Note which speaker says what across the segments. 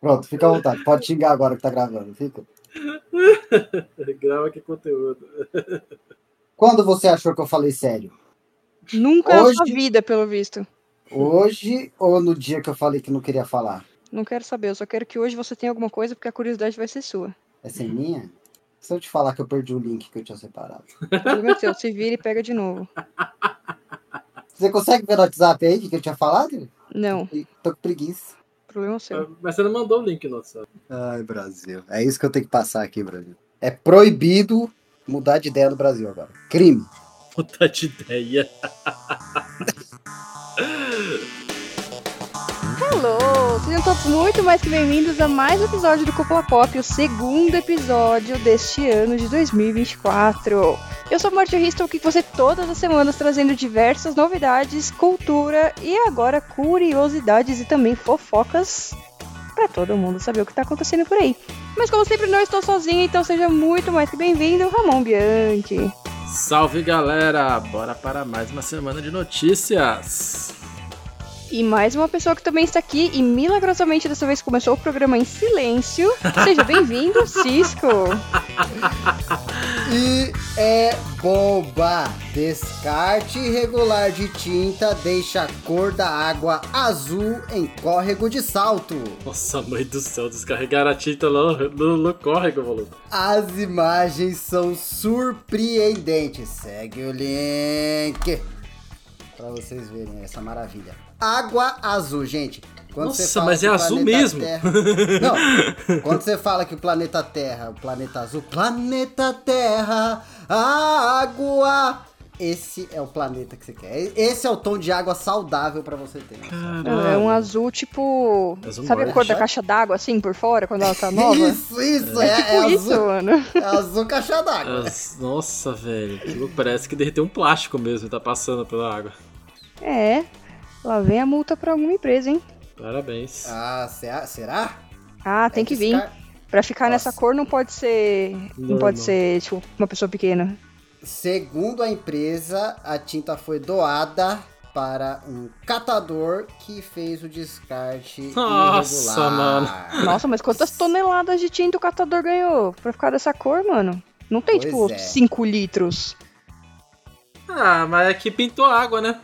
Speaker 1: Pronto, fica à vontade. Pode xingar agora que tá gravando, fica.
Speaker 2: Grava que conteúdo.
Speaker 1: Quando você achou que eu falei sério?
Speaker 3: Nunca na
Speaker 1: Hoje-
Speaker 3: sua vida, pelo visto.
Speaker 1: Hoje ou no dia que eu falei que não queria falar?
Speaker 3: Não quero saber, eu só quero que hoje você tenha alguma coisa, porque a curiosidade vai ser sua.
Speaker 1: Essa é minha? Se eu te falar que eu perdi o link que eu tinha separado.
Speaker 3: Problema é seu, se vira e pega de novo.
Speaker 1: Você consegue ver no WhatsApp aí o que eu tinha falado?
Speaker 3: Não,
Speaker 1: Ih, Tô com preguiça.
Speaker 3: problema é seu.
Speaker 2: Ah, Mas você não mandou o link no WhatsApp.
Speaker 1: Ai, Brasil. É isso que eu tenho que passar aqui, Brasil. É proibido mudar de ideia no Brasil agora. Crime.
Speaker 2: Puta de ideia.
Speaker 3: Hello! Sejam todos muito mais que bem-vindos a mais um episódio do Cúpula Pop, o segundo episódio deste ano de 2024. Eu sou Marty Riston, que você todas as semanas trazendo diversas novidades, cultura e agora curiosidades e também fofocas para todo mundo saber o que tá acontecendo por aí. Mas como sempre, não estou sozinha, então seja muito mais que bem-vindo, Ramon Bianchi.
Speaker 2: Salve galera! Bora para mais uma semana de notícias!
Speaker 3: E mais uma pessoa que também está aqui e milagrosamente dessa vez começou o programa em silêncio. Seja bem-vindo, Cisco.
Speaker 1: E é bomba. Descarte irregular de tinta deixa a cor da água azul em córrego de salto.
Speaker 2: Nossa, mãe do céu, descarregaram a tinta lá no, no, no córrego, maluco.
Speaker 1: As imagens são surpreendentes. Segue o link para vocês verem essa maravilha. Água azul, gente. Quando
Speaker 2: Nossa,
Speaker 1: fala
Speaker 2: mas
Speaker 1: que
Speaker 2: é
Speaker 1: o
Speaker 2: azul
Speaker 1: planeta
Speaker 2: mesmo.
Speaker 1: Terra- Não. Quando você fala que o planeta Terra, o planeta azul, planeta Terra, a água. Esse é o planeta que você quer. Esse é o tom de água saudável para você ter.
Speaker 3: Não, é um azul tipo.
Speaker 2: Azul
Speaker 3: sabe a
Speaker 2: morte,
Speaker 3: cor da
Speaker 1: né?
Speaker 3: caixa d'água assim por fora quando ela tá nova?
Speaker 1: Isso, isso, é, é
Speaker 3: Por isso,
Speaker 1: azul,
Speaker 3: mano.
Speaker 1: é azul caixa d'água.
Speaker 2: As- Nossa, velho. que louco, Parece que derreteu um plástico mesmo e tá passando pela água.
Speaker 3: É. Lá vem a multa pra alguma empresa, hein?
Speaker 2: Parabéns.
Speaker 1: Ah, será? será?
Speaker 3: Ah, tem
Speaker 1: É
Speaker 3: que
Speaker 1: esse
Speaker 3: vir.
Speaker 1: cara-
Speaker 3: Pra ficar nessa
Speaker 1: Nossa.
Speaker 3: cor não pode ser. Não,
Speaker 2: Não,
Speaker 3: pode
Speaker 2: não.
Speaker 3: ser, tipo, uma pessoa pequena.
Speaker 1: Segundo a empresa, a tinta foi doada para um catador que fez o descarte
Speaker 2: Nossa,
Speaker 1: irregular.
Speaker 2: mano.
Speaker 3: Nossa, mas quantas toneladas de tinta o catador ganhou pra ficar dessa cor, mano? Não tem,
Speaker 1: Pois
Speaker 3: tipo,
Speaker 1: é.
Speaker 3: 5 litros.
Speaker 2: Ah, mas é que pintou água, né?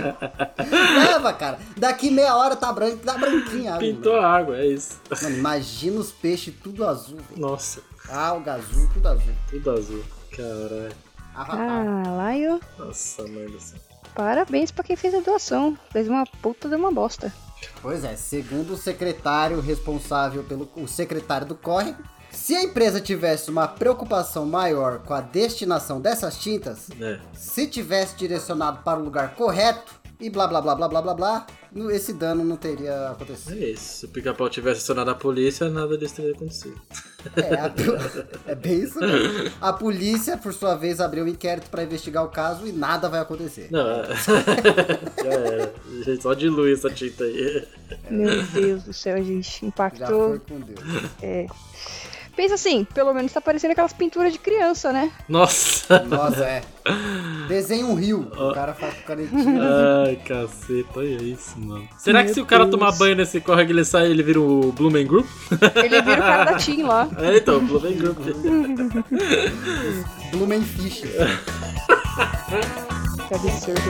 Speaker 1: Leva, cara. Daqui meia hora tá branco, tá branquinha. a água,
Speaker 2: pintou
Speaker 1: mano.
Speaker 2: água, é isso.
Speaker 1: Mano, imagina os peixes tudo azul, velho.
Speaker 2: Nossa,
Speaker 1: Alga azul, tudo azul.
Speaker 2: tudo azul. Caralho.
Speaker 1: Ah, ah, ah.
Speaker 3: Caralho.
Speaker 2: Nossa, mãe do céu.
Speaker 3: Parabéns pra quem fez a doação. Fez uma puta de uma bosta.
Speaker 1: Pois é, segundo o secretário responsável pelo o secretário do córrego, se a empresa tivesse uma preocupação maior com a destinação dessas tintas,
Speaker 2: É.
Speaker 1: se tivesse direcionado para o lugar correto e blá blá blá blá blá blá blá, no- esse dano não teria
Speaker 2: É
Speaker 1: acontecido.
Speaker 2: isso. Se o pica-pau tivesse acionado a polícia, nada disso teria acontecido.
Speaker 1: É, a po- é bem isso mesmo. A polícia, por sua vez, abriu um inquérito para investigar o caso e nada vai acontecer.
Speaker 2: Não, é. já era. Gente, só dilui essa tinta aí.
Speaker 3: Meu Deus do céu, gente.
Speaker 1: Já
Speaker 3: Impactou. É.
Speaker 1: foi com Deus.
Speaker 3: Pensa assim, pelo menos tá parecendo aquelas pinturas de criança, né?
Speaker 2: Nossa!
Speaker 1: Nossa, é. Desenha um rio. O cara faz com canetinha.
Speaker 2: Ai, caceta, olha isso, mano. Será que
Speaker 3: Meu
Speaker 2: se o cara
Speaker 3: Deus.
Speaker 2: tomar banho nesse córrego, ele sai e ele vira o Blumen Group?
Speaker 3: Ele vira o cara da Tim lá.
Speaker 2: É, então, o Blumen Group.
Speaker 1: Blumenfish.
Speaker 3: Que absurdo.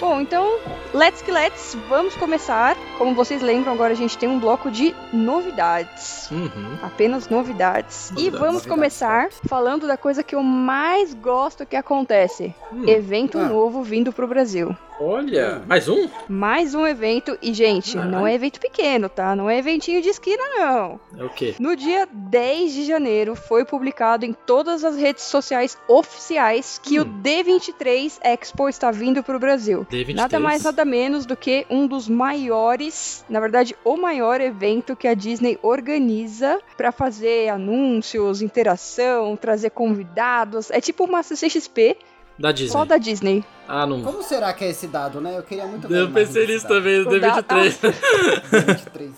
Speaker 3: Bom, então, let's que let's, vamos começar. Como vocês lembram, agora a gente tem um bloco de novidades.
Speaker 2: uhum.
Speaker 3: Apenas novidades. E
Speaker 2: Novidades,
Speaker 3: vamos
Speaker 1: novidades,
Speaker 3: começar falando da coisa que eu mais gosto que acontece:
Speaker 2: Hum,
Speaker 3: evento
Speaker 1: Ah.
Speaker 3: novo vindo pro Brasil.
Speaker 2: Olha, mais um?
Speaker 3: Mais um evento, e gente,
Speaker 2: Ah.
Speaker 3: não é evento pequeno, tá? Não é eventinho de esquina, não.
Speaker 2: É o quê?
Speaker 3: No dia 10 de janeiro foi publicado em todas as redes sociais oficiais que o
Speaker 2: Hum.
Speaker 3: D23 Expo está vindo pro Brasil.
Speaker 2: D23.
Speaker 3: Nada mais, nada menos do que um dos maiores, na verdade, o maior evento que a Disney organiza pra fazer anúncios, interação, trazer convidados. É tipo uma CCXP,
Speaker 2: Da Disney.
Speaker 3: só da Disney.
Speaker 2: Ah, não.
Speaker 1: Como será que é esse dado, né? Eu queria muito ver
Speaker 2: Eu
Speaker 1: uma
Speaker 2: pensei
Speaker 1: imagem
Speaker 2: nisso
Speaker 1: desse
Speaker 2: também, do
Speaker 3: Não dá,
Speaker 2: D23.
Speaker 1: dado. 23.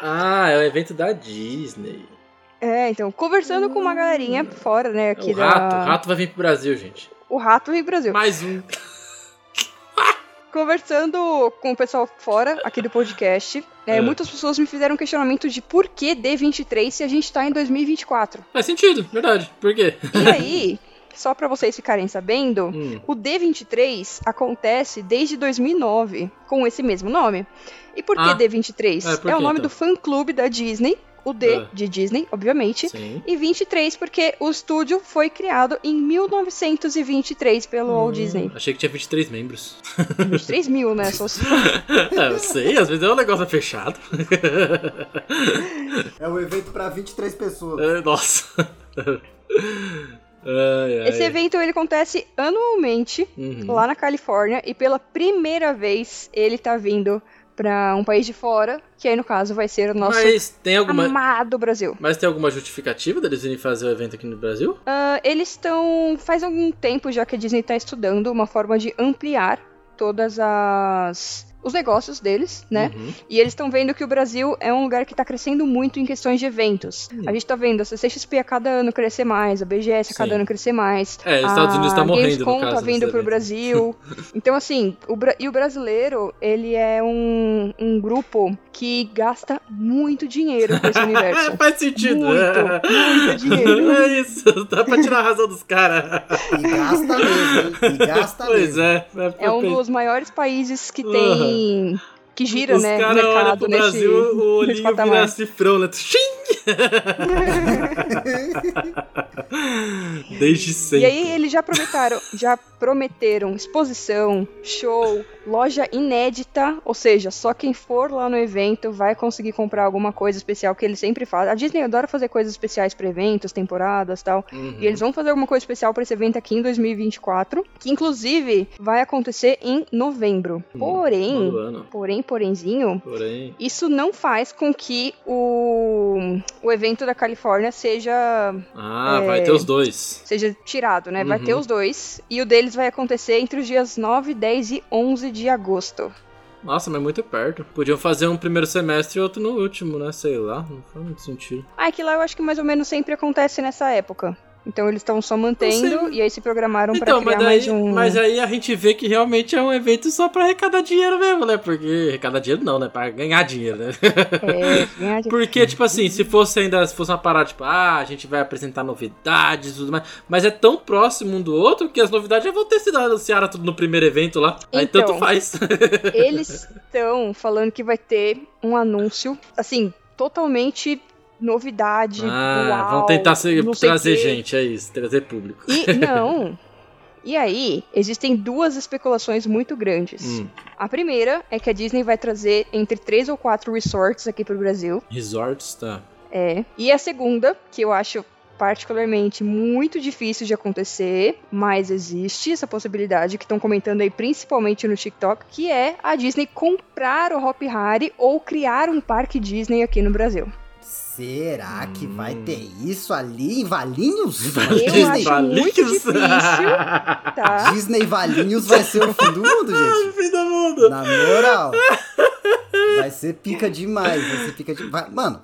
Speaker 2: Ah, é o evento da Disney.
Speaker 3: É, então, conversando com uma galerinha fora, né, aqui
Speaker 2: Hum. É o
Speaker 3: da...
Speaker 2: rato, o rato vai vir pro Brasil, gente.
Speaker 3: O rato Rio Brasil.
Speaker 2: Mais um.
Speaker 3: Conversando com o pessoal fora aqui do podcast, né,
Speaker 2: É.
Speaker 3: muitas pessoas me fizeram um questionamento de por que D23 se a gente tá em 2024.
Speaker 2: Faz sentido, verdade. Por quê?
Speaker 3: E aí, só pra vocês ficarem sabendo,
Speaker 2: Hum,
Speaker 3: O D23 acontece desde 2009, com esse mesmo nome. E por que
Speaker 2: Ah.
Speaker 3: D23?
Speaker 2: É, por
Speaker 3: o
Speaker 2: que,
Speaker 3: nome
Speaker 2: então?
Speaker 3: do fã-clube da Disney, o D
Speaker 2: Ah.
Speaker 3: de Disney, obviamente.
Speaker 2: sim.
Speaker 3: E 23 porque o estúdio foi criado em 1923 pelo Walt Disney.
Speaker 2: Hum, achei que tinha 23 membros.
Speaker 3: 23 mil, né? Só os-
Speaker 2: eu sei, às vezes é um negócio fechado.
Speaker 1: É um evento pra 23 pessoas.
Speaker 2: É, Nossa. Ai, ai.
Speaker 3: Esse é evento ele acontece anualmente
Speaker 2: Uhum.
Speaker 3: lá na Califórnia e pela primeira vez ele tá vindo pra um país de fora, que aí no caso vai ser o nosso
Speaker 2: Mas tem alguma.
Speaker 3: amado Brasil.
Speaker 2: Mas tem alguma justificativa deles irem fazer o evento aqui no Brasil?
Speaker 3: Ah, eles estão. Faz algum tempo já que a Disney está estudando uma forma de ampliar todas as. Os negócios deles, né?
Speaker 2: Uhum.
Speaker 3: E eles estão vendo que o Brasil é um lugar que está crescendo muito em questões de eventos.
Speaker 2: Hum.
Speaker 3: A gente tá vendo a CCXP a cada ano crescer mais, a BGS a cada
Speaker 2: Sim.
Speaker 3: ano crescer mais.
Speaker 2: É, os Estados
Speaker 3: a
Speaker 2: Unidos tá morrendo, no
Speaker 3: Gamescom
Speaker 2: caso,
Speaker 3: tá
Speaker 2: nesse
Speaker 3: vindo pro
Speaker 2: evento.
Speaker 3: Brasil. então, assim, o bra- e o brasileiro, ele é um, um grupo que gasta muito dinheiro com esse universo.
Speaker 2: É, Faz sentido.
Speaker 3: Muito, muito dinheiro.
Speaker 2: É isso, dá pra tirar a razão dos caras.
Speaker 1: E gasta mesmo, hein? E gasta
Speaker 2: Pois
Speaker 1: mesmo.
Speaker 2: é.
Speaker 3: É um
Speaker 2: perfeito.
Speaker 3: dos maiores países que tem. que gira,
Speaker 2: Os
Speaker 3: né? O
Speaker 2: caras olham
Speaker 3: mercado
Speaker 2: pro
Speaker 3: nesse.
Speaker 2: Brasil, o
Speaker 3: nesse
Speaker 2: olhinho vira
Speaker 3: patamar.
Speaker 2: cifrão, né? Tchim! Desde sempre.
Speaker 3: E aí eles já aproveitaram, já prometeram exposição, show, loja inédita, ou seja, só quem for lá no evento vai conseguir comprar alguma coisa especial que eles sempre fazem. A Disney adora fazer coisas especiais para eventos, temporadas, tal.
Speaker 2: Uhum.
Speaker 3: E eles vão fazer alguma coisa especial pra esse evento aqui em 2024, que inclusive vai acontecer em novembro.
Speaker 2: Hum,
Speaker 3: Porém,
Speaker 2: Todo ano.
Speaker 3: porém, porémzinho,
Speaker 2: Porém.
Speaker 3: isso não faz com que o, o evento da Califórnia seja,
Speaker 2: Ah,
Speaker 3: É.
Speaker 2: vai ter os dois.
Speaker 3: seja tirado, né? Vai
Speaker 2: Uhum.
Speaker 3: ter os dois. E o deles vai acontecer entre os dias 9, 10 e 11 de agosto.
Speaker 2: Nossa, mas muito perto. Podiam fazer um primeiro semestre e outro no último, né? Sei lá. Não faz muito sentido.
Speaker 3: Ah, é que lá eu acho que mais ou menos sempre acontece nessa época. Então eles estão só mantendo e aí se programaram pra
Speaker 2: Então,
Speaker 3: criar
Speaker 2: mas, daí,
Speaker 3: mais um.
Speaker 2: mas aí a gente vê que realmente é um evento só pra arrecadar dinheiro mesmo, né? Porque arrecadar dinheiro não, né? Pra ganhar dinheiro, né?
Speaker 3: É, ganhar de-
Speaker 2: Porque, tipo assim, se fosse ainda, se fosse uma parada, tipo, ah, a gente vai apresentar novidades e tudo mais, mas é tão próximo um do outro que as novidades já vão ter sido anunciadas tudo no primeiro evento lá. Aí
Speaker 3: Então.
Speaker 2: tanto faz.
Speaker 3: Eles estão falando que vai ter um anúncio, assim, totalmente novidade.
Speaker 2: ah,
Speaker 3: uau,
Speaker 2: vão tentar se,
Speaker 3: não sei
Speaker 2: trazer
Speaker 3: quê.
Speaker 2: gente, é isso, trazer público.
Speaker 3: E não. E aí, existem duas especulações muito grandes.
Speaker 2: Hum,
Speaker 3: A primeira é que a Disney vai trazer entre três ou quatro resorts aqui pro Brasil.
Speaker 2: resorts, tá.
Speaker 3: É. E a segunda, que eu acho particularmente muito difícil de acontecer, mas existe essa possibilidade que estão comentando aí principalmente no TikTok, que é a Disney comprar o Hop Harry ou criar um parque Disney aqui no Brasil.
Speaker 1: Será que
Speaker 2: Hum.
Speaker 1: vai ter isso ali em Valinhos?
Speaker 3: Eu acho muito
Speaker 2: Valinhos.
Speaker 3: difícil, Tá?
Speaker 1: Disney Valinhos vai ser o fim do mundo, gente.
Speaker 2: Fim do mundo.
Speaker 1: Na moral. Vai ser pica demais, vai ser pica demais. Mano,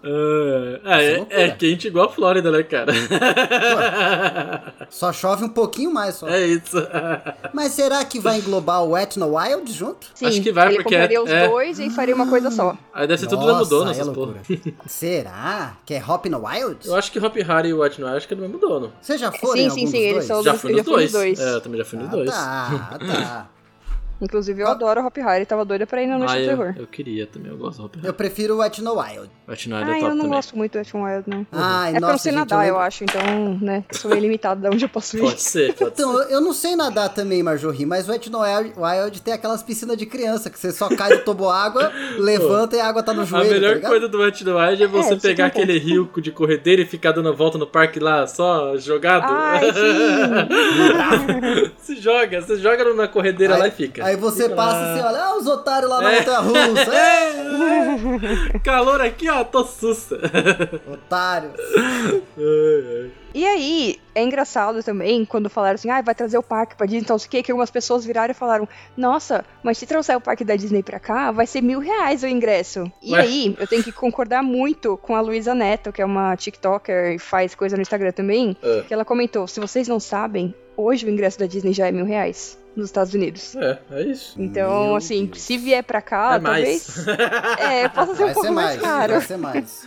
Speaker 2: Ah,
Speaker 1: Isso é
Speaker 2: é,
Speaker 1: loucura.
Speaker 2: é quente igual a Flórida, né, cara?
Speaker 1: só chove um pouquinho mais só.
Speaker 2: é isso.
Speaker 1: Mas será que vai englobar o Etno Wild junto?
Speaker 3: Sim,
Speaker 2: Acho que vai,
Speaker 3: ele
Speaker 2: porque é-
Speaker 3: compraria os
Speaker 2: é.
Speaker 3: dois e faria uma coisa só.
Speaker 2: Aí deve ser tudo
Speaker 1: Nossa,
Speaker 2: mudou,
Speaker 1: aí
Speaker 2: nessas
Speaker 1: é
Speaker 2: porra.
Speaker 1: loucura. Será que é Hop no Wild?
Speaker 2: Eu acho que Hop Harry e White Noir, acho que é do mesmo dono.
Speaker 1: Você já foi
Speaker 3: Sim,
Speaker 1: em algum
Speaker 3: sim, sim,
Speaker 1: dos
Speaker 3: eles
Speaker 1: dois?
Speaker 3: são
Speaker 2: Já
Speaker 3: Eu
Speaker 2: fui
Speaker 3: já
Speaker 2: nos
Speaker 3: fui nos
Speaker 2: dois.
Speaker 3: dois.
Speaker 2: É, eu também já fui nos dois.
Speaker 1: Ah, tá, tá.
Speaker 3: Inclusive, eu
Speaker 1: Ah.
Speaker 3: adoro Hop Harry, tava doida pra ir na Noite
Speaker 2: Ah,
Speaker 3: do
Speaker 2: eu,
Speaker 3: Terror.
Speaker 2: eu queria também, eu gosto do Hop Harry.
Speaker 1: Eu prefiro o Etno Wild.
Speaker 2: White Noir
Speaker 3: Ah,
Speaker 2: é
Speaker 3: eu
Speaker 2: top
Speaker 3: não
Speaker 2: também.
Speaker 3: gosto muito do Action Wild, não.
Speaker 2: Uhum.
Speaker 1: Ai,
Speaker 3: é pra eu não
Speaker 1: nossa,
Speaker 3: sei
Speaker 1: gente,
Speaker 3: nadar, eu,
Speaker 1: lembro-
Speaker 3: acho, então, né, sou meio limitada de onde eu posso ir.
Speaker 2: Pode ser, pode ser.
Speaker 1: Então, eu- eu não sei nadar também, Marjorie, mas o Etno Wild tem aquelas piscinas de criança que você só cai do toboágua, levanta e a água tá no
Speaker 2: a
Speaker 1: joelho, tá
Speaker 2: melhor
Speaker 1: ligado?
Speaker 2: coisa do White Noir é você
Speaker 3: você
Speaker 2: pegar
Speaker 3: tem um
Speaker 2: aquele rio de corredeira e ficar dando a volta no parque lá, só jogado.
Speaker 3: Ai, sim!
Speaker 2: se joga, você joga na corredeira lá e fica.
Speaker 1: Aí você
Speaker 2: Fica
Speaker 1: passa
Speaker 2: lá.
Speaker 1: assim, olha, ah, os otários lá na
Speaker 2: É.
Speaker 1: montanha russa. É,
Speaker 2: Calor aqui, ó, tô sussa.
Speaker 1: otário.
Speaker 2: Ai, ai.
Speaker 3: E aí, é engraçado também quando falaram assim, ah, vai trazer o parque pra Disney, então o que, que algumas pessoas viraram e falaram, nossa, mas se trouxer o parque da Disney pra cá, vai ser mil reais o ingresso. E
Speaker 2: Ué.
Speaker 3: aí, eu tenho que concordar muito com a Luísa Neto, que é uma TikToker e faz coisa no Instagram também,
Speaker 2: É.
Speaker 3: que ela comentou, se vocês não sabem, hoje o ingresso da Disney já é mil reais nos Estados Unidos.
Speaker 2: É, é isso.
Speaker 3: Então,
Speaker 1: Meu
Speaker 3: assim,
Speaker 1: Deus.
Speaker 3: se vier pra
Speaker 1: Ah,
Speaker 3: cá,
Speaker 2: é mais.
Speaker 3: talvez. É, possa ser um
Speaker 1: Vai
Speaker 3: pouco
Speaker 1: ser
Speaker 3: mais,
Speaker 1: Ah, mais,
Speaker 3: caro.
Speaker 1: vai ser mais.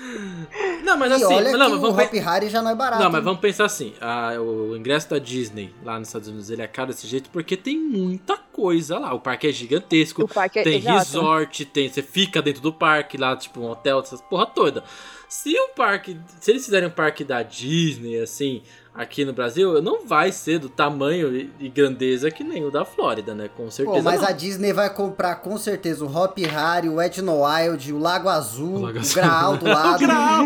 Speaker 2: não, mas
Speaker 1: e
Speaker 2: assim,
Speaker 1: olha
Speaker 2: não,
Speaker 1: que
Speaker 2: mas
Speaker 1: o
Speaker 2: vamos,
Speaker 1: Hop Harry já não é barato.
Speaker 2: Não, mas
Speaker 1: hein?
Speaker 2: vamos pensar assim: a- o ingresso da Disney lá nos Estados Unidos ele é caro desse jeito porque tem muita coisa lá. O parque é gigantesco,
Speaker 3: O parque é
Speaker 2: tem
Speaker 3: exato.
Speaker 2: resort, tem. Você fica dentro do parque lá, tipo um hotel, essas porra toda. Se o parque. Se eles fizerem um parque da Disney, assim, aqui no Brasil, não vai ser do tamanho e- e grandeza que nem o da Flórida, né? Com certeza.
Speaker 1: Pô, mas
Speaker 2: não.
Speaker 1: a Disney vai comprar com certeza o Hop Harry, o Edno Wild, o Lago Azul,
Speaker 2: O
Speaker 1: o,
Speaker 2: Lago Azul.
Speaker 1: Graal do
Speaker 2: O
Speaker 1: lado.
Speaker 2: grau!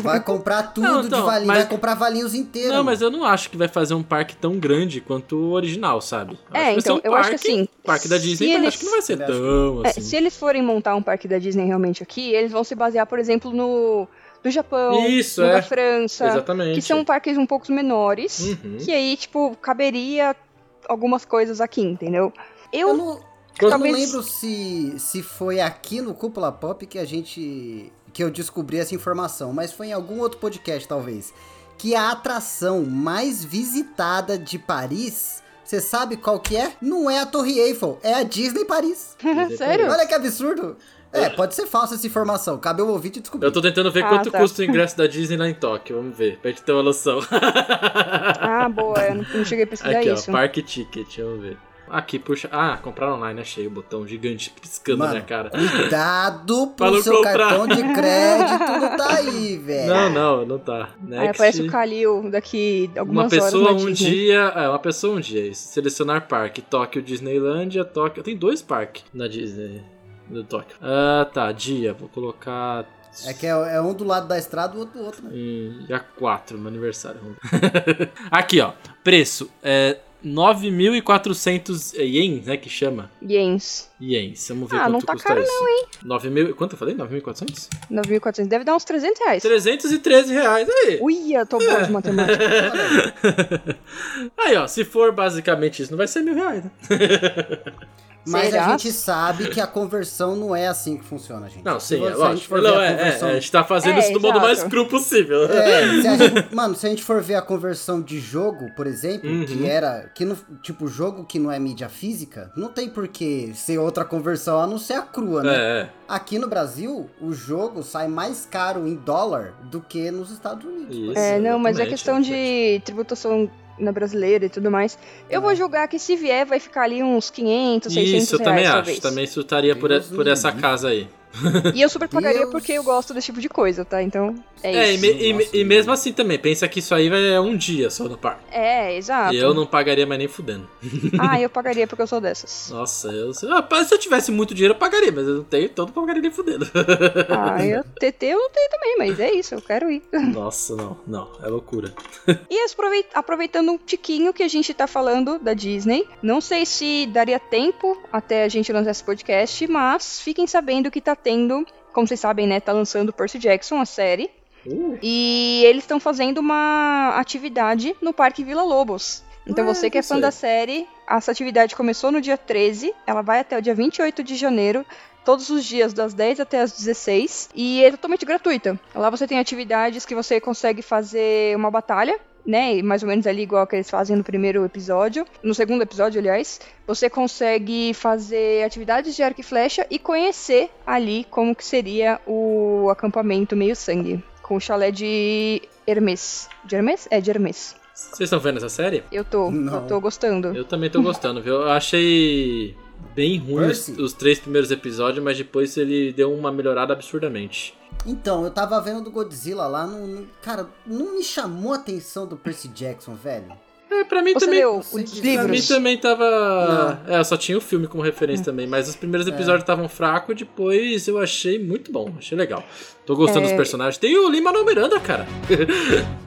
Speaker 1: Vai comprar tudo
Speaker 2: Não, então,
Speaker 1: de valinho,
Speaker 2: mas-
Speaker 1: vai comprar valinhos inteiros.
Speaker 2: Não, mas eu não acho que vai fazer um parque tão grande quanto o original, sabe? Eu
Speaker 3: É,
Speaker 2: acho que vai ser um
Speaker 3: então, eu acho que assim.
Speaker 2: Parque da
Speaker 3: se
Speaker 2: Disney, mas
Speaker 3: eles-
Speaker 2: acho que não vai ser
Speaker 1: Ele acha que-
Speaker 2: tão
Speaker 3: é,
Speaker 2: assim.
Speaker 3: se eles forem montar um parque da Disney realmente aqui, eles vão se basear, por exemplo, no do Japão,
Speaker 2: Isso,
Speaker 3: no
Speaker 2: é.
Speaker 3: da França,
Speaker 2: Exatamente.
Speaker 3: que são parques um pouco menores,
Speaker 2: Uhum.
Speaker 3: que aí, tipo, caberia algumas coisas aqui, entendeu? Eu,
Speaker 1: Eu não,
Speaker 2: Quando-
Speaker 1: eu não
Speaker 3: talvez-
Speaker 1: lembro se, se foi aqui no Cúpula Pop que a gente. que eu descobri essa informação, mas foi em algum outro podcast, talvez. Que a atração mais visitada de Paris, você sabe qual que é? Não é a Torre Eiffel, é a Disney Paris.
Speaker 3: Sério?
Speaker 1: Olha que absurdo! É, pode ser falsa essa informação, cabe eu ouvir e descobrir.
Speaker 2: Eu tô tentando ver
Speaker 3: Ah,
Speaker 2: quanto
Speaker 3: tá.
Speaker 2: custa o ingresso da Disney lá em Tóquio. Vamos ver, pra gente ter uma noção.
Speaker 3: ah, boa, eu não não cheguei a pesquisar
Speaker 2: Aqui,
Speaker 3: isso.
Speaker 2: ó, Parque Ticket, vamos ver. Aqui, puxa. Ah, comprar online, achei o botão gigante piscando na
Speaker 1: Mano,
Speaker 2: minha cara.
Speaker 1: Cuidado
Speaker 2: Pra
Speaker 1: pro
Speaker 2: não
Speaker 1: seu
Speaker 2: comprar.
Speaker 1: cartão de crédito, não tá aí,
Speaker 3: é.
Speaker 1: velho.
Speaker 2: Não, não, não tá.
Speaker 3: Aí
Speaker 2: Next.
Speaker 3: aparece É, Ah, o Kalil daqui algumas
Speaker 2: uma pessoa
Speaker 3: horas na
Speaker 2: um
Speaker 3: Disney.
Speaker 2: dia. É, uma pessoa um dia. isso. Selecionar parque. Tóquio, Disneylandia, Tóquio. Tem dois parques na Disney. No Tóquio. Ah, tá. Dia. Vou colocar.
Speaker 1: É que é, é um do lado da estrada, o outro do outro, né?
Speaker 2: Hum, dia 4, meu aniversário. Aqui, ó. Preço é 9.400 ienes, né? Que chama?
Speaker 3: Iens.
Speaker 2: Ienes. Vamos ver
Speaker 3: Ah,
Speaker 2: quanto
Speaker 3: não tá
Speaker 2: custa
Speaker 3: caro
Speaker 2: isso. 9 mil... Quanto eu falei? 9.400?
Speaker 3: 9.400. Deve dar uns 300 reais.
Speaker 2: 313 reais. Aí.
Speaker 3: Uia, tô
Speaker 2: É.
Speaker 3: boa de matemática.
Speaker 2: aí, ó. Se for basicamente isso, não vai ser mil reais, né?
Speaker 1: Mas
Speaker 3: Será?
Speaker 1: a gente sabe que a conversão não é assim que funciona, gente.
Speaker 2: Não, sim,
Speaker 1: se, se
Speaker 2: é
Speaker 1: a gente
Speaker 2: lógico.
Speaker 1: for ver
Speaker 2: Não,
Speaker 1: a
Speaker 2: é, é,
Speaker 1: conversão.
Speaker 2: a gente tá fazendo
Speaker 3: É,
Speaker 2: isso do modo
Speaker 3: exato.
Speaker 2: mais cru possível. né?
Speaker 1: É, se a gente- mano, se a gente for ver a conversão de jogo, por exemplo,
Speaker 2: Uhum.
Speaker 1: que era. Que não, tipo, jogo que não é mídia física, não tem por que ser outra conversão a não ser a crua, né?
Speaker 2: É, é.
Speaker 1: Aqui no Brasil, o jogo sai mais caro em dólar do que nos Estados Unidos.
Speaker 2: Isso.
Speaker 3: É, não, mas é
Speaker 2: Exatamente,
Speaker 3: questão de tributação na brasileira e tudo mais. Eu
Speaker 1: É.
Speaker 3: vou julgar que se vier vai ficar ali uns 500, 600
Speaker 2: Isso, eu
Speaker 3: reais,
Speaker 2: também acho.
Speaker 3: talvez.
Speaker 2: Também chutaria por,
Speaker 1: Deus
Speaker 2: por
Speaker 1: me
Speaker 2: essa
Speaker 1: livre.
Speaker 2: casa aí.
Speaker 3: E eu super pagaria
Speaker 1: Deus.
Speaker 3: porque eu gosto desse tipo de coisa, tá? Então, é,
Speaker 2: É, e,
Speaker 3: isso.
Speaker 2: me- e me-
Speaker 1: Nossa,
Speaker 2: e mesmo assim também, pensa que isso aí vai é um dia só no parque.
Speaker 3: É, exato.
Speaker 2: E eu não pagaria mais nem fudendo.
Speaker 3: Ah, eu pagaria porque eu sou dessas.
Speaker 2: Nossa, eu. se- Rapaz, se eu tivesse muito dinheiro, eu pagaria, mas eu não tenho, então eu não pagaria nem fudendo.
Speaker 3: Ah, eu TT eu não tenho também, mas é isso, eu quero ir.
Speaker 2: Nossa, não, não, é loucura.
Speaker 3: E aprovei- aproveitando um tiquinho que a gente tá falando da Disney, não sei se daria tempo até a gente lançar esse podcast, mas fiquem sabendo que tá tendo, como vocês sabem, né, tá lançando Percy Jackson, a série,
Speaker 2: Uh,
Speaker 3: e eles estão fazendo uma atividade no Parque Vila Lobos. Então
Speaker 2: Ah,
Speaker 3: você que é
Speaker 2: isso
Speaker 3: fã
Speaker 2: aí.
Speaker 3: da série, essa atividade começou no dia 13, ela vai até o dia 28 de janeiro, todos os dias das 10 até as 16, e é totalmente gratuita. Lá você tem atividades que você consegue fazer uma batalha, né, e mais ou menos ali igual que eles fazem no primeiro episódio, no segundo episódio, aliás, você consegue fazer atividades de arco e flecha e conhecer ali como que seria o acampamento meio sangue. Com o chalé de Hermes. De Hermes? É, de Hermes.
Speaker 2: vocês estão vendo essa série?
Speaker 3: Eu tô,
Speaker 1: Não.
Speaker 3: eu tô gostando.
Speaker 2: Eu também tô gostando, viu? Eu achei bem ruim os,
Speaker 1: Percy?
Speaker 2: os três primeiros episódios, mas depois ele deu uma melhorada absurdamente.
Speaker 1: Então, eu tava vendo do Godzilla lá, não, não- cara, não me chamou a atenção do Percy Jackson, velho.
Speaker 2: É, pra mim
Speaker 3: Você
Speaker 2: também.
Speaker 3: leu
Speaker 1: sei
Speaker 3: os
Speaker 1: disso,
Speaker 2: Pra mim
Speaker 3: livros? É.
Speaker 2: também tava. É, eu só tinha o filme como referência também, mas os primeiros episódios estavam fracos, depois eu achei muito bom, achei legal. Tô gostando
Speaker 3: É.
Speaker 2: dos personagens. Tem o Lima Manuel Miranda, cara.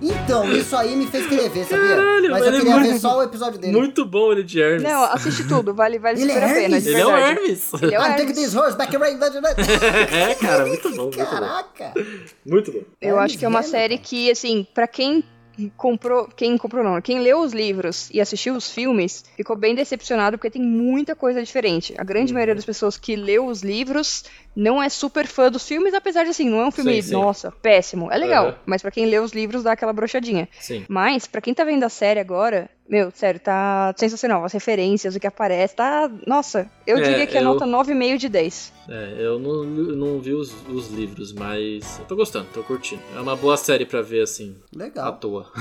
Speaker 1: Então, isso aí me fez querer ver, sabia?
Speaker 2: Caralho,
Speaker 1: Mas
Speaker 2: velho,
Speaker 1: eu
Speaker 2: é
Speaker 1: queria
Speaker 2: muito-
Speaker 1: ver só o episódio dele.
Speaker 2: Muito bom ele de Hermes.
Speaker 3: Não, ah, assiste tudo, vale, vale
Speaker 1: Ele é
Speaker 3: super a pena,
Speaker 1: Hermes?
Speaker 3: de
Speaker 2: ele é o
Speaker 3: verdade.
Speaker 2: Hermes.
Speaker 3: Ele é o
Speaker 1: I'm taking
Speaker 3: Hermes.
Speaker 1: Ah, this horse back and right, right, right.
Speaker 2: é, cara, muito bom, muito bom.
Speaker 1: Caraca!
Speaker 2: Muito bom.
Speaker 3: Eu acho que é uma
Speaker 1: Hermes,
Speaker 3: série
Speaker 1: cara.
Speaker 3: que, assim, pra quem comprou, quem comprou não, quem leu os livros e assistiu os filmes, ficou bem decepcionado porque tem muita coisa diferente. A
Speaker 2: Uhum.
Speaker 3: grande maioria das pessoas que leu os livros não é super fã dos filmes, apesar de assim, não é um filme,
Speaker 2: Sim, Uhum. sim.
Speaker 3: nossa, péssimo. É legal,
Speaker 2: Aham.
Speaker 3: mas pra quem lê os livros dá aquela brochadinha.
Speaker 2: Sim.
Speaker 3: Mas, pra quem tá vendo a série agora, meu, sério, tá sensacional. As referências, o que aparece, tá. Nossa, eu
Speaker 2: É,
Speaker 3: diria que é
Speaker 2: eu-
Speaker 3: nota 9,5 de 10.
Speaker 2: É, eu não, li- não vi os, os livros, mas eu tô gostando, tô curtindo. É uma boa série pra ver, assim, à
Speaker 1: Legal.
Speaker 2: toa.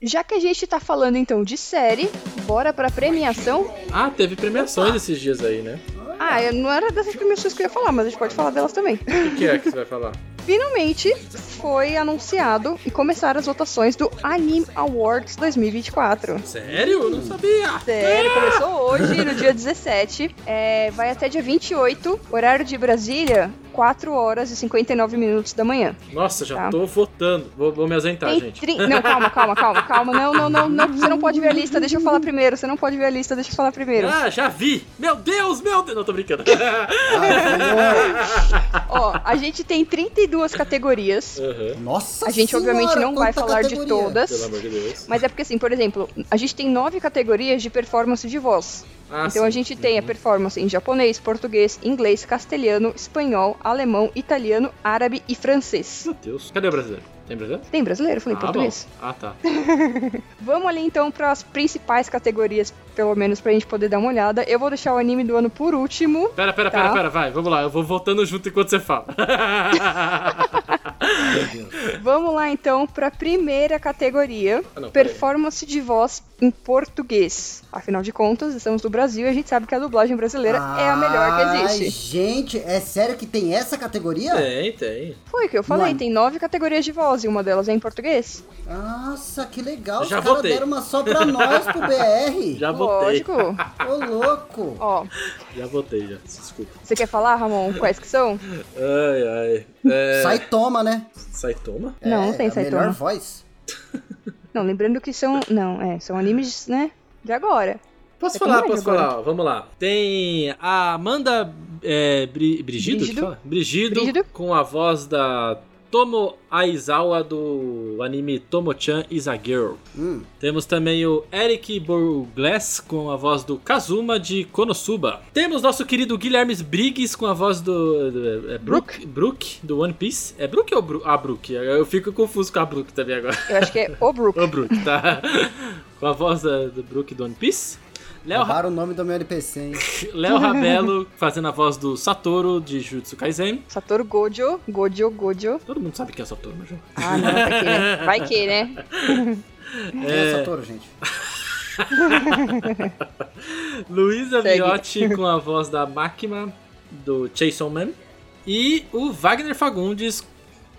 Speaker 3: Já que a gente tá falando então de série, bora pra premiação.
Speaker 2: Ah, teve premiações esses dias aí, né?
Speaker 3: Ah, eu- não era dessas premiações que eu ia falar, mas a gente pode falar delas também.
Speaker 2: O que, que é que você vai falar?
Speaker 3: Finalmente foi anunciado e começaram as votações do Anime Awards 2024.
Speaker 2: Sério? Eu não sabia!
Speaker 3: Sério, É, começou hoje, no dia 17. É, vai até dia 28, horário de Brasília, 4 horas e 59 minutos da manhã.
Speaker 2: Nossa, já
Speaker 3: Tá.
Speaker 2: tô votando. Vou, vou me ausentar,
Speaker 3: Tem
Speaker 2: Tá, gente.
Speaker 3: trin- Não, calma, calma, calma, calma. Não, não, não, não. Você não pode ver a lista, deixa eu falar primeiro. Você não pode ver a lista, deixa eu falar primeiro.
Speaker 2: Ah, já vi! Meu Deus, meu Deus! Não, tô brincando.
Speaker 1: Ah,
Speaker 3: Ó, a gente tem 32 categorias.
Speaker 2: Aham,
Speaker 1: Nossa
Speaker 3: A gente, obviamente,
Speaker 1: senhora,
Speaker 3: não vai
Speaker 1: quanta
Speaker 3: falar de
Speaker 1: categoria.
Speaker 2: Pelo
Speaker 3: todas.
Speaker 2: amor de Deus.
Speaker 3: Mas é porque, assim, por exemplo, a gente tem nove categorias de performance de voz.
Speaker 2: Ah,
Speaker 3: Então
Speaker 2: sim.
Speaker 3: a gente tem a performance em japonês, português, inglês, castelhano, espanhol, alemão, italiano, árabe e francês.
Speaker 2: Meu Deus. Cadê o brasileiro? Tem brasileiro?
Speaker 3: Tem brasileiro? Eu Falei
Speaker 2: ah,
Speaker 3: português.
Speaker 2: bom. Ah, tá.
Speaker 3: Vamos ali então para as principais categorias, pelo menos pra gente poder dar uma olhada. Eu vou deixar o anime do ano por último.
Speaker 2: Pera, pera,
Speaker 3: Tá.
Speaker 2: pera, pera, vai. Vamos lá, eu vou voltando junto enquanto você fala.
Speaker 3: Vamos lá então pra primeira categoria,
Speaker 2: Ah, não, peraí.
Speaker 3: performance de voz em português. Afinal de contas, estamos no Brasil e a gente sabe que a dublagem brasileira é a melhor que
Speaker 1: Ai,
Speaker 3: existe.
Speaker 1: Gente, é sério que tem essa categoria?
Speaker 2: tem, tem.
Speaker 3: Foi o que eu falei,
Speaker 1: Mano.
Speaker 3: tem nove categorias de voz e uma delas é em português.
Speaker 1: Nossa, que legal.
Speaker 2: Já
Speaker 1: Os caras
Speaker 2: votei.
Speaker 1: deram uma só pra nós pro BR.
Speaker 2: Já votei.
Speaker 3: Lógico.
Speaker 1: Ô, louco.
Speaker 3: Ó,
Speaker 2: Já votei, já. Desculpa.
Speaker 3: você quer falar, Ramon, quais que são?
Speaker 2: Ai, ai. É...
Speaker 1: Sai toma, né?
Speaker 2: Sai, toma.
Speaker 3: Não, não
Speaker 1: É,
Speaker 3: tem
Speaker 1: a
Speaker 3: Saitama.
Speaker 1: melhor voz.
Speaker 3: Não, lembrando que são. Não, é, são animes, né? De agora.
Speaker 2: Posso
Speaker 3: É
Speaker 2: falar,
Speaker 3: verdade
Speaker 2: posso
Speaker 3: agora.
Speaker 2: falar. ó, Vamos lá. Tem a Amanda é, Bri- Brigido,
Speaker 3: Brigido.
Speaker 2: que fala? Brigido,
Speaker 3: Brigido.
Speaker 2: com a voz da Tomo Aizawa do anime Tomo-chan is a Girl.
Speaker 1: Hum.
Speaker 2: Temos também o Eric Burglass com a voz do Kazuma de Konosuba. Temos nosso querido Guilherme Briggs com a voz do. do- é Brook? Brook, do One Piece. É Brook ou Bru a Brook? Eu fico confuso com a Brook também agora.
Speaker 3: Eu acho que é o Brook.
Speaker 2: O Brook, tá? Com a voz da- do Brook do One Piece. Léo, Ra-
Speaker 1: Roubaram o nome do meu NPC, hein?
Speaker 2: Léo Rabelo fazendo a voz do Satoru de Jutsu Kaisen.
Speaker 3: Satoru Gojo. Gojo, Gojo.
Speaker 2: Todo mundo sabe quem é o Satoru, mas...
Speaker 3: Ah, não, vai que, né? Vai que, né?
Speaker 1: Quem é essa touro, gente?
Speaker 2: Luísa
Speaker 3: Segue.
Speaker 2: Miotti com a voz da Máquina do Jason Man. E o Wagner Fagundes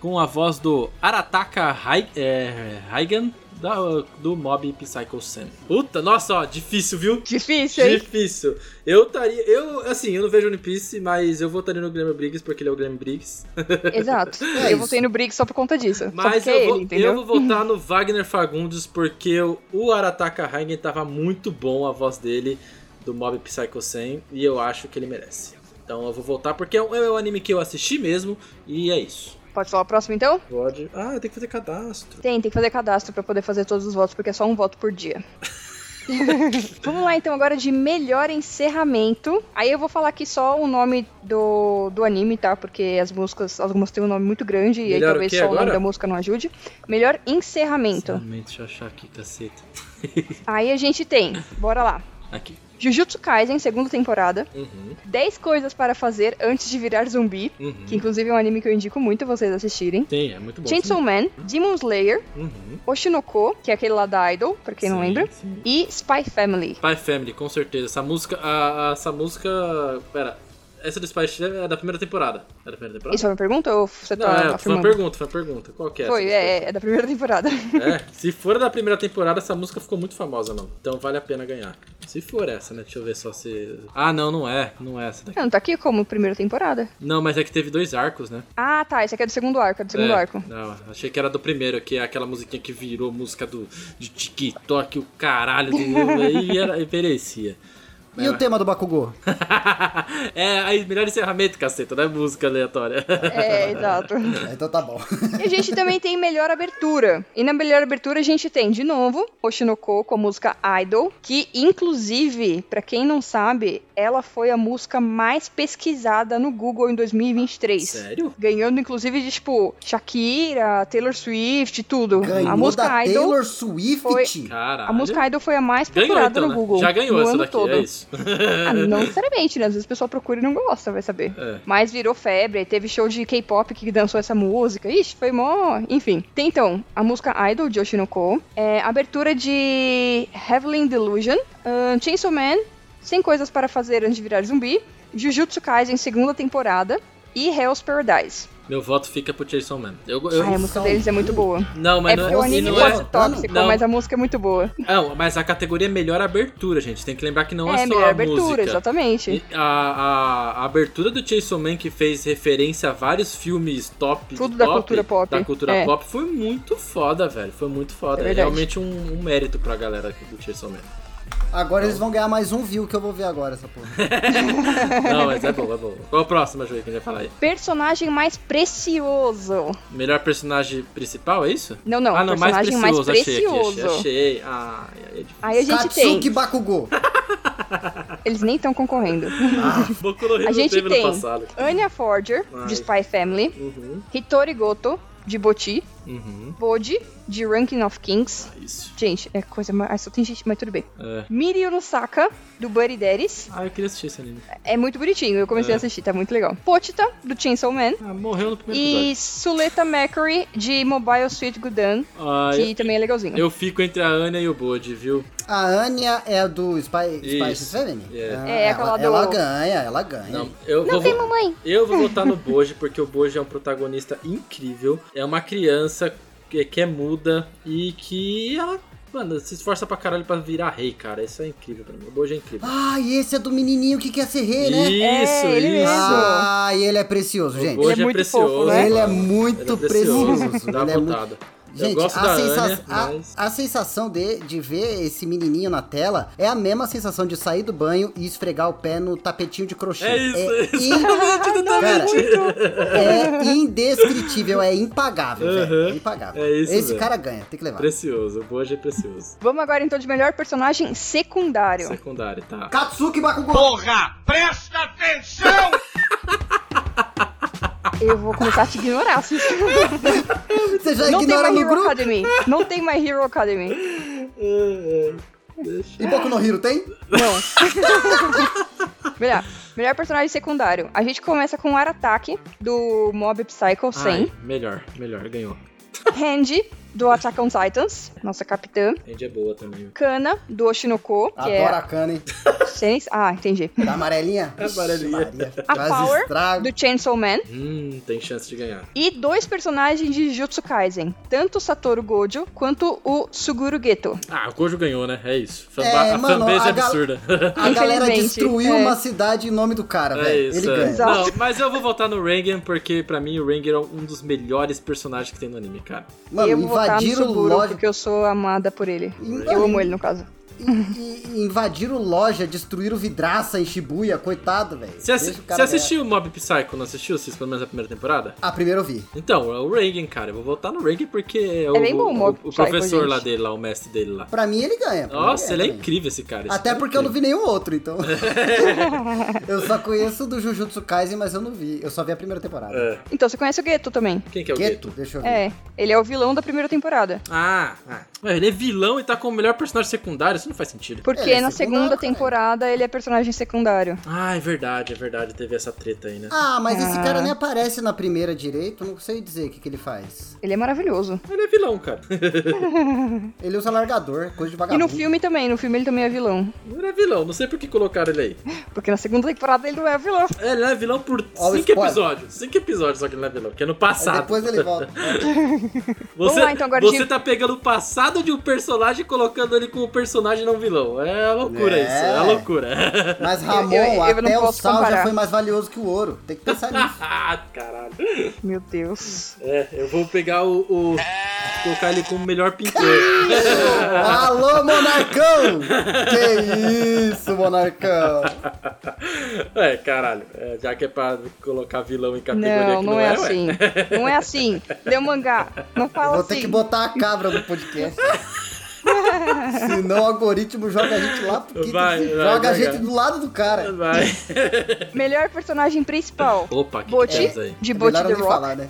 Speaker 2: com a voz do Arataka Hai- é, Haigan da- do Mob Psycho Sam. Puta, nossa, ó, difícil, viu?
Speaker 3: Difícil, hein?
Speaker 2: Difícil. Eu estaria. Eu, assim, eu não vejo One Piece, mas eu votaria no Guilherme Briggs porque ele é o Guilherme Briggs.
Speaker 3: Exato.
Speaker 1: É
Speaker 3: eu
Speaker 1: isso.
Speaker 3: votei no Briggs só por conta disso. só
Speaker 2: Mas
Speaker 3: porque
Speaker 2: eu
Speaker 3: é
Speaker 2: vou,
Speaker 3: ele, entendeu?
Speaker 2: eu vou votar no Wagner Fagundes porque o- o Arataka Hagen tava muito bom a voz dele do Mob Psycho 100 e eu acho que ele merece. Então eu vou votar porque é um, é um anime que eu assisti mesmo e é isso.
Speaker 3: Pode falar o próximo, então?
Speaker 2: Pode. Ah, eu tenho que fazer cadastro.
Speaker 3: Tem, tem que fazer cadastro pra poder fazer todos os votos, porque é só um voto por dia. Vamos lá então agora de melhor encerramento. Aí eu vou falar aqui só o nome do, do anime, tá? Porque as músicas, algumas têm um nome muito grande e aí
Speaker 2: Melhor o
Speaker 3: talvez
Speaker 2: quê
Speaker 3: só o nome
Speaker 2: agora?
Speaker 3: da música não ajude. Melhor encerramento.
Speaker 2: Finalmente, deixa eu achar aqui, caceta.
Speaker 3: Aí a gente tem, bora lá.
Speaker 2: Aqui.
Speaker 3: Jujutsu Kaisen, segunda temporada.
Speaker 2: Uhum,
Speaker 3: 10 coisas para fazer antes de virar zumbi,
Speaker 2: uhum.
Speaker 3: que inclusive é um anime que eu indico muito vocês assistirem.
Speaker 2: Tem, é muito bom.
Speaker 3: Chainsaw Man, Demon Slayer,
Speaker 2: Uhum.
Speaker 3: Oshinoko, que é aquele lá da Idol, pra quem não
Speaker 2: Sim,
Speaker 3: lembra,
Speaker 2: sim.
Speaker 3: e Spy Family.
Speaker 2: Spy Family, com certeza. Essa música. a- a- essa música. Pera. Essa do Spy Family é da primeira temporada. É da primeira temporada?
Speaker 3: Isso é uma pergunta ou você
Speaker 2: Não,
Speaker 3: tá
Speaker 2: é, foi uma
Speaker 3: afirmando?
Speaker 2: pergunta, foi uma pergunta. Qual que é?
Speaker 3: Foi,
Speaker 2: essa música?
Speaker 3: é, é da primeira temporada.
Speaker 2: É, se for da primeira temporada, essa música ficou muito famosa, mano. Então vale a pena ganhar. Se for essa, né? Deixa eu ver só se. Ah, não, não é. Não é essa daqui.
Speaker 3: Não, tá aqui como primeira temporada.
Speaker 2: Não, mas é que teve dois arcos, né?
Speaker 3: Ah, tá, esse aqui é do segundo arco, é do segundo
Speaker 2: é,
Speaker 3: arco.
Speaker 2: Não, achei que era do primeiro, que é aquela musiquinha que virou música do de TikTok, o caralho do. e era, e merecia.
Speaker 1: E o tema do Bakugou?
Speaker 2: é aí, melhor encerramento, caceta, não é música aleatória.
Speaker 3: É, exato.
Speaker 1: É, Então tá bom.
Speaker 3: E a gente também tem melhor abertura. E na melhor abertura a gente tem, de novo, Oshinoko com a música Idol, que inclusive, pra quem não sabe, ela foi a música mais pesquisada no Google em 2023.
Speaker 2: Sério?
Speaker 3: Ganhando, inclusive, de, tipo, Shakira, Taylor Swift, tudo.
Speaker 1: Ganhou
Speaker 3: a música
Speaker 1: da
Speaker 3: Idol.
Speaker 1: Taylor Swift.
Speaker 3: foi-
Speaker 2: Caralho.
Speaker 3: A música Idol foi a mais
Speaker 2: Ganhou
Speaker 3: procurada
Speaker 2: então,
Speaker 3: no
Speaker 2: né?
Speaker 3: Google.
Speaker 2: Já ganhou
Speaker 3: no
Speaker 2: essa
Speaker 3: ano
Speaker 2: daqui,
Speaker 3: todo.
Speaker 2: é isso.
Speaker 3: Ah, não necessariamente, né? Às vezes a pessoa procura e não gosta, vai saber.
Speaker 2: É.
Speaker 3: Mas virou febre, aí teve show de K-pop que dançou essa música. Ixi, foi mó. Enfim. Tem então a música Idol de Oshinoko, é, abertura de Heavenly Delusion, ahn, Chainsaw Man, 100 coisas para fazer antes de virar zumbi, Jujutsu Kaisen segunda temporada e Hell's Paradise.
Speaker 2: Meu voto fica pro Jason Man. Eu, eu-
Speaker 3: Ai, a música
Speaker 1: são-
Speaker 3: deles é muito boa.
Speaker 2: Não, mas
Speaker 3: é
Speaker 2: não,
Speaker 3: porque o
Speaker 2: e
Speaker 3: anime
Speaker 2: não é.
Speaker 3: pode ser tóxico,
Speaker 2: não.
Speaker 3: mas a música é muito boa.
Speaker 2: Não, mas a categoria é melhor abertura, gente. Tem que lembrar que não é,
Speaker 3: é,
Speaker 2: só
Speaker 3: melhor
Speaker 2: a
Speaker 3: abertura,
Speaker 2: música.
Speaker 3: exatamente.
Speaker 2: E A, a- a abertura do Jason Man, que fez referência a vários filmes top
Speaker 3: Tudo
Speaker 2: top,
Speaker 3: da cultura pop.
Speaker 2: da cultura
Speaker 3: É.
Speaker 2: pop, foi muito foda, velho. Foi muito foda.
Speaker 3: É
Speaker 2: É,
Speaker 3: verdade.
Speaker 2: realmente um, um mérito pra galera aqui do Jason Man.
Speaker 1: Agora eles vão ganhar mais um view que eu vou ver agora, essa porra.
Speaker 2: Não, mas é bom, é bom. Qual a próxima, Joey, que a gente vai falar aí?
Speaker 3: Personagem mais precioso.
Speaker 2: Melhor personagem principal, é isso?
Speaker 3: Não, não,
Speaker 2: ah, não, mais
Speaker 3: personagem
Speaker 2: precioso,
Speaker 3: mais
Speaker 2: achei
Speaker 3: precioso.
Speaker 2: aqui, achei, achei. Ah, é difícil.
Speaker 3: Aí a gente
Speaker 1: Katsuki
Speaker 3: tem.
Speaker 1: Bakugou.
Speaker 3: Eles nem estão concorrendo.
Speaker 2: Ah, Boku no Hero
Speaker 3: A
Speaker 2: não
Speaker 3: gente
Speaker 2: teve
Speaker 3: tem
Speaker 2: no passado.
Speaker 3: Anya Forger, de Spy Family.
Speaker 2: Uhum,
Speaker 3: Hitori Goto, de Boti.
Speaker 2: uhum,
Speaker 3: Boji, de Ranking of Kings.
Speaker 2: isso.
Speaker 3: Gente, é coisa mais. Ai, só tem gente, mas tudo bem.
Speaker 2: É.
Speaker 3: Mirio Nosaka, do Buddy Daddies.
Speaker 2: Ah, eu queria assistir esse anime.
Speaker 3: É muito bonitinho, eu comecei
Speaker 2: É.
Speaker 3: a assistir, tá muito legal. Pochita, do Chainsaw Man.
Speaker 2: Ah, morreu no primeiro
Speaker 3: E Suleta Mercury, de Mobile Suit Gundam,
Speaker 2: episódio. Ah,
Speaker 3: que
Speaker 2: eu,
Speaker 3: também é legalzinho.
Speaker 2: eu fico entre a Anya e o Bode, viu?
Speaker 1: A Anya é do Spy, Spy
Speaker 2: Isso.
Speaker 1: Family?
Speaker 2: Yeah.
Speaker 1: Ah,
Speaker 3: É, aquela
Speaker 1: ela,
Speaker 3: do-
Speaker 1: ela ganha, ela ganha.
Speaker 2: Não, eu
Speaker 3: Não
Speaker 2: vou,
Speaker 3: tem
Speaker 2: vo-
Speaker 3: mamãe.
Speaker 2: Eu vou votar no Boji, porque o Boji é um protagonista incrível. É uma criança que, que é muda e que ela, mano, se esforça pra caralho pra virar rei, cara. Isso é incrível pra mim. O Boji é incrível.
Speaker 1: Ah, e esse é do menininho que quer ser rei, né?
Speaker 2: Isso,
Speaker 3: É, ele
Speaker 2: isso.
Speaker 3: mesmo.
Speaker 1: Ah, e ele é precioso, gente.
Speaker 2: Boji
Speaker 3: Ele é muito
Speaker 2: precioso.
Speaker 3: fofo, né?
Speaker 1: Ele é
Speaker 2: mano.
Speaker 1: muito
Speaker 2: Ele é
Speaker 1: precioso.
Speaker 2: Dá
Speaker 1: Ele é muito-
Speaker 2: votada. eu
Speaker 1: Gente, a,
Speaker 2: gosto da
Speaker 1: sensa-
Speaker 2: Anya,
Speaker 1: a-
Speaker 2: mas...
Speaker 1: a sensação de, de ver esse menininho na tela é a mesma sensação de sair do banho e esfregar o pé no tapetinho de crochê.
Speaker 2: É isso, é isso.
Speaker 1: in- Cara, é indescritível, é impagável, velho.
Speaker 2: Uhum.
Speaker 1: É impagável.
Speaker 2: É isso,
Speaker 1: esse
Speaker 2: velho.
Speaker 1: cara ganha, tem que levar.
Speaker 2: Precioso, o Boji é precioso.
Speaker 3: Vamos agora então de melhor personagem secundário.
Speaker 2: Secundário, tá.
Speaker 1: Katsuki Bakugou.
Speaker 4: Porra, presta atenção!
Speaker 3: Eu vou começar a te ignorar, Cícero.
Speaker 1: Você já
Speaker 3: Não tem
Speaker 1: ignora
Speaker 3: mais
Speaker 1: no
Speaker 3: Hero
Speaker 1: grupo?
Speaker 3: Academy. Não tem mais Hero Academy.
Speaker 2: É,
Speaker 1: E Boku no Hero tem?
Speaker 3: Não. melhor, melhor personagem secundário. A gente começa com o Arataki, do Mob Psycho 100.
Speaker 2: Ai, melhor, melhor, ganhou.
Speaker 3: Handy, do Attack on Titans, nossa capitã.
Speaker 2: Andy é boa também.
Speaker 3: Kana, do Oshinoko, que
Speaker 1: Adoro a cana, hein?
Speaker 3: é... Seis... Ah, entendi.
Speaker 1: Da amarelinha?
Speaker 2: A amarelinha.
Speaker 1: Ixi, Maria,
Speaker 3: A
Speaker 1: quase
Speaker 3: Power,
Speaker 1: estrago.
Speaker 3: do Chainsaw Man.
Speaker 2: Hum, tem chance de ganhar.
Speaker 3: E dois personagens de Jutsu Kaisen. Tanto o Satoru Gojo, quanto o Suguru Geto.
Speaker 2: Ah, o Gojo ganhou, né? É isso. Fanba-
Speaker 1: É,
Speaker 2: a
Speaker 1: mano,
Speaker 2: fanbase é
Speaker 1: a gal-
Speaker 2: absurda.
Speaker 1: A galera
Speaker 3: Infelizmente,
Speaker 1: destruiu
Speaker 3: é.
Speaker 1: uma cidade em nome do cara,
Speaker 2: É
Speaker 1: velho. Ele
Speaker 2: isso. é.
Speaker 1: ganha.
Speaker 3: Exato.
Speaker 2: Não, mas eu vou votar no Rengen, porque pra mim o Rengen é um dos melhores personagens que tem no anime, cara.
Speaker 1: Mano,
Speaker 3: eu vou votar no
Speaker 1: invadiram
Speaker 3: Suguru,
Speaker 1: loja.
Speaker 3: porque eu sou amada por ele.
Speaker 1: Então,
Speaker 3: Eu amo ele, no caso.
Speaker 1: E, e invadiram loja, destruíram vidraça em Shibuya, coitado, velho.
Speaker 2: Você, assi-
Speaker 1: Deixa o cara
Speaker 2: você
Speaker 1: ganhar.
Speaker 2: assistiu o Mob Psycho, não assistiu? Cis, pelo menos a primeira temporada?
Speaker 1: Ah, primeiro eu vi.
Speaker 2: Então, é o Rengen, cara. Eu vou votar no Rengen porque é, o,
Speaker 3: bem bom o Mob
Speaker 2: o, o
Speaker 3: Psycho,
Speaker 2: professor
Speaker 3: gente.
Speaker 2: lá dele, lá, o mestre dele lá.
Speaker 1: Pra mim ele ganha. pra mim
Speaker 2: Nossa, ele
Speaker 1: ganha
Speaker 2: é
Speaker 1: também.
Speaker 2: incrível esse cara. esse
Speaker 1: Até
Speaker 2: cara é
Speaker 1: porque eu não
Speaker 2: incrível.
Speaker 1: vi nenhum outro, então. eu só conheço do Jujutsu Kaisen, mas eu não vi. Eu só vi a primeira temporada.
Speaker 2: É.
Speaker 3: Então, você conhece o Geto também?
Speaker 2: Quem que é o
Speaker 1: Geto,
Speaker 2: Geto?
Speaker 1: deixa eu ver.
Speaker 3: É, ele é o vilão da primeira temporada.
Speaker 2: Ah, ah. Ué, ele é vilão e tá com o melhor personagem secundário, isso não faz sentido.
Speaker 3: Porque
Speaker 1: Ele é
Speaker 3: na
Speaker 1: secundário,
Speaker 3: segunda
Speaker 1: cara.
Speaker 3: temporada ele é personagem secundário.
Speaker 2: Ah, é verdade, é verdade, teve essa treta aí, né?
Speaker 1: Ah, mas esse
Speaker 3: Ah.
Speaker 1: cara nem aparece na primeira direito, não sei dizer o que, que ele faz.
Speaker 3: Ele é maravilhoso.
Speaker 2: Ele é vilão, cara.
Speaker 1: Ele usa largador, coisa de
Speaker 3: E
Speaker 1: vagabundo.
Speaker 3: no filme também, no filme ele também é vilão.
Speaker 2: Ele é vilão, não sei por que colocaram ele aí.
Speaker 3: Porque na segunda temporada ele não é vilão.
Speaker 2: É, Ele é vilão por
Speaker 1: Ó, o
Speaker 2: cinco
Speaker 1: spoiler.
Speaker 2: episódios. Cinco episódios só que ele não é vilão, que é no
Speaker 1: Aí
Speaker 2: passado.
Speaker 1: depois ele volta.
Speaker 2: Você,
Speaker 3: Vamos lá, então, agora
Speaker 2: você
Speaker 3: de-
Speaker 2: tá pegando o passado de um personagem e colocando ele como personagem não vilão. É loucura
Speaker 1: É.
Speaker 2: isso, é loucura.
Speaker 1: Mas Ramon,
Speaker 3: eu não
Speaker 1: até o
Speaker 3: posso
Speaker 1: sal já
Speaker 3: comparar.
Speaker 1: foi mais valioso que o ouro. Tem que pensar nisso.
Speaker 2: ah, caralho.
Speaker 3: Meu Deus.
Speaker 2: É, eu vou pegar o. o... colocar ele como melhor pintor.
Speaker 1: Alô, Monarcão! Que isso, Monarcão!
Speaker 2: É, caralho. é, já que é pra colocar vilão em categoria
Speaker 3: Não,
Speaker 2: que
Speaker 3: não é
Speaker 2: ué.
Speaker 3: assim. Não é assim. Deu mangá. Não
Speaker 1: Eu
Speaker 3: fala
Speaker 1: vou ter que
Speaker 3: assim.
Speaker 1: botar a cabra no podcast. Senão o algoritmo joga a gente lá porque
Speaker 2: Vai, vai,
Speaker 1: joga a
Speaker 2: vai,
Speaker 1: gente
Speaker 2: vai.
Speaker 1: do lado do cara.
Speaker 2: Vai.
Speaker 3: Melhor personagem principal.
Speaker 2: Opa, que, que
Speaker 3: Boti,
Speaker 2: temos aí?
Speaker 3: de
Speaker 1: É
Speaker 3: Boti
Speaker 1: melhor
Speaker 3: The
Speaker 1: eu nem
Speaker 3: Rock.
Speaker 1: falar, né?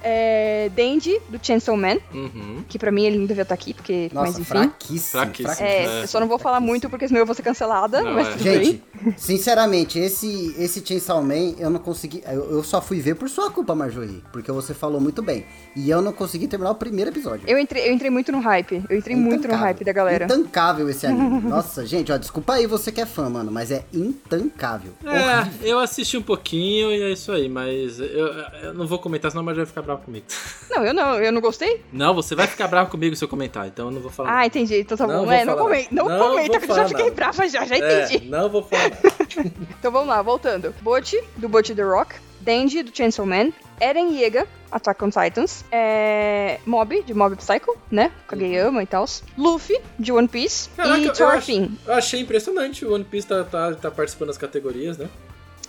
Speaker 3: É, Dandy, do Chainsaw Man.
Speaker 2: Uhum.
Speaker 3: Que pra mim ele não devia estar aqui, porque... mas
Speaker 1: Nossa,
Speaker 3: enfim.
Speaker 1: fraquíssimo,
Speaker 2: Fraquíssimo.
Speaker 1: fraquíssimo.
Speaker 3: É,
Speaker 2: É.
Speaker 3: eu só não vou falar muito porque senão eu vou ser cancelada,
Speaker 2: Não,
Speaker 3: mas
Speaker 2: é.
Speaker 3: tudo bem.
Speaker 1: Gente, sinceramente, esse, esse Chainsaw Man, eu não consegui... Eu, eu só fui ver por sua culpa, Marjorie. Porque você falou muito bem. E eu não consegui terminar o primeiro episódio.
Speaker 3: Eu entrei, eu entrei muito no hype. Eu entrei muito no
Speaker 1: Intancável.
Speaker 3: hype da galera.
Speaker 1: Então Intancável esse anime. Nossa, gente, ó, desculpa aí você que é fã, mano, mas é intancável. Horrível.
Speaker 2: É, eu assisti um pouquinho e é isso aí, mas eu, eu não vou comentar, senão a Marjorie vai ficar brava comigo.
Speaker 3: Não, eu não, eu não gostei?
Speaker 2: Não, você vai ficar bravo comigo se eu comentar, então eu não vou falar.
Speaker 3: Ah, entendi. Então tá
Speaker 2: Não
Speaker 3: bom.
Speaker 2: vou
Speaker 3: É, não
Speaker 2: falar
Speaker 3: comenta, não,
Speaker 2: nada. Não
Speaker 3: comenta,
Speaker 2: vou
Speaker 3: que eu já
Speaker 2: falar
Speaker 3: fiquei
Speaker 2: nada.
Speaker 3: brava já, já
Speaker 2: É,
Speaker 3: entendi.
Speaker 2: não vou falar. nada.
Speaker 3: Então vamos lá, voltando. Bochi, do Bochi The Rock. Denji, do Chainsaw Man. Eren Yeager, Attack on Titans. É... Mob, de Mob Psycho, né? Kageyama e tal. Luffy, de One Piece.
Speaker 2: Uhum. Caraca,
Speaker 3: e
Speaker 2: eu
Speaker 3: Thorfinn.
Speaker 2: Eu achei impressionante o One Piece tá, tá, tá participando das categorias, né?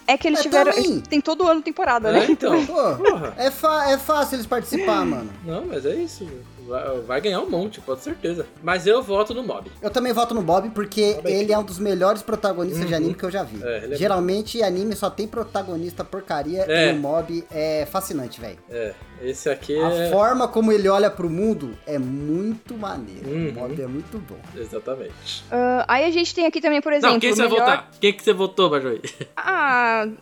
Speaker 3: É que eles
Speaker 1: É,
Speaker 3: tiveram...
Speaker 1: também.
Speaker 3: Tem todo ano temporada, né?
Speaker 2: É, então.
Speaker 1: Pô,
Speaker 2: Porra.
Speaker 1: é, fa- é fácil eles participar, mano.
Speaker 2: Não, mas é isso. Vai, vai ganhar um monte, pode certeza. Mas eu voto no Mob.
Speaker 1: Eu também voto no Bob porque
Speaker 2: Bob é
Speaker 1: ele
Speaker 2: incrível.
Speaker 1: é um dos melhores protagonistas de anime que eu já vi.
Speaker 2: É, ele é
Speaker 1: Geralmente anime só tem protagonista porcaria
Speaker 2: É.
Speaker 1: e o Mob é fascinante, velho.
Speaker 2: É, esse aqui
Speaker 1: A
Speaker 2: é.
Speaker 1: forma como ele olha pro mundo é muito maneiro.
Speaker 2: Uhum.
Speaker 1: O Mob é muito bom.
Speaker 2: Exatamente.
Speaker 3: Ah, aí a gente tem aqui também, por exemplo...
Speaker 2: não, quem você vai
Speaker 3: melhor-
Speaker 2: votar? Quem que você votou, Bajoi?
Speaker 3: Ah,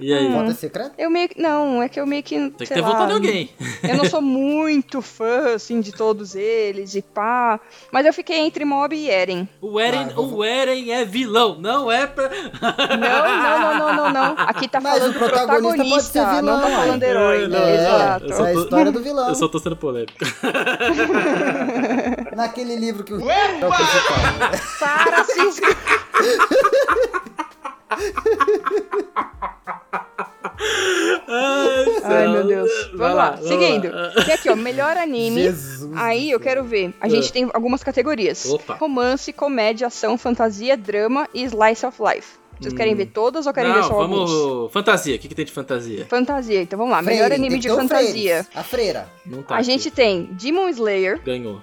Speaker 2: E aí?
Speaker 1: Voto é secreto?
Speaker 3: eu meio que... Não, é que eu meio que...
Speaker 2: Tem que
Speaker 3: Hum, sei
Speaker 2: ter
Speaker 3: lá,
Speaker 2: votado em alguém.
Speaker 3: Eu não sou muito fã, assim, de todos eles e pá. Mas eu fiquei entre Mob e Eren.
Speaker 2: O Eren,
Speaker 1: Ah, eu vou-
Speaker 2: o Eren é vilão, não é pra.
Speaker 3: Não, não, não, não, não, não. Aqui tá
Speaker 1: Mas
Speaker 3: falando
Speaker 1: o protagonista pode
Speaker 3: protagonista,
Speaker 1: ser vilão.
Speaker 3: não tá falando herói,
Speaker 2: É,
Speaker 3: né?
Speaker 2: não, é.
Speaker 3: Exato.
Speaker 2: Eu
Speaker 1: É
Speaker 2: só
Speaker 1: a
Speaker 2: tô-
Speaker 1: história do vilão.
Speaker 2: Eu só tô sendo polêmico.
Speaker 1: Naquele livro que o... É o principal.
Speaker 3: Sara Cisco. Ai, meu Deus. Vamos lá, seguindo. Tem aqui, ó, melhor anime.
Speaker 1: Jesus.
Speaker 3: Aí eu quero ver. A gente tem algumas categorias:
Speaker 2: Ah. Opa.
Speaker 3: romance, comédia, ação, fantasia, drama e slice of life. Vocês querem ver todas ou querem ver
Speaker 2: Hum. Não,
Speaker 3: só alguns?
Speaker 2: vamos. Fantasia, o que, que tem de fantasia?
Speaker 3: Fantasia, então vamos lá.
Speaker 1: Freire,
Speaker 3: melhor
Speaker 1: tem
Speaker 3: anime
Speaker 1: que
Speaker 3: de
Speaker 1: ter o
Speaker 3: fantasia.
Speaker 1: Freire, a freira.
Speaker 2: Não tá.
Speaker 3: A
Speaker 2: aqui.
Speaker 3: gente tem Demon Slayer,
Speaker 2: ganhou.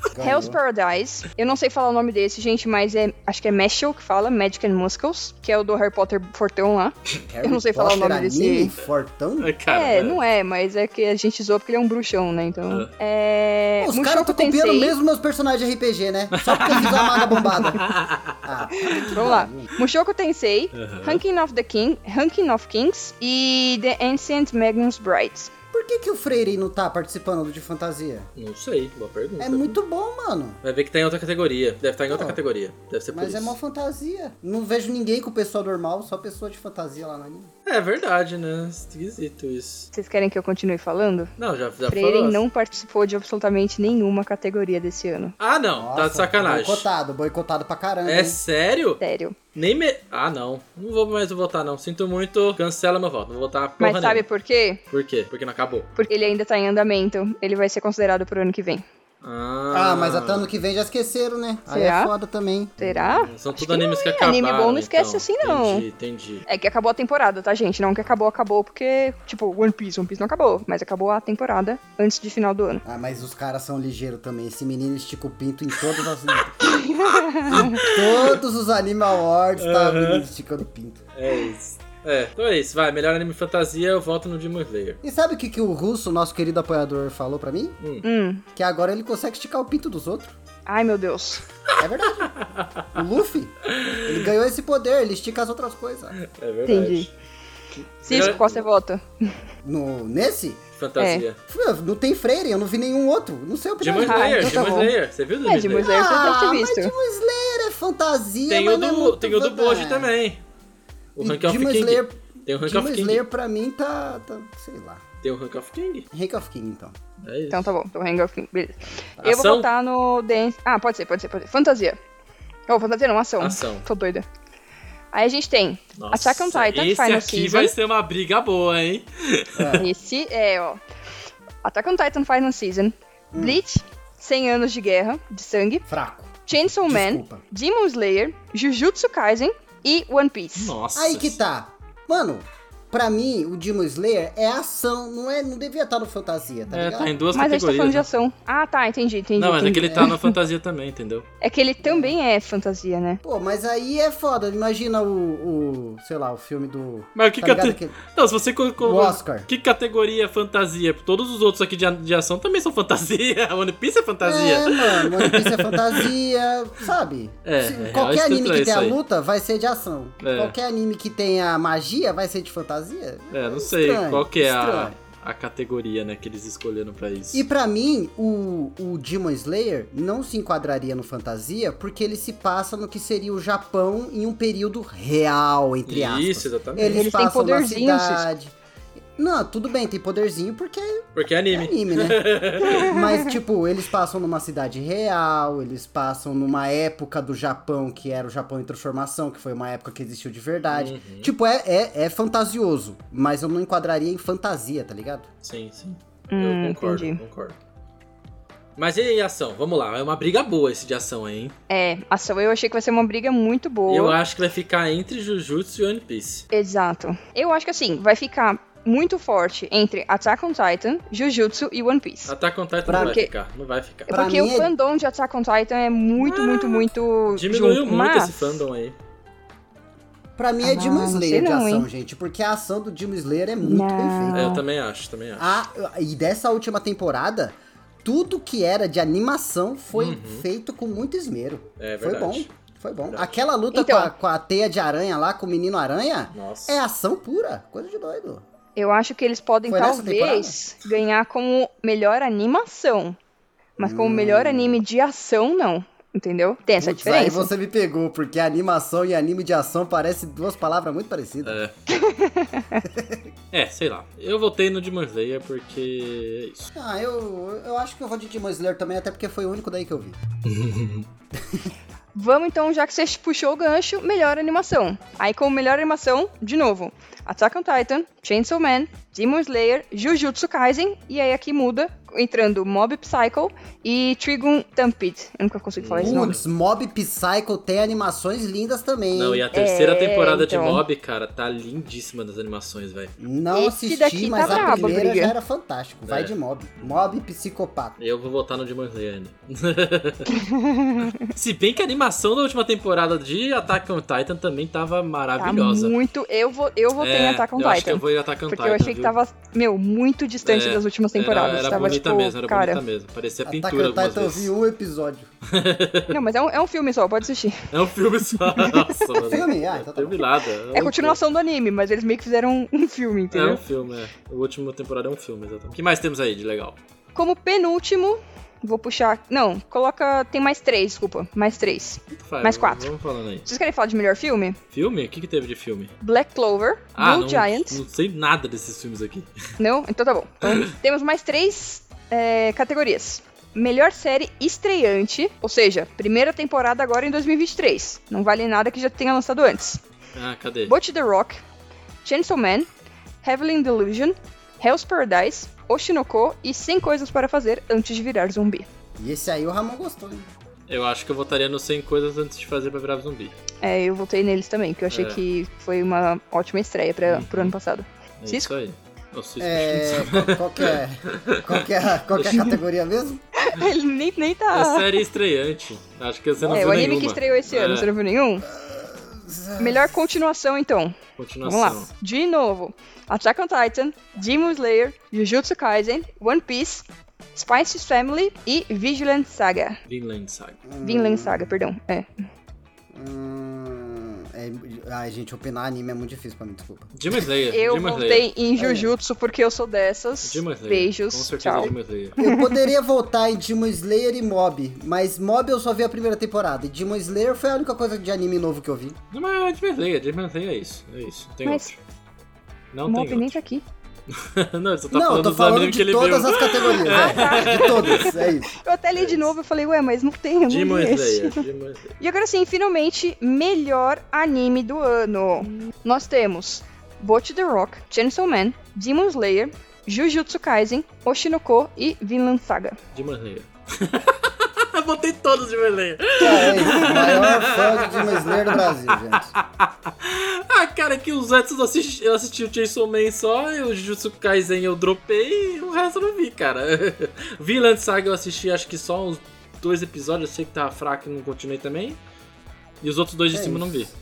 Speaker 1: Ganhou.
Speaker 3: Hell's Paradise. Eu não sei falar o nome desse, gente, mas é. Acho que é Meshel que fala, Magic and Muscles, que é o do Harry Potter Fortão lá.
Speaker 1: Harry
Speaker 3: Eu não sei falar o
Speaker 1: Potter,
Speaker 3: nome desse-
Speaker 1: anime, Fortão?
Speaker 2: Ai, Cara,
Speaker 3: é, não é, mas é que a gente zoa porque ele é um bruxão, né? Então.
Speaker 2: Ah.
Speaker 3: É.
Speaker 1: Os
Speaker 3: Mushoku
Speaker 1: caras estão copiando
Speaker 3: Tensei.
Speaker 1: mesmo meus personagens de RPG, né? Só porque eles usam a maga bombada.
Speaker 3: é.
Speaker 1: Ah,
Speaker 3: Vamos lá. Mushoku Tensei,
Speaker 2: Aham.
Speaker 3: Ranking of the King, Ranking of Kings e The Ancient Magnus Bright.
Speaker 1: por que, que o Freire não tá participando do de fantasia?
Speaker 2: Não sei, boa pergunta.
Speaker 1: É muito bom, mano.
Speaker 2: Vai ver que tá em outra categoria. Deve estar em
Speaker 3: Ah.
Speaker 2: outra
Speaker 1: Não.
Speaker 2: categoria. Deve ser por
Speaker 1: Mas é
Speaker 2: isso.
Speaker 1: mó fantasia. Não vejo ninguém com pessoa normal, só pessoa de fantasia lá na anime.
Speaker 2: É verdade, né? Esquisito isso.
Speaker 3: Vocês querem que eu continue falando?
Speaker 2: Não, já, já
Speaker 3: Freire
Speaker 2: falou.
Speaker 3: não participou de absolutamente nenhuma categoria desse ano.
Speaker 2: Ah, não. tá de sacanagem.
Speaker 1: Boicotado, boicotado pra caramba.
Speaker 2: É
Speaker 1: hein?
Speaker 2: sério?
Speaker 3: Sério.
Speaker 2: Nem me... Ah, não. Não vou mais votar, não. Sinto muito. Cancela meu voto. Não vou votar porra
Speaker 3: Mas sabe
Speaker 2: nenhuma.
Speaker 3: por quê?
Speaker 2: Por quê? Porque não acabou.
Speaker 3: Porque ele ainda tá em andamento. Ele vai ser considerado pro ano que vem.
Speaker 2: Ah,
Speaker 1: Ah, mas até ano que vem já esqueceram, né? Aí
Speaker 3: Será?
Speaker 1: é foda também.
Speaker 3: Será?
Speaker 2: São
Speaker 3: Acho
Speaker 2: tudo animes que,
Speaker 3: não é.
Speaker 2: acabaram.
Speaker 3: Anime bom não esquece
Speaker 2: então.
Speaker 3: assim, não.
Speaker 2: Entendi, entendi.
Speaker 3: É que acabou a temporada, tá, gente? Não que acabou, acabou, porque, tipo, One Piece, One Piece não acabou, mas acabou a temporada antes de final do ano.
Speaker 1: Ah, mas os caras são ligeiros também. Esse menino estica o pinto em todas as. em todos os Anime Awards tá o menino esticando o pinto.
Speaker 2: É isso. É, então é isso. Vai, melhor anime fantasia, eu voto no Demon Slayer.
Speaker 1: E sabe o que, que o russo, nosso querido apoiador, falou pra mim?
Speaker 3: Hum.
Speaker 1: Que agora ele consegue esticar o pinto dos outros.
Speaker 3: Ai, meu Deus.
Speaker 1: É verdade. o Luffy, ele ganhou esse poder, ele estica as outras coisas.
Speaker 2: É verdade.
Speaker 3: Entendi. Cisco,
Speaker 2: Melhor-
Speaker 3: qual você vota?
Speaker 1: No, nesse,
Speaker 2: Fantasia.
Speaker 1: f- não tem freire, eu não vi nenhum outro. Não sei o
Speaker 2: Demon
Speaker 1: primeiro.
Speaker 3: É. Ah,
Speaker 2: Slayer,
Speaker 3: então tá
Speaker 2: Demon
Speaker 3: bom.
Speaker 2: Slayer. Você viu o Demon
Speaker 3: É, Demon
Speaker 2: Slayer?
Speaker 3: Slayer, você deve ter
Speaker 1: Ah, mas
Speaker 3: visto.
Speaker 1: Demon Slayer é fantasia,
Speaker 2: Tem o
Speaker 1: mas não é
Speaker 2: do,
Speaker 1: muito
Speaker 2: tem o do
Speaker 1: fantasia.
Speaker 2: Boji também. O
Speaker 1: E
Speaker 2: Rank of
Speaker 1: Demon
Speaker 2: King.
Speaker 1: Slayer-
Speaker 2: Tem o Rank
Speaker 1: Demon
Speaker 2: of King.
Speaker 1: Slayer pra mim tá, tá, sei lá.
Speaker 2: Tem o Rank of King.
Speaker 1: Rank of King, então.
Speaker 2: É isso.
Speaker 3: Então tá bom, então Hang of King, beleza. Eu vou
Speaker 2: Ação?
Speaker 3: votar no Dance. Ah, pode ser, pode ser, pode ser. Fantasia. Oh, fantasia não, ação.
Speaker 2: Ação.
Speaker 3: Tô doida. Aí a gente tem
Speaker 2: Nossa,
Speaker 3: Attack on é um Titan,
Speaker 2: esse
Speaker 3: Final
Speaker 2: aqui
Speaker 3: Season.
Speaker 2: vai ser uma briga boa, hein?
Speaker 3: Esse é, ó. Attack on Titan Final Season, Bleach, 100 anos de guerra, de sangue,
Speaker 1: Fraco.
Speaker 3: Chainsaw Man,
Speaker 1: Desculpa.
Speaker 3: Demon Slayer, Jujutsu Kaisen e One Piece.
Speaker 2: Nossa.
Speaker 1: Aí que tá. Mano, pra mim, o Demon Slayer é ação, não é, não devia estar no fantasia, tá
Speaker 2: É,
Speaker 1: ligado?
Speaker 2: tá em duas
Speaker 3: Mas a gente tá
Speaker 2: categorias.
Speaker 3: falando de
Speaker 2: né?
Speaker 3: ação. Ah, tá, entendi, entendi.
Speaker 2: Não, mas é
Speaker 3: entendi.
Speaker 2: que ele tá na fantasia também, entendeu?
Speaker 3: É que ele também é fantasia, né?
Speaker 1: Pô, mas aí é foda. Imagina o, o sei lá, o filme do
Speaker 2: Mas que
Speaker 1: Tá ligado
Speaker 2: categoria. Não, se você
Speaker 1: o
Speaker 2: colocou.
Speaker 1: Oscar.
Speaker 2: Que categoria é fantasia? Todos os outros aqui de, a- de ação também são fantasia. One Piece é
Speaker 1: É,
Speaker 2: fantasia.
Speaker 1: mano, One Piece é fantasia, sabe?
Speaker 2: É,
Speaker 1: Se-
Speaker 2: é real
Speaker 1: qualquer anime
Speaker 2: estrutura
Speaker 1: que
Speaker 2: isso
Speaker 1: tenha
Speaker 2: aí.
Speaker 1: luta vai ser de ação.
Speaker 2: É.
Speaker 1: Qualquer anime que tenha magia vai ser de fantasia.
Speaker 2: É, não sei
Speaker 1: Estranho,
Speaker 2: qual que é a,
Speaker 1: estranho.
Speaker 2: a categoria, né, que eles escolheram pra isso.
Speaker 1: E pra mim, o, o Demon Slayer não se enquadraria no fantasia porque ele se passa no que seria o Japão em um período real, entre aspas.
Speaker 2: Isso, exatamente.
Speaker 1: Eles,
Speaker 3: Eles têm
Speaker 1: passam na
Speaker 3: poderzinhos.
Speaker 1: cidade. Não, tudo bem, tem poderzinho porque
Speaker 2: Porque é
Speaker 1: é
Speaker 2: anime.
Speaker 1: anime, né? Mas, tipo, eles passam numa cidade real, eles passam numa época do Japão que era o Japão em transformação, que foi uma época que existiu de verdade.
Speaker 2: Uhum.
Speaker 1: Tipo, é, é, é fantasioso, mas eu não enquadraria em fantasia, tá ligado?
Speaker 2: Sim, sim.
Speaker 3: Hum,
Speaker 2: Eu concordo,
Speaker 3: entendi.
Speaker 2: concordo. Mas e aí, ação? Vamos lá. É uma briga boa esse de ação, hein?
Speaker 3: É, ação eu achei que vai ser uma briga muito boa.
Speaker 2: Eu acho que vai ficar entre Jujutsu e One Piece.
Speaker 3: Exato. Eu acho que assim, vai ficar muito forte entre Attack on Titan, Jujutsu e One Piece.
Speaker 2: Attack on Titan
Speaker 1: Pra
Speaker 2: não vai
Speaker 3: quê?
Speaker 2: ficar. Não vai ficar.
Speaker 1: Pra
Speaker 3: Porque
Speaker 1: mim
Speaker 3: o
Speaker 1: é- Ah,
Speaker 3: fandom de Attack on Titan é muito, muito, muito.
Speaker 2: Diminuiu
Speaker 3: junto,
Speaker 2: muito
Speaker 3: mas...
Speaker 2: esse fandom aí.
Speaker 1: Pra mim é
Speaker 3: Ah,
Speaker 1: Demon
Speaker 3: não sei
Speaker 1: Slayer de
Speaker 3: não,
Speaker 1: ação,
Speaker 3: hein?
Speaker 1: gente, porque a ação do Demon Slayer é muito
Speaker 3: Não.
Speaker 1: bem feita.
Speaker 2: É, eu também acho, também
Speaker 3: Ah,
Speaker 2: acho.
Speaker 1: A- e dessa última temporada, tudo que era de animação foi
Speaker 2: Uhum.
Speaker 1: feito com muito esmero.
Speaker 2: É
Speaker 1: foi bom,
Speaker 2: verdade.
Speaker 1: foi bom.
Speaker 2: Verdade.
Speaker 1: Aquela luta
Speaker 3: Então-
Speaker 1: com, a, com a teia de aranha lá, com o menino aranha,
Speaker 2: Nossa.
Speaker 1: é ação pura, coisa de doido.
Speaker 3: Eu acho que eles podem
Speaker 1: Foi nessa
Speaker 3: talvez ganhar como melhor animação. Mas
Speaker 1: Hum.
Speaker 3: como melhor anime de ação, não. Entendeu? Tem essa é
Speaker 1: Putz, Aí
Speaker 3: diferença.
Speaker 1: você me pegou, porque animação e anime de ação parecem duas palavras muito parecidas.
Speaker 2: É, sei lá. Eu votei no Demon Slayer porque é isso.
Speaker 1: Ah, eu, eu acho que eu vou de Demon Slayer também, até porque foi o único daí que eu vi.
Speaker 3: Vamos então, já que você puxou o gancho, melhor animação. Aí como melhor animação, de novo, Attack on Titan, Chainsaw Man, Demon Slayer, Jujutsu Kaisen, e aí aqui muda, entrando Mob Psycho e Trigun Stampede. Eu nunca consigo falar esse nome.
Speaker 1: Putz, Mob Psycho tem animações lindas também.
Speaker 2: Não, e
Speaker 1: hein?
Speaker 2: a terceira
Speaker 3: É,
Speaker 2: temporada
Speaker 3: então.
Speaker 2: de Mob, cara, tá lindíssima das animações, velho.
Speaker 1: Não
Speaker 3: Esse
Speaker 1: assisti,
Speaker 3: daqui
Speaker 1: mas
Speaker 3: tá
Speaker 1: a
Speaker 3: brabo,
Speaker 1: primeira
Speaker 3: briga.
Speaker 1: já era fantástico. Vai
Speaker 2: É.
Speaker 1: de Mob. Mob Psicopata.
Speaker 2: Eu vou votar no Demon Slayer ainda. Se bem que a animação da última temporada de Attack on Titan também tava
Speaker 3: Tá
Speaker 2: maravilhosa. É,
Speaker 3: muito... Eu, vou, eu votei em Attack on
Speaker 2: eu
Speaker 3: Titan.
Speaker 2: Acho que eu vou em Attack on
Speaker 3: Porque
Speaker 2: Titan.
Speaker 3: eu achei
Speaker 2: viu?
Speaker 3: que tava, meu, muito distante
Speaker 2: É,
Speaker 3: das últimas
Speaker 2: Era-
Speaker 3: temporadas.
Speaker 2: Era,
Speaker 3: tava,
Speaker 2: bonita
Speaker 3: tipo,
Speaker 2: mesmo, era
Speaker 3: cara...
Speaker 2: bonita mesmo. Parecia
Speaker 1: Attack
Speaker 2: É pintura
Speaker 1: on
Speaker 2: algumas
Speaker 1: Titan eu vi
Speaker 2: vezes.
Speaker 1: um episódio.
Speaker 3: Não, mas é um, é um filme só, pode assistir.
Speaker 2: É um filme só. Nossa, mano.
Speaker 1: Filme? Ah, então tá
Speaker 2: filme
Speaker 1: bom.
Speaker 2: nada.
Speaker 3: É a
Speaker 2: um
Speaker 3: continuação do anime, mas eles meio que fizeram um filme,
Speaker 2: filme. É
Speaker 3: entendeu?
Speaker 2: um filme, é. O último temporada é um filme, exatamente. O que mais temos aí de legal?
Speaker 3: Como penúltimo, vou puxar. Não, coloca. Tem mais três, desculpa. Mais três.
Speaker 2: Fábio,
Speaker 3: Mais quatro.
Speaker 2: Vamos falando aí.
Speaker 3: Vocês querem falar de melhor filme?
Speaker 2: Filme? O que, que teve de filme?
Speaker 3: Black Clover, Blue
Speaker 2: Ah, não,
Speaker 3: Giant.
Speaker 2: não sei nada desses filmes aqui.
Speaker 3: Não? Então tá bom. Então, temos mais três é, categorias. Melhor série estreante, ou seja, primeira temporada agora em 2023. Não vale nada que já tenha lançado antes.
Speaker 2: Ah, cadê?
Speaker 3: Butch the Rock, Chainsaw Man, Heavenly Delusion, Hell's Paradise, Oshinoko e 100 coisas para fazer antes de virar zumbi.
Speaker 1: E esse aí o Ramon gostou, hein?
Speaker 2: Eu acho que eu votaria no 100 coisas antes de fazer pra virar zumbi.
Speaker 3: É, eu voltei neles também, porque eu achei
Speaker 2: É. Uhum.
Speaker 3: que foi uma ótima estreia para pro ano passado.
Speaker 2: É isso
Speaker 3: Cisco?
Speaker 2: aí. Ô, Cisco, acho
Speaker 1: É, qual, qual que é, qual que é, a- qual que é a categoria mesmo?
Speaker 3: Ele nem, nem
Speaker 2: que não- É
Speaker 3: tá.
Speaker 2: série estreante. Acho que você não
Speaker 3: É,
Speaker 2: viu
Speaker 3: o anime
Speaker 2: nenhuma.
Speaker 3: que estreou esse ano,
Speaker 2: É,
Speaker 3: você não viu nenhum? Melhor continuação, então.
Speaker 2: Continuação.
Speaker 3: Vamos lá. De novo: Attack on Titan, Demon Slayer, Jujutsu Kaisen, One Piece, Spice Family e Vigilant Saga.
Speaker 2: Vinland Saga.
Speaker 3: Vinland Saga, perdão. É.
Speaker 1: Hum, é, ai, gente, opinar anime é muito difícil pra mim, desculpa.
Speaker 2: Demon Slayer.
Speaker 3: Eu
Speaker 2: Demon Slayer. É.
Speaker 3: voltei em Jujutsu porque eu sou dessas.
Speaker 2: Demon Slayer. Com
Speaker 3: Beijos,
Speaker 2: certeza
Speaker 3: tchau.
Speaker 2: Demon Slayer.
Speaker 1: Eu poderia voltar em Demon Slayer e Mob, mas Mob eu só vi a primeira temporada. E Demon Slayer foi a única coisa de anime novo que eu vi.
Speaker 2: Não, mas é Demon Slayer. Demon Slayer é isso. É isso. Não tem
Speaker 3: Mas-
Speaker 2: outro. Não
Speaker 3: Mob
Speaker 2: tem
Speaker 3: nem
Speaker 2: outro.
Speaker 3: tá aqui.
Speaker 2: não, você tá
Speaker 1: não, eu tô
Speaker 2: falando dos
Speaker 1: falando
Speaker 2: animes que
Speaker 1: de
Speaker 2: ele
Speaker 1: todas
Speaker 2: viu.
Speaker 1: as categorias, é, de todas, é isso.
Speaker 3: Eu até li de novo e falei, ué, mas não tem, um eu não
Speaker 2: Demon
Speaker 3: li esse.
Speaker 2: Slayer. Demon Slayer.
Speaker 3: E agora sim, finalmente, melhor anime do ano. Nós temos Bot the Rock, Chainsaw Man, Demon Slayer, Jujutsu Kaisen, Oshinoko e Vinland Saga.
Speaker 2: Demon Slayer. Botei todos de Slayer.
Speaker 1: É isso, o maior fã de Demon Slayer do Brasil, gente.
Speaker 2: Ah, cara, que os antes eu assisti, eu assisti o Chainsaw Man só, e o Jujutsu Kaisen eu dropei e o resto eu não vi, cara. Vinland Saga eu assisti acho que só uns dois episódios, eu sei que tava fraco e não continuei também. E os outros dois de
Speaker 1: É
Speaker 2: cima eu não vi.
Speaker 1: isso.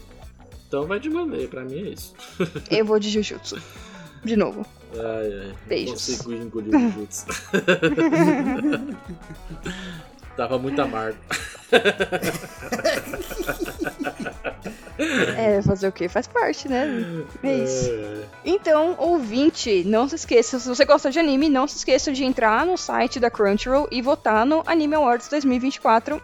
Speaker 2: Então vai de Slayer, pra mim é isso.
Speaker 3: Eu vou de Jujutsu. De novo.
Speaker 2: Ai, ai.
Speaker 3: Beijos.
Speaker 2: Consigo engolir o Jujutsu. Tava muito amargo.
Speaker 3: É, fazer o quê? Faz parte, né? É isso.
Speaker 2: Ai, ai.
Speaker 3: Então, ouvinte, não se esqueça, se você gosta de anime, não se esqueça de entrar no site da Crunchyroll e votar no Anime Awards 2024.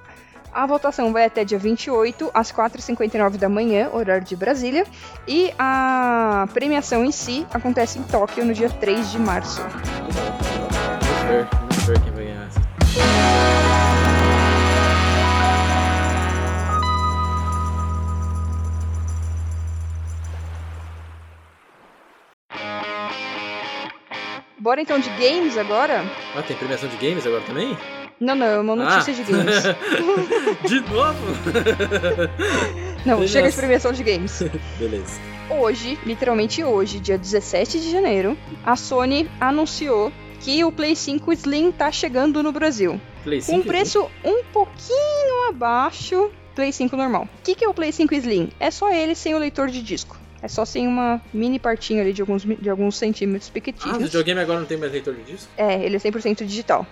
Speaker 3: A votação vai até dia 28, às 4h59 da manhã, horário de Brasília. E a premiação em si acontece em Tóquio no dia 3 de março.
Speaker 2: Vamos ver, É, vamos ver quem vai ganhar essa.
Speaker 3: Bora então de games agora?
Speaker 2: Ah, tem premiação de games agora também?
Speaker 3: Não, não, é uma notícia
Speaker 2: Ah.
Speaker 3: de games.
Speaker 2: de novo?
Speaker 3: Não,
Speaker 2: Beleza.
Speaker 3: chega de premiação de games.
Speaker 2: Beleza.
Speaker 3: Hoje, literalmente hoje, dia 17 de janeiro, a Sony anunciou que o Play 5 Slim tá chegando no Brasil.
Speaker 2: Play
Speaker 3: Com um
Speaker 2: 5,
Speaker 3: preço um pouquinho abaixo do Play 5 normal. O que, que é o Play 5 Slim? É só ele sem o leitor de disco. É só sem uma mini partinha ali de alguns, mi- de alguns centímetros
Speaker 2: Ah, o
Speaker 3: pequenininhos.
Speaker 2: videogame agora não tem mais leitor de disco?
Speaker 3: é, ele é 100% digital.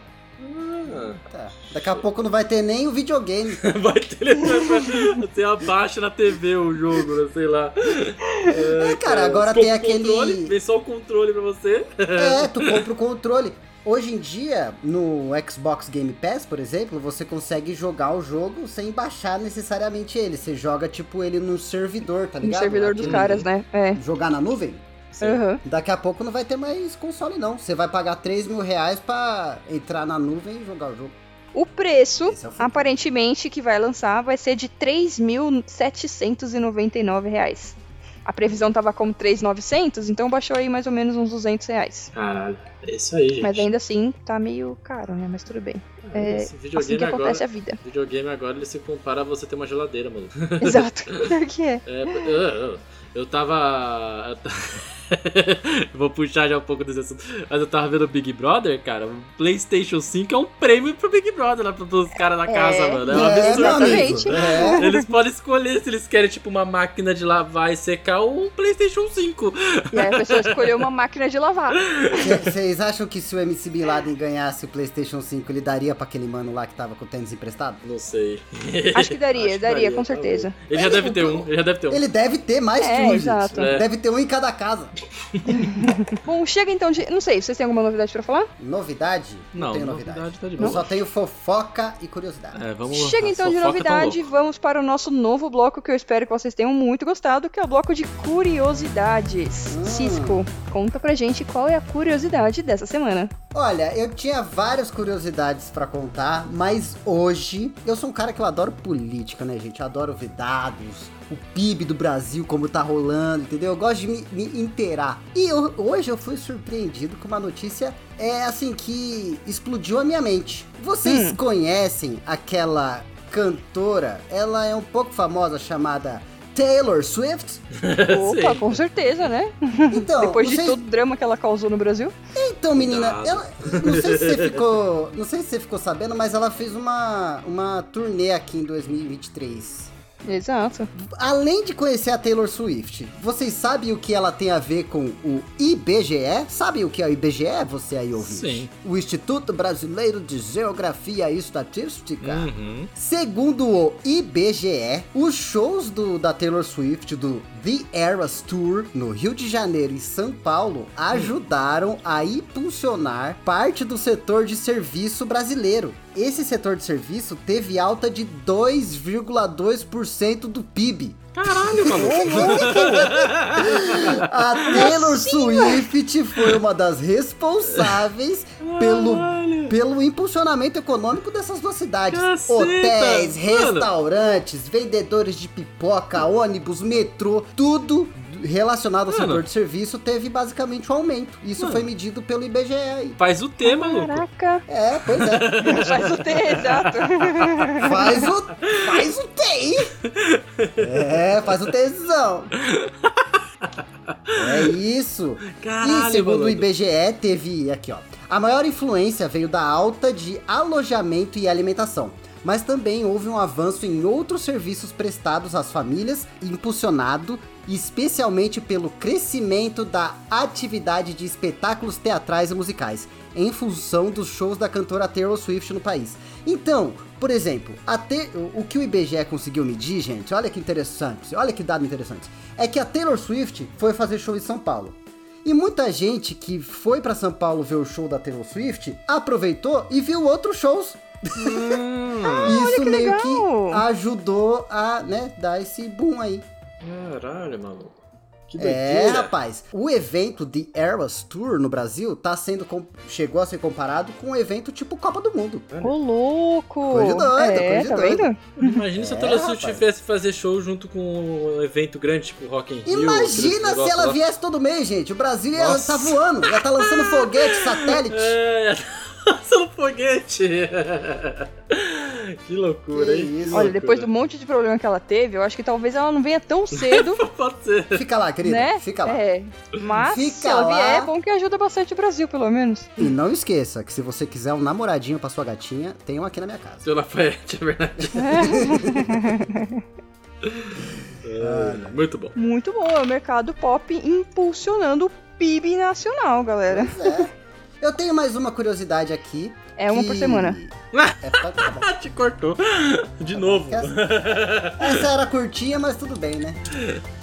Speaker 2: Ah.
Speaker 1: Tá. Daqui a pouco não vai ter nem o videogame.
Speaker 2: Vai ter leitor pra... Tem abaixo na TV o jogo, né? sei lá.
Speaker 1: É, cara, agora
Speaker 2: Com
Speaker 1: tem
Speaker 2: o
Speaker 1: aquele.
Speaker 2: Controle, vem só o controle pra você.
Speaker 1: É, tu compra o controle. Hoje em dia, no Xbox Game Pass, por exemplo, você consegue jogar o jogo sem baixar necessariamente ele. Você joga, tipo, ele no servidor, tá
Speaker 3: No
Speaker 1: ligado?
Speaker 3: Um servidor dos
Speaker 1: Aquele-
Speaker 3: caras, né? É.
Speaker 1: Jogar na nuvem?
Speaker 3: Aham.
Speaker 1: Daqui a pouco não vai ter mais console, não. Você vai pagar 3 mil reais pra entrar na nuvem e jogar o jogo.
Speaker 3: O preço
Speaker 1: Esse é o futuro.
Speaker 3: aparentemente que vai lançar vai ser de R$ 3.799. reais. A previsão tava como 3.900, então baixou aí mais ou menos uns 200 reais.
Speaker 2: Caralho, é isso aí, gente.
Speaker 3: Mas ainda assim, tá meio caro, né? Mas tudo bem. é,
Speaker 2: Esse
Speaker 3: Assim
Speaker 2: videogame
Speaker 3: que
Speaker 2: agora.
Speaker 3: acontece a vida.
Speaker 2: Videogame agora ele se compara a você ter uma geladeira, mano.
Speaker 3: Exato. Pior que é.
Speaker 2: É, eu, eu- eu tava. eu ta- Vou puxar já um pouco desse assunto. Mas eu tava vendo o Big Brother, cara. O PlayStation 5 é um prêmio pro Big Brother, lá pro- pros caras da casa, mano. É um
Speaker 1: É, meu
Speaker 2: absurdo.
Speaker 3: Exatamente.
Speaker 1: amigo. É.
Speaker 2: Eles podem escolher se eles querem, tipo, uma máquina de lavar e secar ou um PlayStation 5.
Speaker 3: E aí a pessoa escolheu uma máquina de lavar.
Speaker 1: Vocês acham que se o MC Bin Laden ganhasse o PlayStation 5, ele daria pra aquele mano lá que tava com o tênis emprestado?
Speaker 2: Não sei.
Speaker 3: Acho que daria,
Speaker 2: Acho que
Speaker 3: daria, com
Speaker 2: talvez.
Speaker 3: certeza.
Speaker 2: Ele já deve ter um, ele já deve ter um.
Speaker 1: Ele deve ter mais
Speaker 3: É,
Speaker 1: que um,
Speaker 3: exato.
Speaker 1: gente.
Speaker 2: É.
Speaker 1: Deve ter um em cada casa.
Speaker 3: Bom, chega então de. Não sei, vocês têm alguma novidade pra falar?
Speaker 1: Novidade?
Speaker 2: Não,
Speaker 1: tenho
Speaker 2: novidade, tá de
Speaker 1: Eu
Speaker 2: boa.
Speaker 1: só tenho fofoca e curiosidade.
Speaker 2: É, vamos
Speaker 3: Chega
Speaker 2: lá,
Speaker 3: então de
Speaker 2: fofoca tá tão
Speaker 3: novidade,
Speaker 2: louco.
Speaker 3: vamos para o nosso novo bloco que eu espero que vocês tenham muito gostado, que é o bloco de curiosidades.
Speaker 1: Hum.
Speaker 3: Cisco, conta pra gente qual é a curiosidade dessa semana.
Speaker 1: Olha, eu tinha várias curiosidades pra contar, mas hoje eu sou um cara que eu adoro política, né, gente? Eu adoro ver dados, o PIB do Brasil, como tá rolando, entendeu? Eu gosto de me, me inteirar. E eu- hoje eu fui surpreendido com uma notícia, é assim, que explodiu a minha mente.
Speaker 3: Hum.
Speaker 1: Vocês conhecem aquela cantora? Ela é um pouco famosa, chamada Taylor Swift?
Speaker 3: Opa,
Speaker 2: Sim.
Speaker 3: com certeza, né?
Speaker 1: Então,
Speaker 3: Depois de
Speaker 1: vocês
Speaker 3: todo o drama que ela causou no Brasil.
Speaker 1: Então, menina,
Speaker 2: Cuidado.
Speaker 1: ela, não sei se você ficou, não sei se você ficou sabendo, mas ela fez uma, uma turnê aqui em 2023.
Speaker 3: Exato.
Speaker 2: Tá
Speaker 1: Além de conhecer a Taylor Swift, vocês sabem o que ela tem a ver com o IBGE? Sabe o que é o IBGE? Você aí ouviu?
Speaker 2: Sim.
Speaker 1: O Instituto Brasileiro de Geografia e Estatística.
Speaker 2: Uhum.
Speaker 1: Segundo o IBGE, os shows do, da Taylor Swift do The Eras Tour no Rio de Janeiro e São Paulo ajudaram a impulsionar parte do setor de serviço brasileiro. Esse setor de serviço teve alta de 2,2% do PIB.
Speaker 2: Caralho, maluco.
Speaker 1: A Taylor Swift foi uma das responsáveis pelo
Speaker 2: Caralho.
Speaker 1: pelo impulsionamento econômico dessas duas cidades.
Speaker 2: Caceta,
Speaker 1: Hotéis,
Speaker 2: mano.
Speaker 1: restaurantes, vendedores de pipoca, ônibus, metrô, tudo relacionado ao
Speaker 2: Mano.
Speaker 1: setor de serviço teve basicamente um aumento. Isso
Speaker 2: Mano.
Speaker 1: foi medido pelo IBGE aí.
Speaker 2: Faz o T, maluco.
Speaker 3: Caraca,
Speaker 1: É, pois é.
Speaker 3: faz o T, exato.
Speaker 1: faz o. Faz o TI! É, faz o tesão. É isso.
Speaker 2: Caralho,
Speaker 1: e segundo
Speaker 2: maluco.
Speaker 1: o IBGE, teve aqui, ó. A maior influência veio da alta de alojamento e alimentação. Mas também houve um avanço em outros serviços prestados às famílias, impulsionado especialmente pelo crescimento da atividade de espetáculos teatrais e musicais, em função dos shows da cantora Taylor Swift no país. Então, por exemplo, a Te- o- o que o IBGE conseguiu medir, gente, olha que interessante, olha que dado interessante, é que a Taylor Swift foi fazer show em São Paulo. E muita gente que foi pra São Paulo ver o show da Taylor Swift aproveitou e viu outros shows. Isso
Speaker 3: que
Speaker 1: meio
Speaker 3: legal.
Speaker 1: que ajudou a, né, dar esse boom aí.
Speaker 2: Caralho, maluco. Que
Speaker 1: É,
Speaker 2: doideira.
Speaker 1: rapaz. O evento The Eras Tour no Brasil tá sendo com- chegou a ser comparado com um evento tipo Copa do Mundo.
Speaker 3: Ô, louco.
Speaker 1: Coisa de doida,
Speaker 3: é,
Speaker 1: coisa de
Speaker 3: tá
Speaker 1: doida.
Speaker 3: vendo?
Speaker 2: Imagina se a Taylor
Speaker 1: É,
Speaker 2: Swift
Speaker 1: rapaz.
Speaker 2: tivesse que fazer show junto com um evento grande, tipo Rock in Rio. aqueles
Speaker 1: Imagina se
Speaker 2: negócios
Speaker 1: ela
Speaker 2: lá.
Speaker 1: viesse todo mês, gente. O Brasil ia
Speaker 2: Nossa.
Speaker 1: tá voando, ia tá lançando foguete, satélite.
Speaker 2: É, lançando foguete. que loucura,
Speaker 1: Que
Speaker 2: hein?
Speaker 1: isso.
Speaker 3: Olha, depois do monte de problema que ela teve, eu acho que talvez ela não venha tão cedo,
Speaker 2: Pode ser.
Speaker 1: Fica lá, querido.
Speaker 3: né?
Speaker 1: Fica lá.
Speaker 3: É. Mas
Speaker 1: Fica
Speaker 3: se ela vier,
Speaker 1: lá.
Speaker 3: é bom que ajuda bastante o Brasil, pelo menos.
Speaker 1: E não esqueça que se você quiser um namoradinho pra sua gatinha, tem um aqui na minha casa.
Speaker 2: Seu Lafayette, é verdade. É, Muito bom.
Speaker 3: Muito bom, é o mercado pop impulsionando o PIB nacional, galera.
Speaker 1: é. Eu tenho mais uma curiosidade aqui.
Speaker 3: É uma
Speaker 1: que-
Speaker 3: por semana.
Speaker 1: É, tá- tá bom.
Speaker 2: Ah, te cortou. De novo.
Speaker 1: Essa era curtinha, mas tudo bem, né?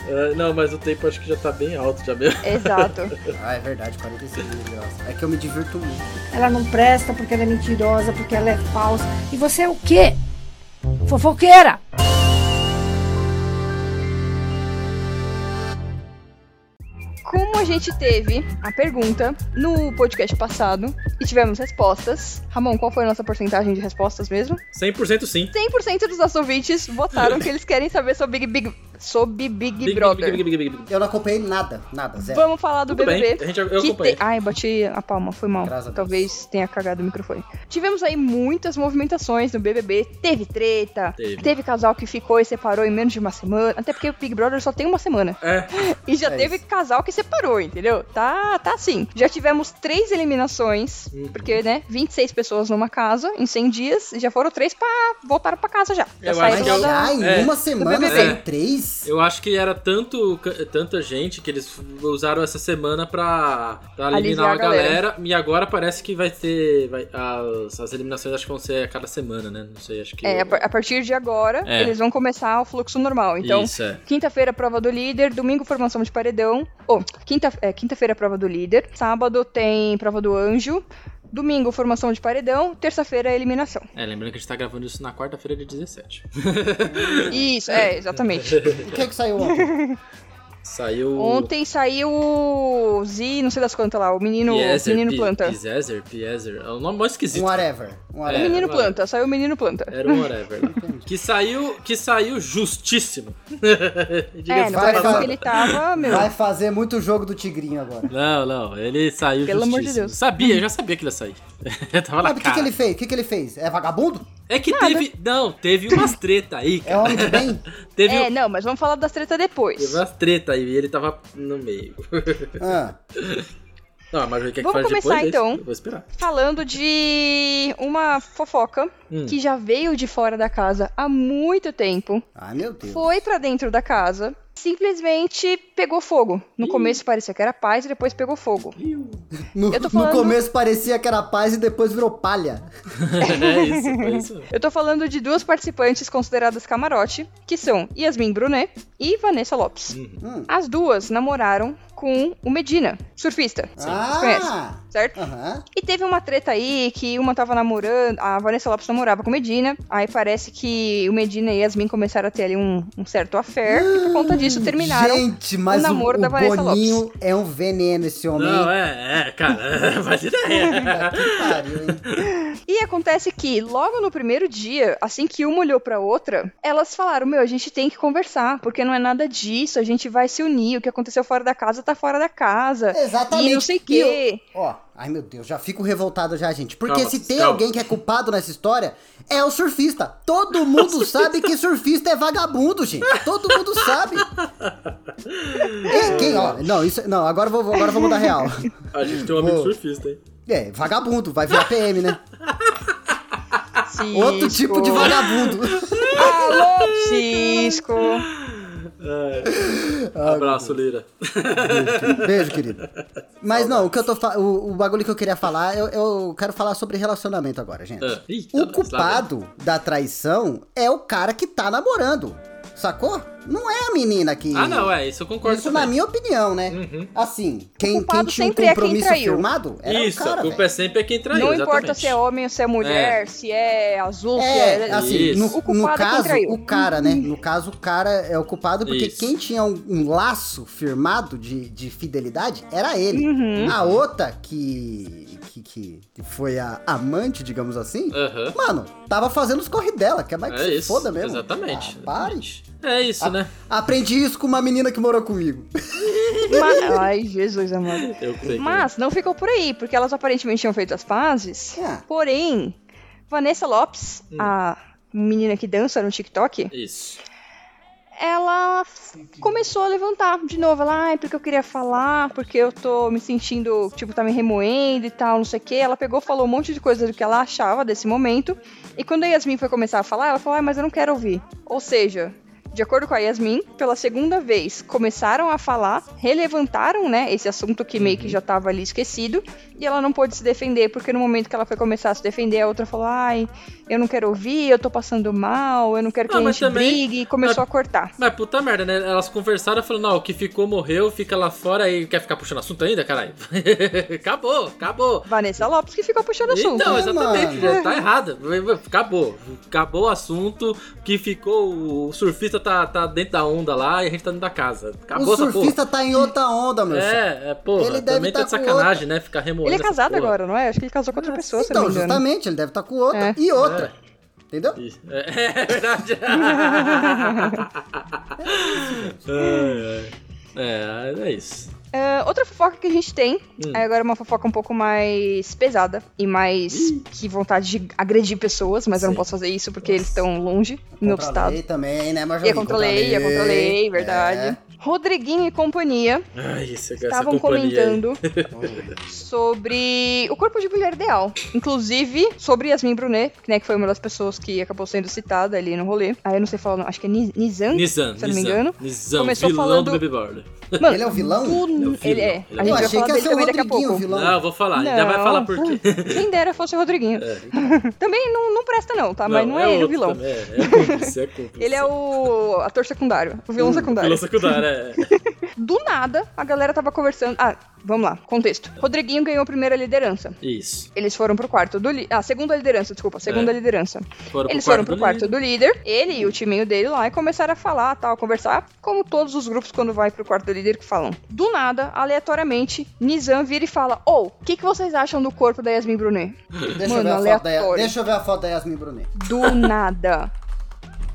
Speaker 2: É, não, mas o tempo acho que já tá bem alto já mesmo.
Speaker 3: Exato.
Speaker 1: Ah, é verdade, 45 minutos. nossa. É que eu me divirto muito.
Speaker 5: Ela não presta porque ela é mentirosa, porque ela é falsa. E você é o quê? Fofoqueira!
Speaker 3: Como a gente teve a pergunta no podcast passado e tivemos respostas. Ramon, qual foi a nossa porcentagem de respostas mesmo?
Speaker 2: 100% sim.
Speaker 3: 100% dos nossos ouvintes votaram que eles querem saber sobre Big, Big, sobre Big, Brother.
Speaker 2: Big, big, big, big, big.
Speaker 1: Eu não acompanhei nada, nada, zero.
Speaker 3: Vamos falar do
Speaker 2: Tudo
Speaker 3: BBB.
Speaker 2: bem, a gente, eu
Speaker 3: que
Speaker 2: acompanhei.
Speaker 3: te- Ai, bati a palma, foi mal.
Speaker 1: Graças a Deus.
Speaker 3: Talvez tenha cagado o microfone. Tivemos aí muitas movimentações no BBB. Teve treta,
Speaker 2: Teve.
Speaker 3: casal que ficou e separou em menos de uma semana. Até porque o Big Brother só tem uma semana.
Speaker 2: É,
Speaker 3: E já
Speaker 1: É
Speaker 3: teve
Speaker 1: isso.
Speaker 3: casal que separou, entendeu? Tá, tá assim. Já tivemos três eliminações,
Speaker 1: Uhum.
Speaker 3: porque, né, 26 pessoas numa casa em 100 dias, e já foram três pra voltaram pra casa já. Já
Speaker 2: Eu acho
Speaker 1: Mas
Speaker 3: saíram
Speaker 2: que
Speaker 1: já
Speaker 3: lá
Speaker 2: eu-
Speaker 3: da...
Speaker 1: em
Speaker 2: é,
Speaker 1: uma semana
Speaker 3: BBB.
Speaker 1: são três?
Speaker 2: eu acho que era tanto, ca- tanta gente que eles usaram essa semana pra, pra eliminar
Speaker 3: Aliviar
Speaker 2: a
Speaker 3: a galera.
Speaker 2: galera. E agora parece que vai ter. vai- as, as eliminações acho que vão ser a cada semana, né? Não sei, acho que.
Speaker 3: É, a par- a partir de agora,
Speaker 2: É.
Speaker 3: eles vão começar o fluxo normal. Então,
Speaker 2: Isso, é.
Speaker 3: Quinta-feira, prova do líder. Domingo, formação de paredão. Ou, quinta, é, quinta-feira, prova do líder. Sábado tem prova do anjo. Domingo, formação de paredão. Terça-feira, eliminação.
Speaker 2: É, lembrando que a gente tá gravando isso na quarta-feira de 17.
Speaker 3: Isso, é, exatamente.
Speaker 1: O que é que saiu ontem?
Speaker 2: Saiu.
Speaker 3: Ontem saiu o Z, não sei das quantas lá, o menino,
Speaker 2: Piezer,
Speaker 3: menino
Speaker 2: Pi-
Speaker 3: planta.
Speaker 2: Piezer, Piezer. É um nome mais
Speaker 1: Um
Speaker 2: esquisito.
Speaker 1: whatever. Um
Speaker 3: O
Speaker 2: É,
Speaker 1: whatever.
Speaker 3: menino
Speaker 2: não é.
Speaker 3: planta, saiu o menino planta.
Speaker 2: Era um whatever. lá. que saiu, que saiu justíssimo.
Speaker 3: É,
Speaker 2: Diga-se de
Speaker 1: vai,
Speaker 3: no paredão
Speaker 1: fala.
Speaker 2: passagem.
Speaker 3: que ele tava, meu.
Speaker 1: Vai fazer muito jogo do Tigrinho agora.
Speaker 2: Não, não, ele saiu
Speaker 3: Pelo
Speaker 2: justíssimo.
Speaker 3: amor de Deus.
Speaker 2: Sabia, eu já sabia que ele ia sair. Tava na
Speaker 1: Mas o que,
Speaker 2: cara.
Speaker 1: que ele fez? O que, que ele fez? É vagabundo?
Speaker 2: É que teve, não, teve umas treta aí,
Speaker 1: É
Speaker 2: cara.
Speaker 1: homem de bem?
Speaker 2: Teve,
Speaker 3: É, não, mas vamos falar das treta depois.
Speaker 2: teve umas treta aí e ele tava no meio.
Speaker 1: Ah,
Speaker 2: Não, mas o que é que
Speaker 3: Vamos
Speaker 2: faz depois?
Speaker 3: começar,
Speaker 2: é isso.
Speaker 3: então.
Speaker 2: Eu vou esperar.
Speaker 3: Falando de uma fofoca
Speaker 2: Hum.
Speaker 3: que já veio de fora da casa há muito tempo.
Speaker 1: ai meu Deus.
Speaker 3: foi pra dentro da casa, simplesmente pegou fogo. No começo parecia que era paz e depois pegou fogo.
Speaker 1: No,
Speaker 3: Eu tô
Speaker 1: no
Speaker 3: falando-
Speaker 1: começo parecia que era paz e depois virou palha.
Speaker 2: é isso, foi isso.
Speaker 3: Eu tô falando de duas participantes consideradas camarote, que são Yasmin Brunet e Vanessa Lopes.
Speaker 1: Hum.
Speaker 3: As duas namoraram com o Medina, surfista,
Speaker 1: Ah!
Speaker 3: certo?
Speaker 1: Aham.
Speaker 3: E teve uma treta aí que uma tava namorando, a Vanessa Lopes namorava com o Medina, aí parece que o Medina e Yasmin começaram a ter ali um, um certo affair, e por conta
Speaker 1: Hum.
Speaker 3: disso terminaram.
Speaker 1: Gente, mas o,
Speaker 3: namoro
Speaker 1: o
Speaker 3: da Vanessa Lopes.
Speaker 1: Boninho é um veneno esse homem.
Speaker 2: Não,
Speaker 1: hein?
Speaker 2: é, é, cara, faz ideia.
Speaker 1: Puta que pariu, hein?
Speaker 3: E acontece que, logo no primeiro dia, assim que uma olhou pra outra, elas falaram: Meu, a gente tem que conversar, porque não é nada disso, a gente vai se unir, o que aconteceu fora da casa tá fora da casa.
Speaker 1: Exatamente.
Speaker 3: E não sei o
Speaker 1: E eu-
Speaker 3: quê.
Speaker 1: Ó, ai meu Deus, já fico revoltado já, gente. Porque
Speaker 2: Calma,
Speaker 1: se tem
Speaker 2: calma.
Speaker 1: alguém que é culpado nessa história, é o surfista. Todo mundo sabe que surfista é vagabundo, gente. Todo mundo sabe. Quem, quem, ó, não, isso, não, agora eu vou, agora eu vou mudar real.
Speaker 2: A gente tem um amigo
Speaker 1: Vou.
Speaker 2: surfista, hein?
Speaker 1: É, vagabundo, vai virar PM, né?
Speaker 3: Cisco.
Speaker 1: Outro tipo de vagabundo.
Speaker 3: Alô, Cisco.
Speaker 1: Ah,
Speaker 2: Abraço, Lira.
Speaker 1: Beijo, querido. Mas não, o que eu tô fa- o, o bagulho que eu queria falar, eu, eu quero falar sobre relacionamento agora, gente.
Speaker 2: Ah, ih,
Speaker 1: o
Speaker 2: tá-
Speaker 1: culpado da traição é o cara que tá namorando. Sacou? Não é a menina que.
Speaker 2: Ah, não, é, isso eu concordo
Speaker 1: Isso
Speaker 2: também.
Speaker 1: na minha opinião, né?
Speaker 2: Uhum.
Speaker 1: Assim, quem, quem
Speaker 3: culpado
Speaker 1: tinha um
Speaker 3: sempre é quem
Speaker 1: compromisso
Speaker 3: traiu.
Speaker 1: firmado era
Speaker 2: Isso,
Speaker 1: o cara,
Speaker 2: a culpa
Speaker 1: velho.
Speaker 2: é sempre é quem traiu,
Speaker 3: Não
Speaker 2: exatamente.
Speaker 3: importa se é homem ou se é mulher, se é azul, se
Speaker 1: É,
Speaker 3: é.
Speaker 1: assim,
Speaker 2: Isso.
Speaker 1: no,
Speaker 2: O
Speaker 1: no
Speaker 3: culpado é quem
Speaker 1: caso,
Speaker 3: traiu.
Speaker 1: o cara, né? No caso, o cara é o culpado porque
Speaker 2: Isso.
Speaker 1: quem tinha um, um laço firmado de, de fidelidade era ele.
Speaker 3: Uhum.
Speaker 1: A outra, que, que, que foi a amante, digamos assim,
Speaker 2: Aham.
Speaker 1: mano, tava fazendo os corre dela, que é mais que
Speaker 2: É
Speaker 1: se
Speaker 2: isso.
Speaker 1: foda mesmo.
Speaker 2: Exatamente.
Speaker 1: Ah, pare.
Speaker 2: É isso, né?
Speaker 1: Aprendi isso com uma menina que morou comigo.
Speaker 3: Ma- Ai, Jesus amado.
Speaker 2: Eu sei. que-
Speaker 3: Mas não ficou por aí, porque elas aparentemente tinham feito as pazes.
Speaker 1: Ah.
Speaker 3: Porém, Vanessa Lopes, a menina que dança no TikTok,
Speaker 2: Isso.
Speaker 3: ela f- começou a levantar de novo. Ela, ai, porque eu queria falar, porque eu tô me sentindo, tipo, tá me remoendo e tal, não sei o quê. Ela pegou, falou um monte de coisa do que ela achava desse momento. E quando a Yasmin foi começar a falar, ela falou, ai, mas eu não quero ouvir. Ou seja. De acordo com a Yasmin, pela segunda vez começaram a falar, relevantaram, né, esse assunto que meio
Speaker 2: Uhum.
Speaker 3: que já tava ali esquecido, e ela não pôde se defender, porque no momento que ela foi começar a se defender, a outra falou: "Ai, eu não quero ouvir, eu tô passando mal, eu não quero que
Speaker 2: Ah,
Speaker 3: a
Speaker 2: mas
Speaker 3: gente
Speaker 2: também-
Speaker 3: brigue", e começou a cortar.
Speaker 2: Mas puta merda, né? Elas conversaram e falaram, não, o que ficou morreu, fica lá fora e quer ficar puxando assunto ainda, caralho? acabou, acabou.
Speaker 3: Vanessa Lopes que ficou puxando assunto.
Speaker 2: Então,
Speaker 1: né,
Speaker 2: exatamente,
Speaker 1: mano?
Speaker 2: né? tá errada. Acabou. Acabou o assunto que ficou. O surfista tá, tá dentro da onda lá e a gente tá dentro da casa. Acabou
Speaker 1: o
Speaker 2: essa porra.
Speaker 1: surfista tá em outra onda, meu. chapa.
Speaker 2: É, é, porra.
Speaker 1: Ele deve
Speaker 2: também tá
Speaker 1: tá
Speaker 2: de
Speaker 1: com
Speaker 2: sacanagem, né? Ficar remoendo.
Speaker 3: ele é
Speaker 2: essa
Speaker 3: casado
Speaker 2: porra.
Speaker 3: agora, não é? Acho que ele casou com outra pessoa, se eu não
Speaker 1: Então,
Speaker 3: me engano.
Speaker 1: justamente, ele deve estar com outra
Speaker 3: É.
Speaker 1: e outra. Entendeu?
Speaker 2: Isso. É, é verdade. é, é, é isso.
Speaker 3: Ah, outra fofoca que a gente tem,
Speaker 2: Hum.
Speaker 3: é agora uma fofoca um pouco mais pesada e mais que vontade de agredir pessoas, mas eu não
Speaker 2: Sim.
Speaker 3: posso fazer isso porque
Speaker 2: Nossa.
Speaker 3: eles estão longe no outro
Speaker 1: Contra a
Speaker 3: estado.
Speaker 1: lei também, né,
Speaker 3: E
Speaker 1: Marjorie?
Speaker 3: é contra a lei, é contra a lei, verdade.
Speaker 1: é.
Speaker 3: Rodriguinho e companhia
Speaker 2: Ai, esse, essa
Speaker 3: estavam
Speaker 2: companhia aí.
Speaker 3: comentando sobre o corpo de mulher ideal. Inclusive, sobre Yasmin Brunet, que, né, que foi uma das pessoas que acabou sendo citada ali no rolê. Aí eu não sei falar, o nome, acho que é Ni- Nizam.
Speaker 2: Nizam,
Speaker 3: Se
Speaker 2: Nizam,
Speaker 3: eu não me engano,
Speaker 2: Nizam,
Speaker 3: começou
Speaker 2: vilão
Speaker 3: falando-
Speaker 2: do Baby Border.
Speaker 3: Mano,
Speaker 1: Ele é o vilão?
Speaker 3: tudo-
Speaker 2: É o filho,
Speaker 3: ele é.
Speaker 2: ele é.
Speaker 3: A
Speaker 1: Eu
Speaker 3: gente vai
Speaker 1: achei
Speaker 3: falar
Speaker 1: que ia
Speaker 3: dele
Speaker 1: ser o
Speaker 3: também daqui a
Speaker 1: Rodriguinho, o
Speaker 3: pouco.
Speaker 1: vilão.
Speaker 2: Não, eu vou falar. Já vai falar por quê.
Speaker 3: Quem dera fosse o Rodriguinho. também não, não presta, não, tá? Mas não é, ele o
Speaker 2: outro
Speaker 3: vilão.
Speaker 2: também, É, é cúmplice, é cúmplice.
Speaker 3: Ele é o ator secundário, o vilão secundário.
Speaker 2: Hum, Vilão secundário, é.
Speaker 3: Do nada, a galera tava conversando. Ah, vamos lá, contexto. Rodriguinho ganhou a primeira liderança.
Speaker 2: Isso.
Speaker 3: Eles foram pro quarto do. Li... Ah, segunda liderança, desculpa, segunda
Speaker 2: É.
Speaker 3: liderança.
Speaker 2: Foram
Speaker 3: Eles
Speaker 2: pro
Speaker 3: foram
Speaker 2: quarto
Speaker 3: pro
Speaker 2: do
Speaker 3: quarto
Speaker 2: líder.
Speaker 3: do líder, ele e o timinho dele lá, e começaram a falar, tal, conversar, como todos os grupos quando vai pro quarto do líder que falam. Do nada, aleatoriamente, Nizam vira e fala: Ô, o que, que vocês acham do corpo da Yasmin Brunet?
Speaker 1: Deixa,
Speaker 3: Mano,
Speaker 1: eu ver a foto da, Ya-
Speaker 3: aleatório.
Speaker 1: deixa eu ver a foto da Yasmin Brunet.
Speaker 3: Do nada.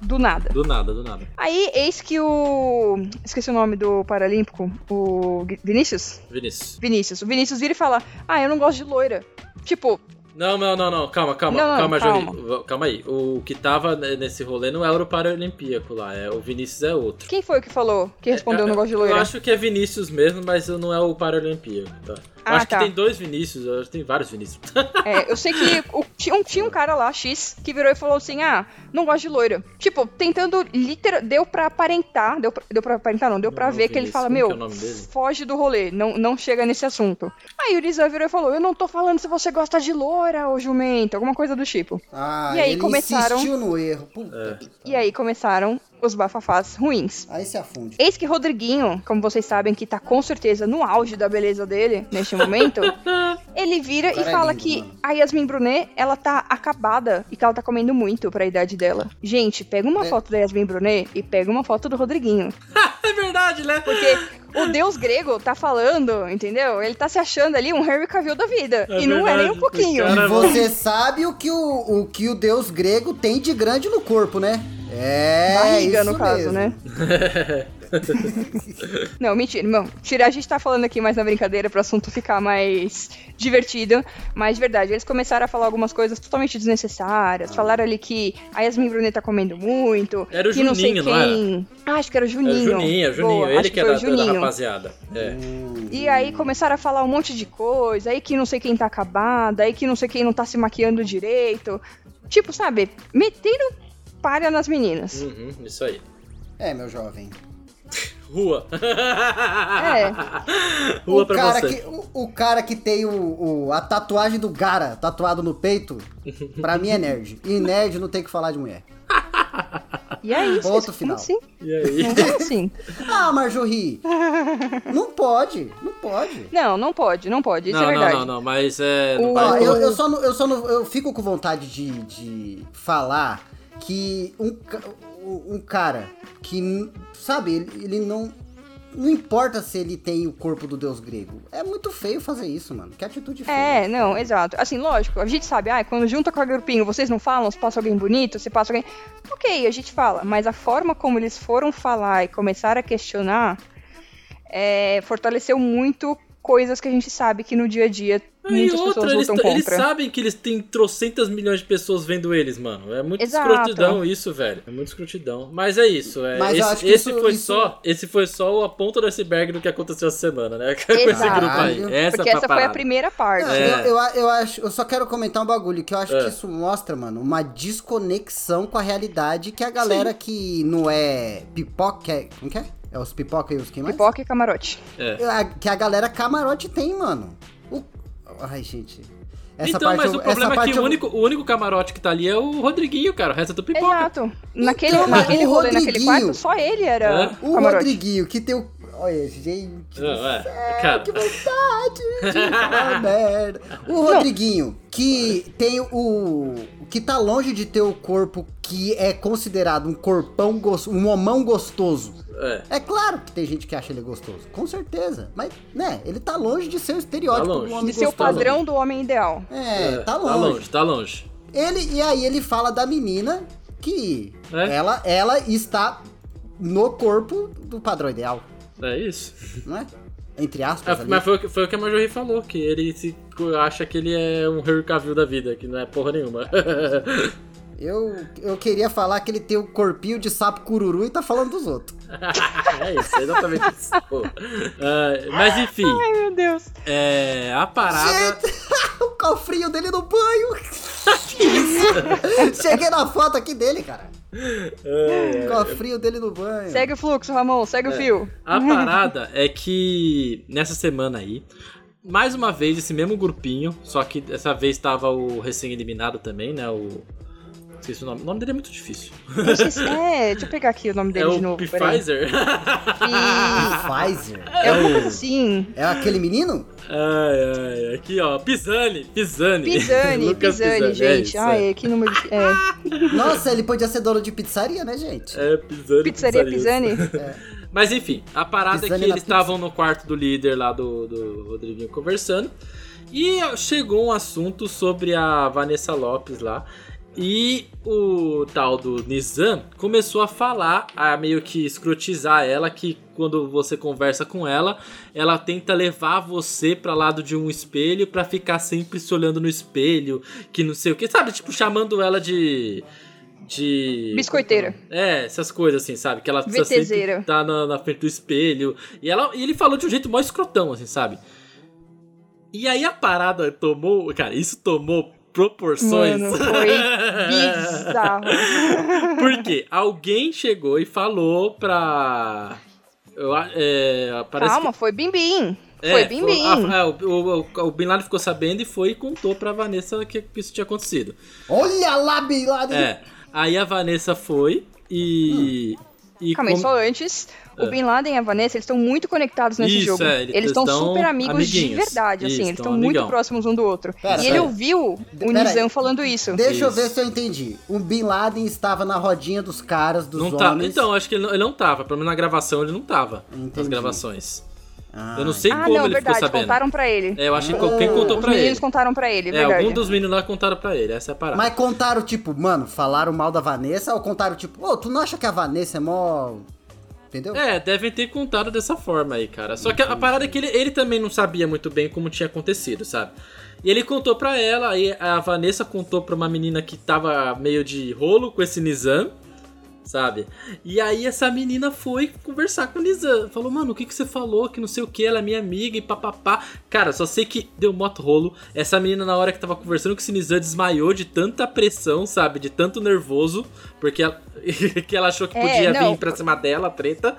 Speaker 3: Do nada.
Speaker 2: Do nada, do nada.
Speaker 3: Aí, eis que o. Esqueci o nome do Paralímpico. O. Gui- Vinícius?
Speaker 2: Vinícius.
Speaker 3: Vinícius. O Vinícius vira e fala: Ah, eu não gosto de loira. Tipo,
Speaker 2: Não, não, não, não. Calma, calma,
Speaker 3: Não, não,
Speaker 2: calma,
Speaker 3: calma.
Speaker 2: Jory. Calma aí. O que tava ne- nesse rolê não era o Paralímpico lá. É, o Vinícius é outro.
Speaker 3: quem foi que falou? Que respondeu: Não gosto de
Speaker 2: Eu
Speaker 3: loira?
Speaker 2: acho que é Vinícius mesmo, mas eu não é o Paralímpico. Tá? Eu
Speaker 3: Ah,
Speaker 2: acho
Speaker 3: tá.
Speaker 2: que tem dois Vinícius, eu acho que tem vários Vinícius.
Speaker 3: É, eu sei que o- tinha, um, tinha um cara lá, X, que virou e falou assim: ah, não gosto de loira. Tipo, tentando literal. Deu pra aparentar. Deu pra, deu pra aparentar, não. Deu pra
Speaker 2: Não,
Speaker 3: ver que ele
Speaker 2: Vinícius,
Speaker 3: fala:
Speaker 2: como que é
Speaker 3: meu,
Speaker 2: o nome dele?"
Speaker 3: foge do rolê. Não, não chega nesse assunto. Aí o Rizan virou e falou: eu não tô falando se você gosta de loira ou jumento. Alguma coisa do tipo.
Speaker 1: Ah,
Speaker 3: E aí
Speaker 1: ele
Speaker 3: começaram-
Speaker 1: insistiu no erro. Puta
Speaker 2: É.
Speaker 1: que
Speaker 3: E aí começaram os bafafás ruins.
Speaker 1: Aí se afunde.
Speaker 3: Eis que Rodriguinho, como vocês sabem, que tá com certeza no auge da beleza dele neste momento, ele vira e
Speaker 1: Cara, é
Speaker 3: fala
Speaker 1: lindo,
Speaker 3: que
Speaker 1: mano.
Speaker 3: a Yasmin Brunet, ela tá acabada e que ela tá comendo muito pra idade dela. Gente, pega uma
Speaker 1: É.
Speaker 3: foto da Yasmin Brunet e pega uma foto do Rodriguinho.
Speaker 2: é verdade, né?
Speaker 3: Porque o deus grego tá falando, entendeu? Ele tá se achando ali um Harry Cavill da vida.
Speaker 2: É
Speaker 3: e não é nem
Speaker 2: verdade,
Speaker 3: um pouquinho.
Speaker 2: cara-
Speaker 1: E
Speaker 2: Caramba.
Speaker 1: você sabe o que o, o que o deus grego tem de grande no corpo, né? É,
Speaker 3: Barriga,
Speaker 1: isso
Speaker 3: no
Speaker 1: mesmo.
Speaker 3: caso, né? Não, mentira, irmão. Tira, a gente tá falando aqui mais na brincadeira pro assunto ficar mais divertido. Mas de verdade, eles começaram a falar algumas coisas totalmente desnecessárias. Falaram ali que a Yasmin Brunet tá comendo muito.
Speaker 2: Ah. Era o
Speaker 3: que não sei
Speaker 2: Juninho,
Speaker 3: quem.
Speaker 2: não
Speaker 3: Ah, acho que era
Speaker 2: É
Speaker 3: o
Speaker 2: o
Speaker 3: Juninho.
Speaker 2: Juninho, é o Juninho.
Speaker 3: Boa,
Speaker 2: ele
Speaker 3: acho
Speaker 2: que era
Speaker 3: foi o
Speaker 2: da- da,
Speaker 3: Juninho.
Speaker 2: rapaziada. É.
Speaker 3: E aí começaram a falar um monte de coisa, aí que não sei quem tá acabada, aí que não sei quem não tá se maquiando direito. Tipo, sabe, meteram palha nas meninas.
Speaker 2: Uhum, isso aí.
Speaker 1: É, meu jovem.
Speaker 2: Rua.
Speaker 3: É.
Speaker 2: Rua
Speaker 1: o,
Speaker 2: pra
Speaker 1: cara
Speaker 2: você.
Speaker 1: Que, o, o cara que tem o, o- a tatuagem do Gara tatuado no peito, pra mim é nerd. E nerd não tem que falar de mulher.
Speaker 3: E é isso.
Speaker 1: Ponto
Speaker 3: isso-
Speaker 1: final.
Speaker 3: Como assim?
Speaker 2: E aí?
Speaker 3: Como assim?
Speaker 1: Ah, Marjorie! não pode, não pode.
Speaker 3: Não, não pode, não pode. Isso
Speaker 2: não,
Speaker 3: é
Speaker 2: não,
Speaker 3: verdade.
Speaker 2: não, não, mas é. não
Speaker 3: O-
Speaker 1: Ó,
Speaker 2: vai-
Speaker 1: eu, eu só não, eu só não, eu fico com vontade de, de falar que um, ca- um cara que, n- sabe, ele, ele não. Não importa se ele tem o corpo do deus grego. É muito feio fazer isso, mano. Que atitude feia.
Speaker 3: É, não, exato. Assim, lógico, a gente sabe, ah, quando junta com a grupinho, vocês não falam, se passa alguém bonito, se passa alguém. Ok, a gente fala, mas a forma como eles foram falar e começaram a questionar é, fortaleceu muito coisas que a gente sabe que no dia a dia
Speaker 2: Ah, E
Speaker 3: muitas
Speaker 2: outra,
Speaker 3: pessoas
Speaker 2: eles,
Speaker 3: lutam
Speaker 2: t- eles
Speaker 3: contra.
Speaker 2: sabem que eles têm trocentas milhões de pessoas vendo eles, mano. É muito
Speaker 3: Exato.
Speaker 2: escrotidão isso, velho. É muito escrotidão. Mas é isso. É,
Speaker 1: Mas eu
Speaker 2: esse,
Speaker 1: acho que
Speaker 2: esse
Speaker 1: isso-
Speaker 2: foi
Speaker 1: isso-
Speaker 2: só, esse foi só a ponta do iceberg do que aconteceu essa semana, né? Com esse
Speaker 3: Exato.
Speaker 2: grupo aí. Essa
Speaker 3: Porque
Speaker 2: foi a
Speaker 3: essa foi a
Speaker 2: parada.
Speaker 3: primeira parte.
Speaker 1: Não,
Speaker 2: É.
Speaker 1: Eu, eu, eu acho, eu só quero comentar um bagulho que eu acho
Speaker 2: É.
Speaker 1: que isso mostra, mano, uma desconexão com a realidade que a galera que não é pipoca, é- como que é? É os pipoca e os que mais?
Speaker 3: Pipoca e camarote.
Speaker 2: É.
Speaker 1: A- que a galera camarote tem, mano. O- Ai, gente. Essa
Speaker 2: então,
Speaker 1: parte
Speaker 2: mas
Speaker 1: eu-
Speaker 2: o problema
Speaker 1: essa
Speaker 2: é que
Speaker 1: parte
Speaker 2: o
Speaker 1: eu-
Speaker 2: único, o único camarote que tá ali é o Rodriguinho, cara. O resto é do pipoca.
Speaker 3: Exato. Naquele,
Speaker 1: Então,
Speaker 3: naquele
Speaker 1: o
Speaker 3: rolê, naquele
Speaker 1: Rodriguinho-
Speaker 3: quarto, só ele era
Speaker 2: É.
Speaker 1: O
Speaker 3: camarote.
Speaker 1: Rodriguinho, que tem o. Olha, gente. do
Speaker 2: Não, é,
Speaker 1: céu,
Speaker 2: cara.
Speaker 1: Que vontade de falar merda. O Rodriguinho, que tem o. Que tá longe de ter o corpo que é considerado um corpão gostoso. Um homão gostoso.
Speaker 2: É.
Speaker 1: É claro que tem gente que acha ele gostoso, com certeza. Mas, né, ele tá longe de ser o
Speaker 2: Tá
Speaker 1: estereótipo
Speaker 2: longe.
Speaker 1: do homem
Speaker 3: De
Speaker 1: gostoso.
Speaker 3: ser o padrão do homem ideal.
Speaker 1: É, tá
Speaker 2: Tá
Speaker 1: longe.
Speaker 2: longe, tá longe.
Speaker 1: Ele, e aí ele fala da menina que
Speaker 2: É.
Speaker 1: ela, ela está no corpo do padrão ideal,
Speaker 2: É isso.
Speaker 1: não é? Entre aspas.
Speaker 2: É,
Speaker 1: ali.
Speaker 2: mas foi, o que- foi o que a Marjorie falou, que ele se acha que ele é um Harry Cavill da vida, que não é porra nenhuma.
Speaker 1: Eu, eu queria falar que ele tem o corpinho de sapo cururu e tá falando dos outros.
Speaker 2: é isso, é exatamente isso. Pô. Ah, mas enfim,
Speaker 3: Meu Deus.
Speaker 2: é, a parada.
Speaker 1: o cofrinho dele no banho. Cheguei na foto aqui dele, cara.
Speaker 2: É.
Speaker 1: O cofrinho dele no banho.
Speaker 3: Segue o fluxo, Ramon, segue o fio.
Speaker 2: A parada é que nessa semana aí, mais uma vez, esse mesmo grupinho, só que dessa vez tava o recém-eliminado também, né? O. Esqueci o nome. O nome dele é muito difícil.
Speaker 3: Deixa, esse- é, deixa eu pegar aqui o nome dele
Speaker 2: é
Speaker 3: de
Speaker 2: o
Speaker 3: novo. peraí.
Speaker 2: Pfizer.
Speaker 3: E-
Speaker 1: Pfizer?
Speaker 3: É alguma coisa assim.
Speaker 1: É aquele menino?
Speaker 2: ai, ai, aqui ó, Pisani, Pisani.
Speaker 3: Pisani,
Speaker 2: Lucas
Speaker 3: Pisani,
Speaker 2: é
Speaker 3: gente.
Speaker 2: isso, é.
Speaker 3: Ai, que número de. É.
Speaker 1: Nossa, ele podia ser dono de pizzaria, né, gente?
Speaker 2: É, Pisani.
Speaker 3: Pizzaria Pisani?
Speaker 2: Mas enfim, a parada é
Speaker 1: Pisani
Speaker 2: que
Speaker 1: na
Speaker 2: eles
Speaker 1: pizza.
Speaker 2: estavam no quarto do líder lá do, do Rodriguinho conversando. E chegou um assunto sobre a Vanessa Lopes lá. E o tal do Nizam começou a falar, a meio que escrotizar ela, que quando você conversa com ela, ela tenta levar você pra lado de um espelho pra ficar sempre se olhando no espelho, que não sei o que, sabe? Tipo, chamando ela de. De.
Speaker 3: Biscoiteira.
Speaker 2: É, essas coisas assim, sabe? Que ela precisa
Speaker 3: VTZera.
Speaker 2: sempre tá na, na frente do espelho. E, ela, e ele falou de um jeito mó escrotão, assim, sabe? E aí a parada tomou. Cara, isso tomou proporções.
Speaker 3: Mano, foi
Speaker 2: É.
Speaker 3: bizarro.
Speaker 2: Porque alguém chegou e falou pra. Eu, a- é, parece
Speaker 3: Calma, foi Bimbim.
Speaker 2: que,
Speaker 3: foi
Speaker 2: é,
Speaker 3: Bim
Speaker 2: foi-
Speaker 3: Bim.
Speaker 2: ah, ah, o, o- o Bin Laden ficou sabendo e foi e contou pra Vanessa que, que isso tinha acontecido.
Speaker 1: Olha lá, Bin Laden.
Speaker 2: É. Aí a Vanessa foi e. e
Speaker 3: Calma aí,
Speaker 2: com-
Speaker 3: só antes.
Speaker 2: É.
Speaker 3: O Bin Laden e a Vanessa, eles estão muito conectados nesse
Speaker 2: Isso,
Speaker 3: jogo.
Speaker 2: é, eles
Speaker 3: eles estão
Speaker 2: estão
Speaker 3: super amigos de
Speaker 2: amiguinhos.
Speaker 3: verdade,
Speaker 2: Isso,
Speaker 3: assim. Eles
Speaker 2: estão
Speaker 3: estão muito
Speaker 2: amigão.
Speaker 3: próximos um do outro.
Speaker 1: Pera,
Speaker 3: e ele
Speaker 1: pera.
Speaker 3: ouviu o
Speaker 1: Pera aí.
Speaker 3: Nizam falando isso.
Speaker 1: Deixa eu
Speaker 2: Isso.
Speaker 1: ver se eu entendi. O Bin Laden estava na rodinha dos caras, dos
Speaker 2: não tá.
Speaker 1: homens.
Speaker 2: Então, acho que ele não, ele não tava. Pelo menos na gravação ele não tava. Nas
Speaker 1: Entendi.
Speaker 2: gravações. Eu não sei
Speaker 3: ah,
Speaker 2: como
Speaker 3: não,
Speaker 2: ele
Speaker 3: verdade.
Speaker 2: ficou sabendo.
Speaker 3: Contaram pra ele.
Speaker 2: É, eu acho que
Speaker 1: Ah.
Speaker 2: alguém contou
Speaker 3: Os
Speaker 2: pra
Speaker 3: meninos
Speaker 2: ele.
Speaker 3: contaram pra ele,
Speaker 2: é,
Speaker 3: verdade.
Speaker 2: algum dos meninos lá contaram pra ele, essa é a parada.
Speaker 1: Mas contaram, tipo, mano, falaram mal da Vanessa ou contaram, tipo, ô, tu não acha que a Vanessa é mó. Entendeu?
Speaker 2: É, devem ter contado dessa forma aí, cara. Só que a parada é que ele, ele também não sabia muito bem como tinha acontecido, sabe? E ele contou pra ela, aí a Vanessa contou pra uma menina que tava meio de rolo com esse Nizam, sabe? E aí essa menina foi conversar com o Nizam. Falou, mano, o que, que você falou? Que não sei o que, ela é minha amiga e papapá. Cara, só sei que deu moto rolo. Essa menina, na hora que tava conversando com esse Nizam, desmaiou de tanta pressão, sabe? De tanto nervoso, porque ela, que ela achou que
Speaker 3: É,
Speaker 2: podia
Speaker 3: não.
Speaker 2: vir pra cima dela, a treta.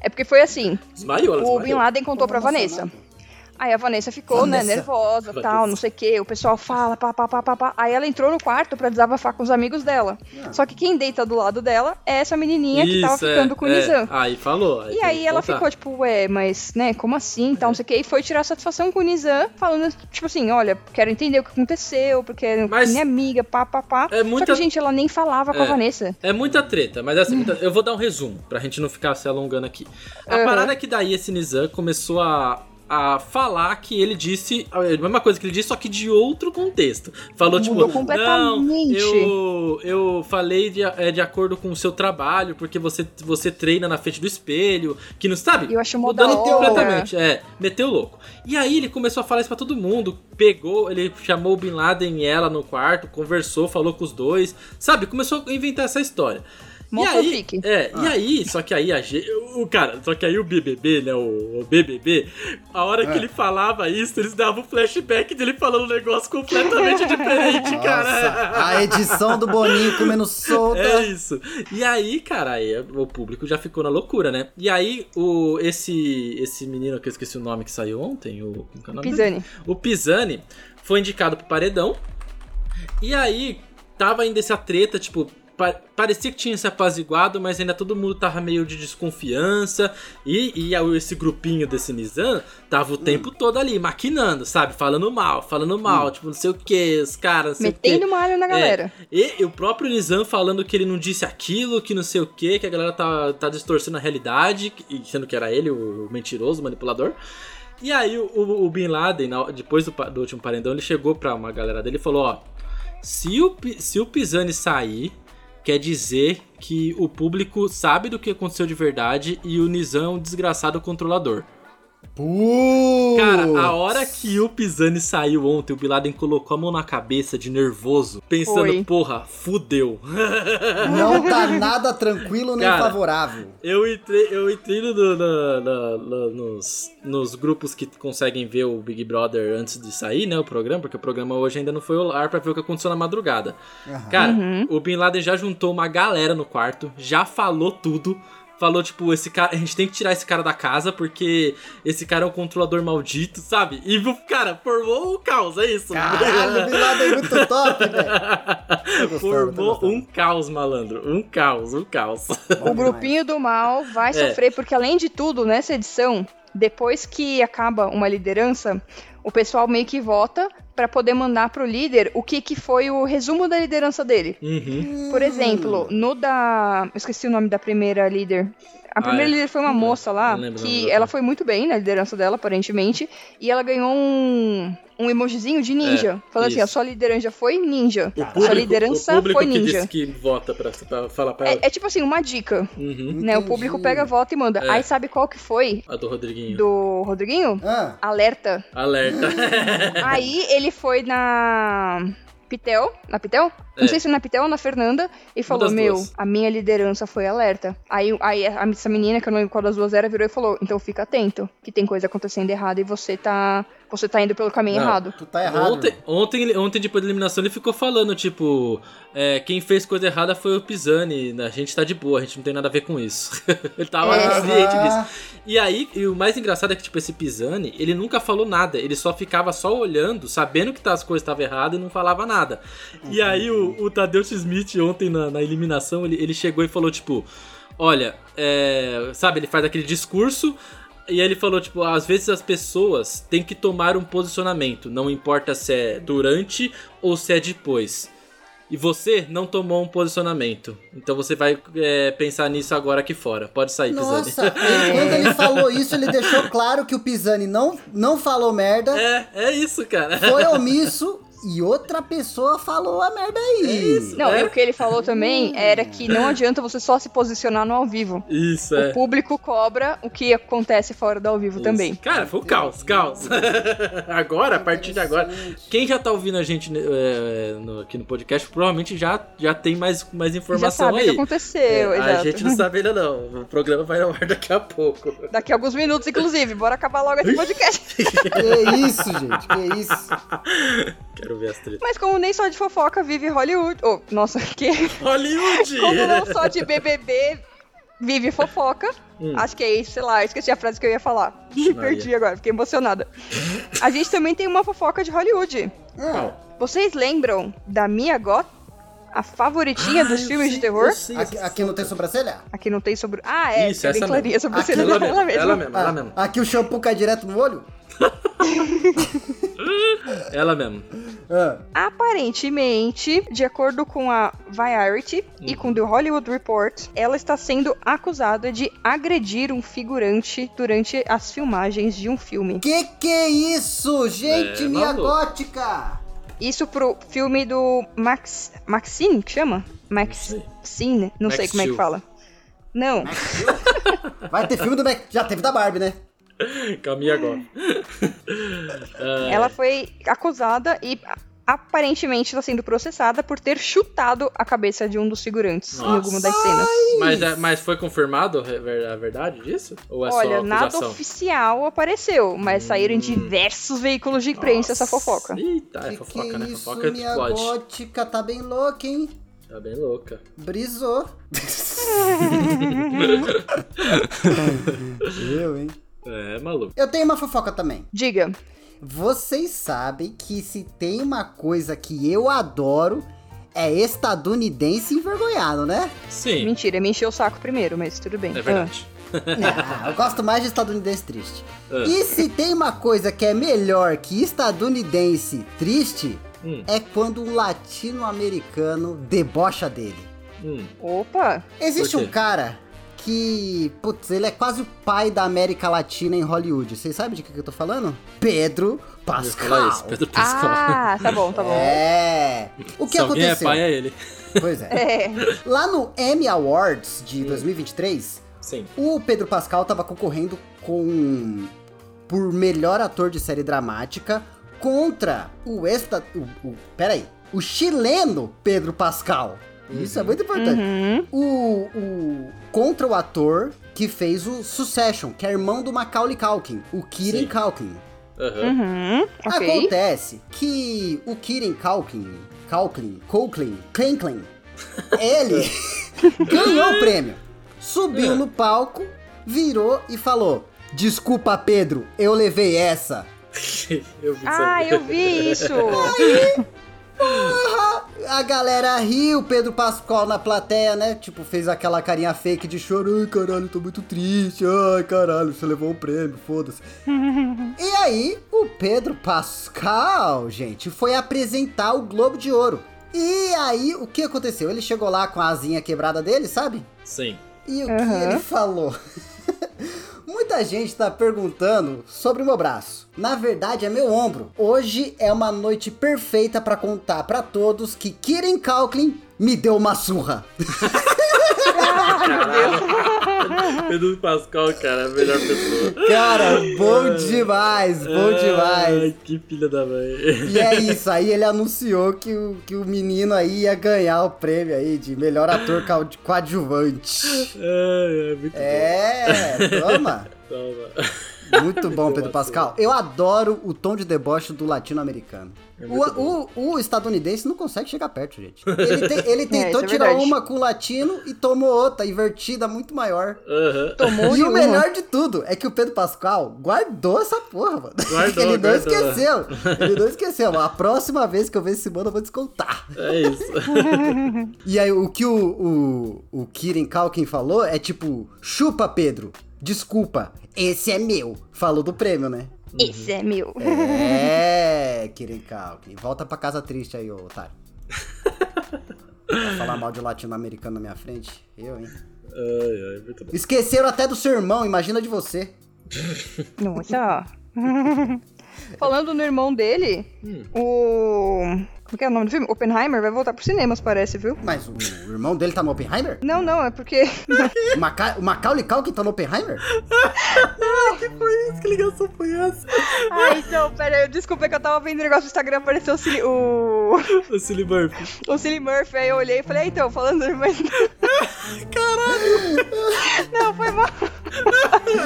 Speaker 3: É porque foi assim.
Speaker 2: Desmaiou, ela
Speaker 3: O Bin
Speaker 2: desmaiou.
Speaker 3: Laden contou pra Vanessa. Aí a Vanessa ficou, né,
Speaker 1: Vanessa.
Speaker 3: nervosa,
Speaker 2: Vanessa.
Speaker 3: tal, não sei o quê. O pessoal fala, pá, pá, pá, pá, pá. Aí ela entrou no quarto pra desabafar com os amigos dela.
Speaker 2: Ah.
Speaker 3: Só que quem deita do lado dela é essa menininha que tava
Speaker 2: é,
Speaker 3: ficando com o
Speaker 2: é.
Speaker 3: Nizam.
Speaker 2: Aí falou.
Speaker 3: E aí ela ficou tipo, ué, mas, né, como assim, tal, não sei o quê. E foi tirar satisfação com o Nizam, falando, tipo assim, olha, quero entender o que aconteceu, porque é
Speaker 2: Mas-
Speaker 3: minha amiga, pá, pá, pá.
Speaker 2: É muita-
Speaker 3: Só que, gente, ela nem falava com a
Speaker 2: É.
Speaker 3: Vanessa.
Speaker 2: É muita treta, mas assim, muita- eu vou dar um resumo pra gente não ficar se alongando aqui. A
Speaker 3: Uhum.
Speaker 2: parada é que daí esse Nizam começou a, a falar que ele disse a mesma coisa que ele disse, só que de outro contexto. Falou
Speaker 3: Mudou
Speaker 2: tipo, não,
Speaker 3: completamente."
Speaker 2: eu, eu falei de, é, de acordo com o seu trabalho, porque você, você treina na frente do espelho, que não sabe?
Speaker 3: E eu acho mó da
Speaker 2: Mudando
Speaker 3: hora.
Speaker 2: completamente, é, meteu louco. E aí ele começou a falar isso pra todo mundo, pegou, ele chamou o Bin Laden e ela no quarto, conversou, falou com os dois, sabe? Começou a inventar essa história.
Speaker 3: Mó
Speaker 2: e aí,
Speaker 3: fanfic.
Speaker 2: é, e aí, só que aí a gente, o cara, só que aí o BBB, né, o, o BBB, a hora que ele falava isso, eles davam um flashback dele falando um negócio completamente diferente, cara.
Speaker 1: Nossa, a edição do Boninho comendo solta.
Speaker 3: Tá.
Speaker 2: É isso. E aí, cara, aí o público já ficou na loucura, né? E aí, o, esse, esse menino que eu esqueci o nome que saiu ontem, o, como que é o nome dele?
Speaker 3: Pisani.
Speaker 2: O Pisani foi indicado pro paredão. E aí, tava ainda essa treta, tipo, pa- parecia que tinha se apaziguado, mas ainda todo mundo tava meio de desconfiança. E, e a- esse grupinho desse Nizam tava o
Speaker 3: Hum.
Speaker 2: tempo todo ali, maquinando, sabe? Falando mal, falando mal, tipo, não sei o que, os caras, não sei o quê. É.
Speaker 3: Metendo malho na galera.
Speaker 2: E o próprio Nizam falando que ele não disse aquilo, que não sei o que, que a galera tá, tá distorcendo a realidade, e sendo que era ele, o mentiroso, o manipulador. E aí o, o- o Bin Laden, na- depois do, pa- do último parendão, ele chegou pra uma galera dele e falou, ó, se o, Pi- se o Pisani sair, quer dizer que o público sabe do que aconteceu de verdade e o Nizam é um desgraçado controlador.
Speaker 1: Putz.
Speaker 2: Cara, a hora que o Pisani saiu ontem, o Bin Laden colocou a mão na cabeça de nervoso, pensando,
Speaker 3: Foi.
Speaker 2: porra, fudeu.
Speaker 1: Não tá nada tranquilo nem
Speaker 2: Cara.
Speaker 1: favorável.
Speaker 2: Eu entrei, eu entrei no- no- na- na- na- nos, nos grupos que conseguem ver o Big Brother antes de sair, né? O programa, porque o programa hoje ainda não foi ao ar pra ver o que aconteceu na madrugada.
Speaker 1: Aham.
Speaker 2: Cara,
Speaker 3: Uhum.
Speaker 2: o Bin Laden já juntou uma galera no quarto, já falou tudo. Falou, tipo, esse cara. A gente tem que tirar esse cara da casa, porque esse cara é um controlador maldito, sabe? E, cara, formou o caos, é isso.
Speaker 1: Caralho, o Bin Laden é muito top, velho. gostando, tô
Speaker 2: Formou
Speaker 1: gostando.
Speaker 2: um caos, malandro. Um caos, um caos.
Speaker 1: Bom
Speaker 3: O
Speaker 1: demais.
Speaker 3: grupinho do mal vai
Speaker 2: É.
Speaker 3: sofrer, porque além de tudo, nessa edição, depois que acaba uma liderança, o pessoal meio que vota pra poder mandar pro líder o que, que foi o resumo da liderança dele.
Speaker 2: Uhum.
Speaker 3: Por exemplo, no da. Eu esqueci o nome da primeira líder. A
Speaker 2: Ah,
Speaker 3: primeira
Speaker 2: é.
Speaker 3: líder foi uma moça lá,
Speaker 2: Não lembro o nome
Speaker 3: que
Speaker 2: dela.
Speaker 3: ela foi muito bem na liderança dela, aparentemente, e ela ganhou um, um emojizinho de ninja. falando assim,
Speaker 2: É, isso.
Speaker 3: a sua liderança foi ninja.
Speaker 2: O
Speaker 3: a sua liderança
Speaker 2: o público
Speaker 3: foi
Speaker 2: que
Speaker 3: ninja.
Speaker 2: disse que vota pra, pra falar pra ela.
Speaker 3: É, é tipo assim, uma dica,
Speaker 2: Uhum.
Speaker 3: né? O
Speaker 1: Entendi.
Speaker 3: público pega, vota e manda.
Speaker 2: É.
Speaker 3: Aí sabe qual que foi
Speaker 2: A do Rodriguinho.
Speaker 3: do Rodriguinho?
Speaker 1: Ah,
Speaker 3: Alerta.
Speaker 2: Alerta.
Speaker 3: Aí ele foi na Pitel, na Pitel?
Speaker 2: É.
Speaker 3: Não sei se na Pitel ou na Fernanda, e falou,
Speaker 2: das
Speaker 3: meu,
Speaker 2: duas.
Speaker 3: a minha liderança foi alerta. Aí, aí a- essa menina, que eu não lembro qual das duas era, virou e falou, então fica atento, que tem coisa acontecendo errada e você tá, você tá indo pelo caminho
Speaker 2: Não.
Speaker 3: É errado.
Speaker 1: tu tá errado.
Speaker 2: Ontem,
Speaker 1: irmão.
Speaker 2: ontem, ele- ontem, depois da eliminação, ele ficou falando, tipo, é, quem fez coisa errada foi o Pisani, né? a gente tá de boa, a gente não tem nada a ver com isso. ele tava
Speaker 3: É.
Speaker 2: ciente disso.
Speaker 1: Aham.
Speaker 2: E aí, e o mais engraçado é que, tipo, esse Pisani, ele nunca falou nada. Ele só ficava só olhando, sabendo que tá- as coisas estavam erradas e não falava nada. E aí, o, o Tadeu Schmidt, ontem na, na eliminação, ele, ele chegou e falou, tipo, olha, é, sabe, ele faz aquele discurso. E aí ele falou, tipo, às vezes as pessoas têm que tomar um posicionamento, não importa se é durante ou se é depois. E você não tomou um posicionamento. Então você vai é, pensar nisso agora aqui fora. Pode sair, Pisani.
Speaker 1: Nossa, ele- quando ele falou isso, ele deixou claro que o Pisani não, não falou merda,
Speaker 2: É, é isso, cara.
Speaker 1: foi omisso e outra pessoa falou a merda aí.
Speaker 2: isso.
Speaker 3: Não,
Speaker 2: É? Hum.
Speaker 3: e o que ele falou também era que não adianta você só se posicionar no ao vivo.
Speaker 2: Isso,
Speaker 3: O
Speaker 2: é.
Speaker 3: público cobra o que acontece fora do ao vivo também.
Speaker 2: Isso. Cara, foi o caos, caos. agora, a partir de agora. Quem já tá ouvindo a gente é, no- aqui no podcast, provavelmente já, já tem mais, mais
Speaker 3: Já
Speaker 2: informação
Speaker 3: sabe o que
Speaker 2: aí.
Speaker 3: aconteceu,
Speaker 2: É, a
Speaker 3: exato.
Speaker 2: gente não sabe ainda não. O programa vai ao ar daqui a pouco.
Speaker 3: Daqui a alguns minutos, inclusive. Bora acabar logo esse podcast.
Speaker 1: Que isso, gente, que isso.
Speaker 2: Quero ver as tretas.
Speaker 3: Mas como nem só de fofoca vive Hollywood... Oh, nossa, que...
Speaker 2: Hollywood!
Speaker 3: Como não só de BBB vive fofoca.
Speaker 2: Hum.
Speaker 3: Acho que é isso, sei lá, eu esqueci a frase que eu ia falar. Me
Speaker 2: Maria.
Speaker 3: perdi agora, fiquei emocionada. A gente também tem uma fofoca de Hollywood.
Speaker 2: Não.
Speaker 3: Vocês lembram da Mia Goth? A favoritinha dos filmes de terror?
Speaker 1: Aqui, aqui não tem sobrancelha?
Speaker 3: Aqui não tem sobre. Ah, é,
Speaker 2: Isso,
Speaker 3: é bem
Speaker 2: essa
Speaker 3: clarinha
Speaker 2: mesmo.
Speaker 3: sobre cena
Speaker 2: Ela mesmo,
Speaker 3: dela mesma.
Speaker 2: ela mesmo, ela
Speaker 1: Ah,
Speaker 2: É, mesmo.
Speaker 1: Aqui o shampoo cai direto no olho?
Speaker 2: Ela mesmo.
Speaker 1: Ah,
Speaker 3: Aparentemente, de acordo com a Variety e
Speaker 2: Uhum.
Speaker 3: com The Hollywood Report, ela está sendo acusada de agredir um figurante durante as filmagens de um filme.
Speaker 1: que que é isso, gente,
Speaker 2: É,
Speaker 1: minha
Speaker 2: maluco.
Speaker 1: gótica?
Speaker 3: Isso pro filme do Max. Maxine, que chama?
Speaker 2: Não sei.
Speaker 3: Maxine? Não sei
Speaker 2: Max
Speaker 3: como é que
Speaker 2: Steel.
Speaker 3: fala. Não,
Speaker 1: Vai ter filme do Mac... Já teve da Barbie, né?
Speaker 2: Caminha agora. Ah, é.
Speaker 3: ela foi acusada e a- aparentemente está sendo processada por ter chutado a cabeça de um dos figurantes em
Speaker 2: Nossa.
Speaker 3: alguma das cenas.
Speaker 2: Mas, é- mas foi confirmado a ver- a verdade disso? Ou é
Speaker 3: Olha,
Speaker 2: só
Speaker 3: nada
Speaker 2: acusação? Hum.
Speaker 3: oficial apareceu, mas saíram diversos veículos de imprensa essa
Speaker 2: Nossa.
Speaker 3: fofoca.
Speaker 2: Eita, é
Speaker 1: que
Speaker 2: fofoca,
Speaker 1: que é
Speaker 2: né?
Speaker 1: isso,
Speaker 2: Fofoca
Speaker 1: minha
Speaker 2: explode.
Speaker 1: gótica? Tá bem louca, hein?
Speaker 2: Tá bem louca.
Speaker 1: Brisou. Eu, hein?
Speaker 2: É, maluco.
Speaker 1: Eu tenho uma fofoca também.
Speaker 3: Diga,
Speaker 1: Vocês sabem que se tem uma coisa que eu adoro é estadunidense envergonhado, né?
Speaker 2: Sim,
Speaker 3: mentira, me encheu o saco primeiro, mas tudo bem.
Speaker 2: é verdade.
Speaker 1: Ah, eu gosto mais de estadunidense triste.
Speaker 2: Ah.
Speaker 1: E se tem uma coisa que é melhor que estadunidense triste,
Speaker 2: Hum.
Speaker 1: é quando um latino-americano debocha dele.
Speaker 2: Hum,
Speaker 3: Ah, Opa,
Speaker 1: Existe
Speaker 2: Por quê?
Speaker 1: um cara que, putz, ele é quase o pai da América Latina em Hollywood. Vocês sabem de que, que eu tô falando? Pedro
Speaker 2: eu ia
Speaker 1: Pascal.
Speaker 2: falar isso, Pedro Pascal.
Speaker 3: ah, tá bom, tá bom.
Speaker 1: É. O que
Speaker 2: Se alguém
Speaker 1: aconteceu?
Speaker 2: é pai, é Hum. ele.
Speaker 1: Pois é.
Speaker 3: É.
Speaker 1: Lá no Emmy Awards de 2023,
Speaker 2: Sim.
Speaker 1: o Pedro Pascal tava concorrendo com por melhor ator de série dramática contra o esta o, o peraí, o chileno Pedro Pascal. Isso é muito importante.
Speaker 3: Uhum.
Speaker 1: o, o- contra o ator que fez o Succession, que é irmão do Macaulay Culkin, o Kieran
Speaker 2: Sim.
Speaker 1: Culkin.
Speaker 2: Aham.
Speaker 3: Uhum, ok.
Speaker 1: Acontece que o Kieran Culkin, Culkin, Culkin, Clinklin, ele ganhou o prêmio, subiu
Speaker 2: É.
Speaker 1: no palco, virou e falou: "Desculpa, Pedro, eu levei essa".
Speaker 2: Eu vi isso
Speaker 3: Ah,
Speaker 2: aí.
Speaker 3: eu vi isso!
Speaker 2: Uhum.
Speaker 1: A galera riu, Pedro Pascoal na plateia, né? Tipo, fez aquela carinha fake de choro. Ai, caralho, tô muito triste. Ai, caralho, você levou um prêmio, foda-se. e aí, o Pedro Pascal, gente, foi apresentar o Globo de Ouro. E aí, o que aconteceu? Ele chegou lá com a asinha quebrada dele, sabe?
Speaker 2: Sim.
Speaker 1: E o que
Speaker 3: Aham.
Speaker 1: ele falou? Muita gente tá perguntando sobre o meu braço. Na verdade, é meu ombro. Hoje é uma noite perfeita pra contar pra todos que Kieran Culkin me deu uma surra.
Speaker 2: Pedro Pascal, cara, a melhor pessoa.
Speaker 1: Cara, bom demais, bom
Speaker 2: Ai,
Speaker 1: demais.
Speaker 2: que filha da mãe.
Speaker 1: E é isso, aí ele anunciou que o, que o menino aí ia ganhar o prêmio aí de melhor ator coad- coadjuvante.
Speaker 2: Ai, é muito
Speaker 1: É, toma.
Speaker 2: bom. Toma.
Speaker 1: Muito bom, Pedro Pascal. Eu adoro o tom de deboche do latino-americano.
Speaker 2: É
Speaker 1: o, o, o estadunidense não consegue chegar perto, gente. Ele, te- ele tentou
Speaker 3: isso é
Speaker 1: tirar
Speaker 3: verdade.
Speaker 1: uma com o latino e tomou outra, invertida, muito maior.
Speaker 2: Aham.
Speaker 3: Tomou
Speaker 1: e
Speaker 3: de
Speaker 1: o
Speaker 3: uma.
Speaker 1: melhor de tudo é que o Pedro Pascal guardou essa porra, mano.
Speaker 2: Guardou,
Speaker 1: ele não
Speaker 2: guardou.
Speaker 1: esqueceu. Ele não esqueceu. A próxima vez que eu ver esse mano, eu vou descontar.
Speaker 2: É isso.
Speaker 1: E aí, o que o, o, o Kirin Kalkin falou é tipo: chupa, Pedro. Desculpa, esse é meu. Falou do prêmio, né?
Speaker 3: Esse é meu.
Speaker 1: É, Kirin Kalkin. Volta pra casa triste aí, ô otário. Vai falar mal de latino-americano na minha frente? Eu, hein?
Speaker 2: Ai, ai, muito bom.
Speaker 1: Esqueceram até do seu irmão, imagina de você.
Speaker 3: Nossa. é, Falando no irmão dele,
Speaker 2: Hum.
Speaker 3: o. Como que é o nome do filme? Oppenheimer vai voltar pros cinemas, parece, viu?
Speaker 1: Mas o, o irmão dele tá no Oppenheimer?
Speaker 3: Não, não, é porque.
Speaker 1: O, Maca o Macaulay Culkin tá no Oppenheimer?
Speaker 2: que foi isso? Que ligação foi essa?
Speaker 3: ah, então, pera aí, desculpa, é que eu tava vendo o negócio do Instagram, apareceu o Cilly, o...
Speaker 2: O Silly Murphy.
Speaker 3: o Cilly Murphy, aí eu olhei e falei, ah, então, falando do irmão. Caralho! Não, foi mal.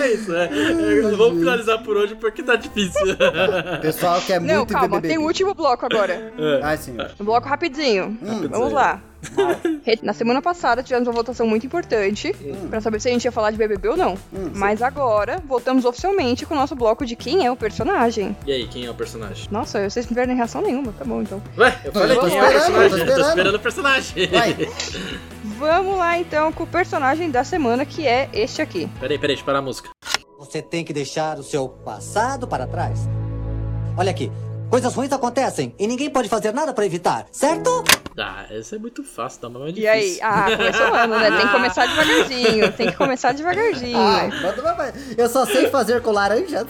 Speaker 2: É isso, é. É, Vamos finalizar por hoje porque tá difícil.
Speaker 1: Pessoal que é
Speaker 3: Não,
Speaker 1: muito
Speaker 3: calma,
Speaker 1: BBB.
Speaker 3: tem o último bloco agora.
Speaker 2: É.
Speaker 1: Ai, senhor.
Speaker 3: Um bloco rapidinho. Vamos lá. Re- Na semana passada tivemos uma votação muito importante pra saber se a gente ia falar de BBB ou não. Mas agora voltamos oficialmente com o nosso bloco de quem é o personagem.
Speaker 2: E aí, quem é o personagem?
Speaker 3: Nossa, vocês não tiveram reação nenhuma, tá bom então.
Speaker 2: Ué, eu falei
Speaker 1: eu tô
Speaker 2: quem é o
Speaker 1: esperando, tô
Speaker 2: personagem. Eu tô
Speaker 1: esperando.
Speaker 2: esperando o personagem.
Speaker 1: Vai.
Speaker 3: Vamos lá então com o personagem da semana que é este aqui.
Speaker 2: Peraí, peraí, deixa eu parar a música.
Speaker 6: Você tem que deixar o seu passado para trás. Olha aqui, coisas ruins acontecem e ninguém pode fazer nada para evitar, certo?
Speaker 2: Ah, essa é muito fácil, tá? Mas é
Speaker 3: E
Speaker 2: difícil.
Speaker 3: aí? Ah, começou o ano, né? Tem que começar devagarzinho. Tem que começar devagarzinho.
Speaker 2: Ah,
Speaker 1: Ai, manda uma- eu só sei fazer com laranjas.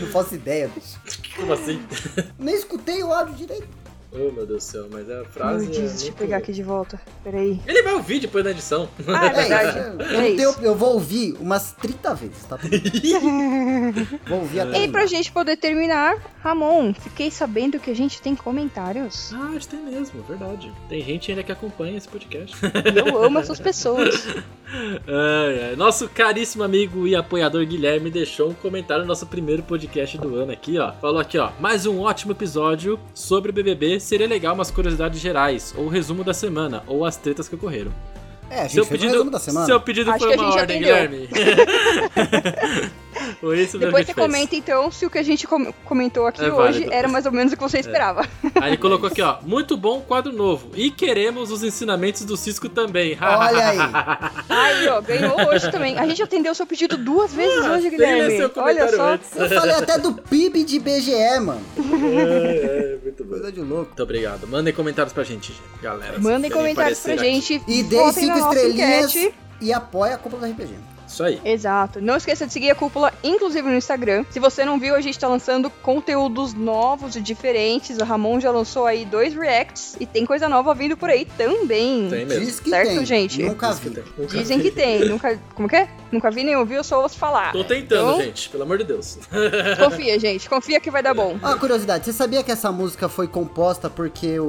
Speaker 1: Não faço ideia, bicho.
Speaker 2: Como assim?
Speaker 1: Nem escutei o áudio direito.
Speaker 2: Oh, meu Deus do céu, mas a
Speaker 3: Meu
Speaker 2: frase. é
Speaker 3: Deus, deixa eu
Speaker 2: muito-
Speaker 3: pegar aqui de volta. Peraí.
Speaker 2: Ele vai ouvir depois na edição.
Speaker 3: Ah, é
Speaker 1: É isso,
Speaker 3: verdade.
Speaker 1: eu,
Speaker 3: É
Speaker 1: não tenho-
Speaker 3: isso.
Speaker 1: eu vou ouvir umas 30 vezes, tá? tudo bem. vou ouvir até.
Speaker 3: E
Speaker 1: terminar.
Speaker 3: pra gente poder terminar, Ramon, fiquei sabendo que a gente tem comentários.
Speaker 2: Ah, acho que tem mesmo, é verdade. Tem gente ainda que acompanha esse podcast.
Speaker 3: Eu amo essas pessoas.
Speaker 2: Ai, ai. Nosso caríssimo amigo e apoiador Guilherme deixou um comentário no nosso primeiro podcast do ano aqui, ó. Falou aqui, ó. Mais um ótimo episódio sobre o BBB. Seria legal umas curiosidades gerais, ou o resumo da semana, ou as tretas que ocorreram.
Speaker 1: É, a gente
Speaker 2: Seu
Speaker 1: fez o
Speaker 2: pedido,
Speaker 1: resumo da semana.
Speaker 2: seu pedido
Speaker 3: Acho
Speaker 2: foi
Speaker 3: que a
Speaker 2: uma
Speaker 3: gente
Speaker 2: ordem,
Speaker 3: atendeu.
Speaker 2: Guilherme. Foi isso mesmo
Speaker 3: Depois
Speaker 2: que
Speaker 3: você
Speaker 2: a gente
Speaker 3: comenta então se o que a gente com- comentou
Speaker 2: É
Speaker 3: aqui hoje
Speaker 2: válido. É.
Speaker 3: era mais ou menos o que você esperava.
Speaker 2: fez. Aí ele colocou aqui, ó. Muito bom quadro novo. E queremos os ensinamentos do Cisco também.
Speaker 1: Olha aí.
Speaker 3: Aí, ó, ganhou hoje também. A gente atendeu o seu pedido duas vezes hoje,
Speaker 2: Ah, Tem que ler
Speaker 3: Guilherme.
Speaker 2: seu
Speaker 3: Olha
Speaker 2: comentário
Speaker 3: só.
Speaker 2: antes.
Speaker 1: Eu falei até do PIB de BGE, mano.
Speaker 2: É, é, muito bom.
Speaker 1: Coisa de louco.
Speaker 2: Muito obrigado. Mandem comentários pra gente, galera. se querem
Speaker 3: Mandem comentários
Speaker 2: aparecer
Speaker 3: pra
Speaker 2: aqui.
Speaker 3: gente.
Speaker 1: E dê
Speaker 3: votem na
Speaker 1: cinco
Speaker 3: nossa
Speaker 1: estrelinhas
Speaker 3: enquete.
Speaker 1: e apoia a compra do RPG.
Speaker 2: Isso aí.
Speaker 3: Exato. Não esqueça de seguir a cúpula, inclusive no Instagram. Se você não viu, a gente tá lançando conteúdos novos e diferentes. O Ramon já lançou aí dois reacts e tem coisa nova vindo por aí também.
Speaker 2: Tem mesmo.
Speaker 1: Diz que
Speaker 3: Certo,
Speaker 1: tem.
Speaker 3: gente?
Speaker 1: Nunca
Speaker 2: Diz que
Speaker 1: vi.
Speaker 2: tem. Nunca
Speaker 3: Hum. Dizem
Speaker 2: vi.
Speaker 3: que tem. Nunca. Como que é? Nunca vi nem ouvi, eu só ouço falar.
Speaker 2: Tô tentando,
Speaker 3: Então-
Speaker 2: gente. Pelo amor de Deus.
Speaker 3: Confia, gente. Confia que vai dar bom.
Speaker 1: Ó, curiosidade, você sabia que essa música foi composta porque o,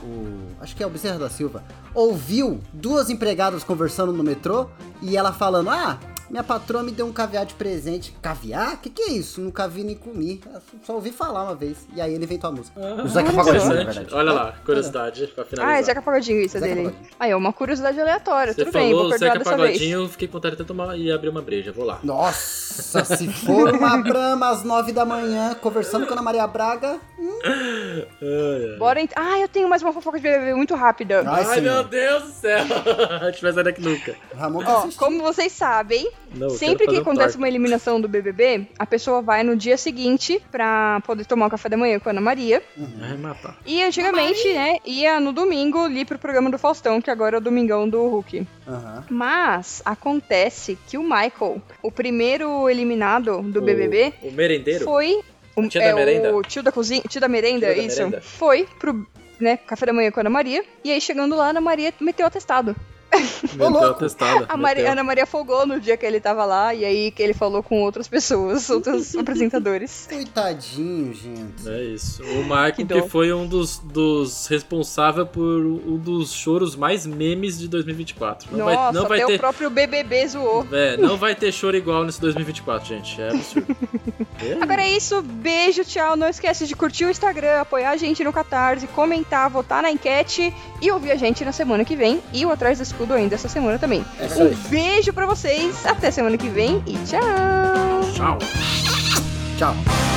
Speaker 1: o- Acho que é o Bezerra da Silva. Ouviu duas empregadas conversando no metrô e ela falando: Ah, minha patroa me deu um caviar de presente. Caviar? Que que é isso? Nunca vi nem comi. Eu Só ouvi falar uma vez. E aí ele inventou é a música. o Zeca Pagodinho, na
Speaker 2: Interessante.
Speaker 1: verdade.
Speaker 2: Olha lá, curiosidade pra
Speaker 3: Ah, é
Speaker 2: finalizar.
Speaker 3: Zeca Pagodinho isso é
Speaker 1: Zeca
Speaker 3: dele.
Speaker 1: Pagodinho.
Speaker 3: Aí, é uma curiosidade aleatória.
Speaker 2: Você
Speaker 3: Tudo
Speaker 2: falou
Speaker 3: bem, vou perdoar
Speaker 2: Zeca
Speaker 3: dessa vez.
Speaker 2: Pagodinho, fiquei com vontade de tomar e abrir uma breja. Vou lá.
Speaker 1: Nossa, se for uma brama às nove da manhã conversando com a Ana Maria Braga.
Speaker 3: Bora ent... Ah, eu tenho mais uma fofoca de BBB muito rápida.
Speaker 1: Ai,
Speaker 2: Ai, meu
Speaker 1: senhor.
Speaker 2: Deus do céu. A gente vai sair daqui nunca.
Speaker 1: Ramon que
Speaker 3: Ó,
Speaker 1: assiste.
Speaker 3: como vocês sabem,
Speaker 2: Não, eu quero
Speaker 3: sempre que
Speaker 2: fazer um
Speaker 3: acontece
Speaker 2: parque.
Speaker 3: uma eliminação do BBB, a pessoa vai no dia seguinte pra poder tomar o café da manhã com a Ana Maria.
Speaker 2: Vai matar.
Speaker 3: E antigamente, né, ia no domingo ali pro programa do Faustão, que agora é o domingão do Hulk.
Speaker 1: Aham.
Speaker 3: Mas acontece que o Michael, o primeiro eliminado do
Speaker 2: O-
Speaker 3: BBB,
Speaker 2: O merendeiro?
Speaker 3: Foi o,
Speaker 2: Tio
Speaker 3: é,
Speaker 2: da merenda?
Speaker 3: o tio da cozinha, tio da merenda,
Speaker 2: Tio da
Speaker 3: isso.
Speaker 2: merenda.
Speaker 3: Foi pro né, café da manhã com a Ana Maria. E aí, chegando lá, a Ana Maria meteu atestado.
Speaker 1: Ô, louco.
Speaker 2: testada.
Speaker 3: A Mari- a Ana Maria folgou no dia que ele tava lá. E aí, que ele falou com outras pessoas, outros apresentadores.
Speaker 1: Coitadinho, gente.
Speaker 2: É isso. O Marco,
Speaker 3: Que
Speaker 2: que,
Speaker 3: dó.
Speaker 2: foi um dos, dos responsáveis por um dos choros mais memes de 2024. Não
Speaker 3: Nossa,
Speaker 2: vai, não vai
Speaker 3: até
Speaker 2: ter.
Speaker 3: o próprio BBB zoou.
Speaker 2: É, não vai ter choro igual nesse 2024, gente. É absurdo.
Speaker 3: Agora é isso, beijo, tchau. Não esquece de curtir o Instagram, apoiar a gente no Catarse, comentar, votar na enquete e ouvir a gente na semana que vem. E o Atrás do Escudo ainda essa semana também.
Speaker 1: É isso
Speaker 3: Um
Speaker 1: aí.
Speaker 3: beijo pra vocês, até semana que vem e tchau!
Speaker 2: Tchau.
Speaker 1: Tchau.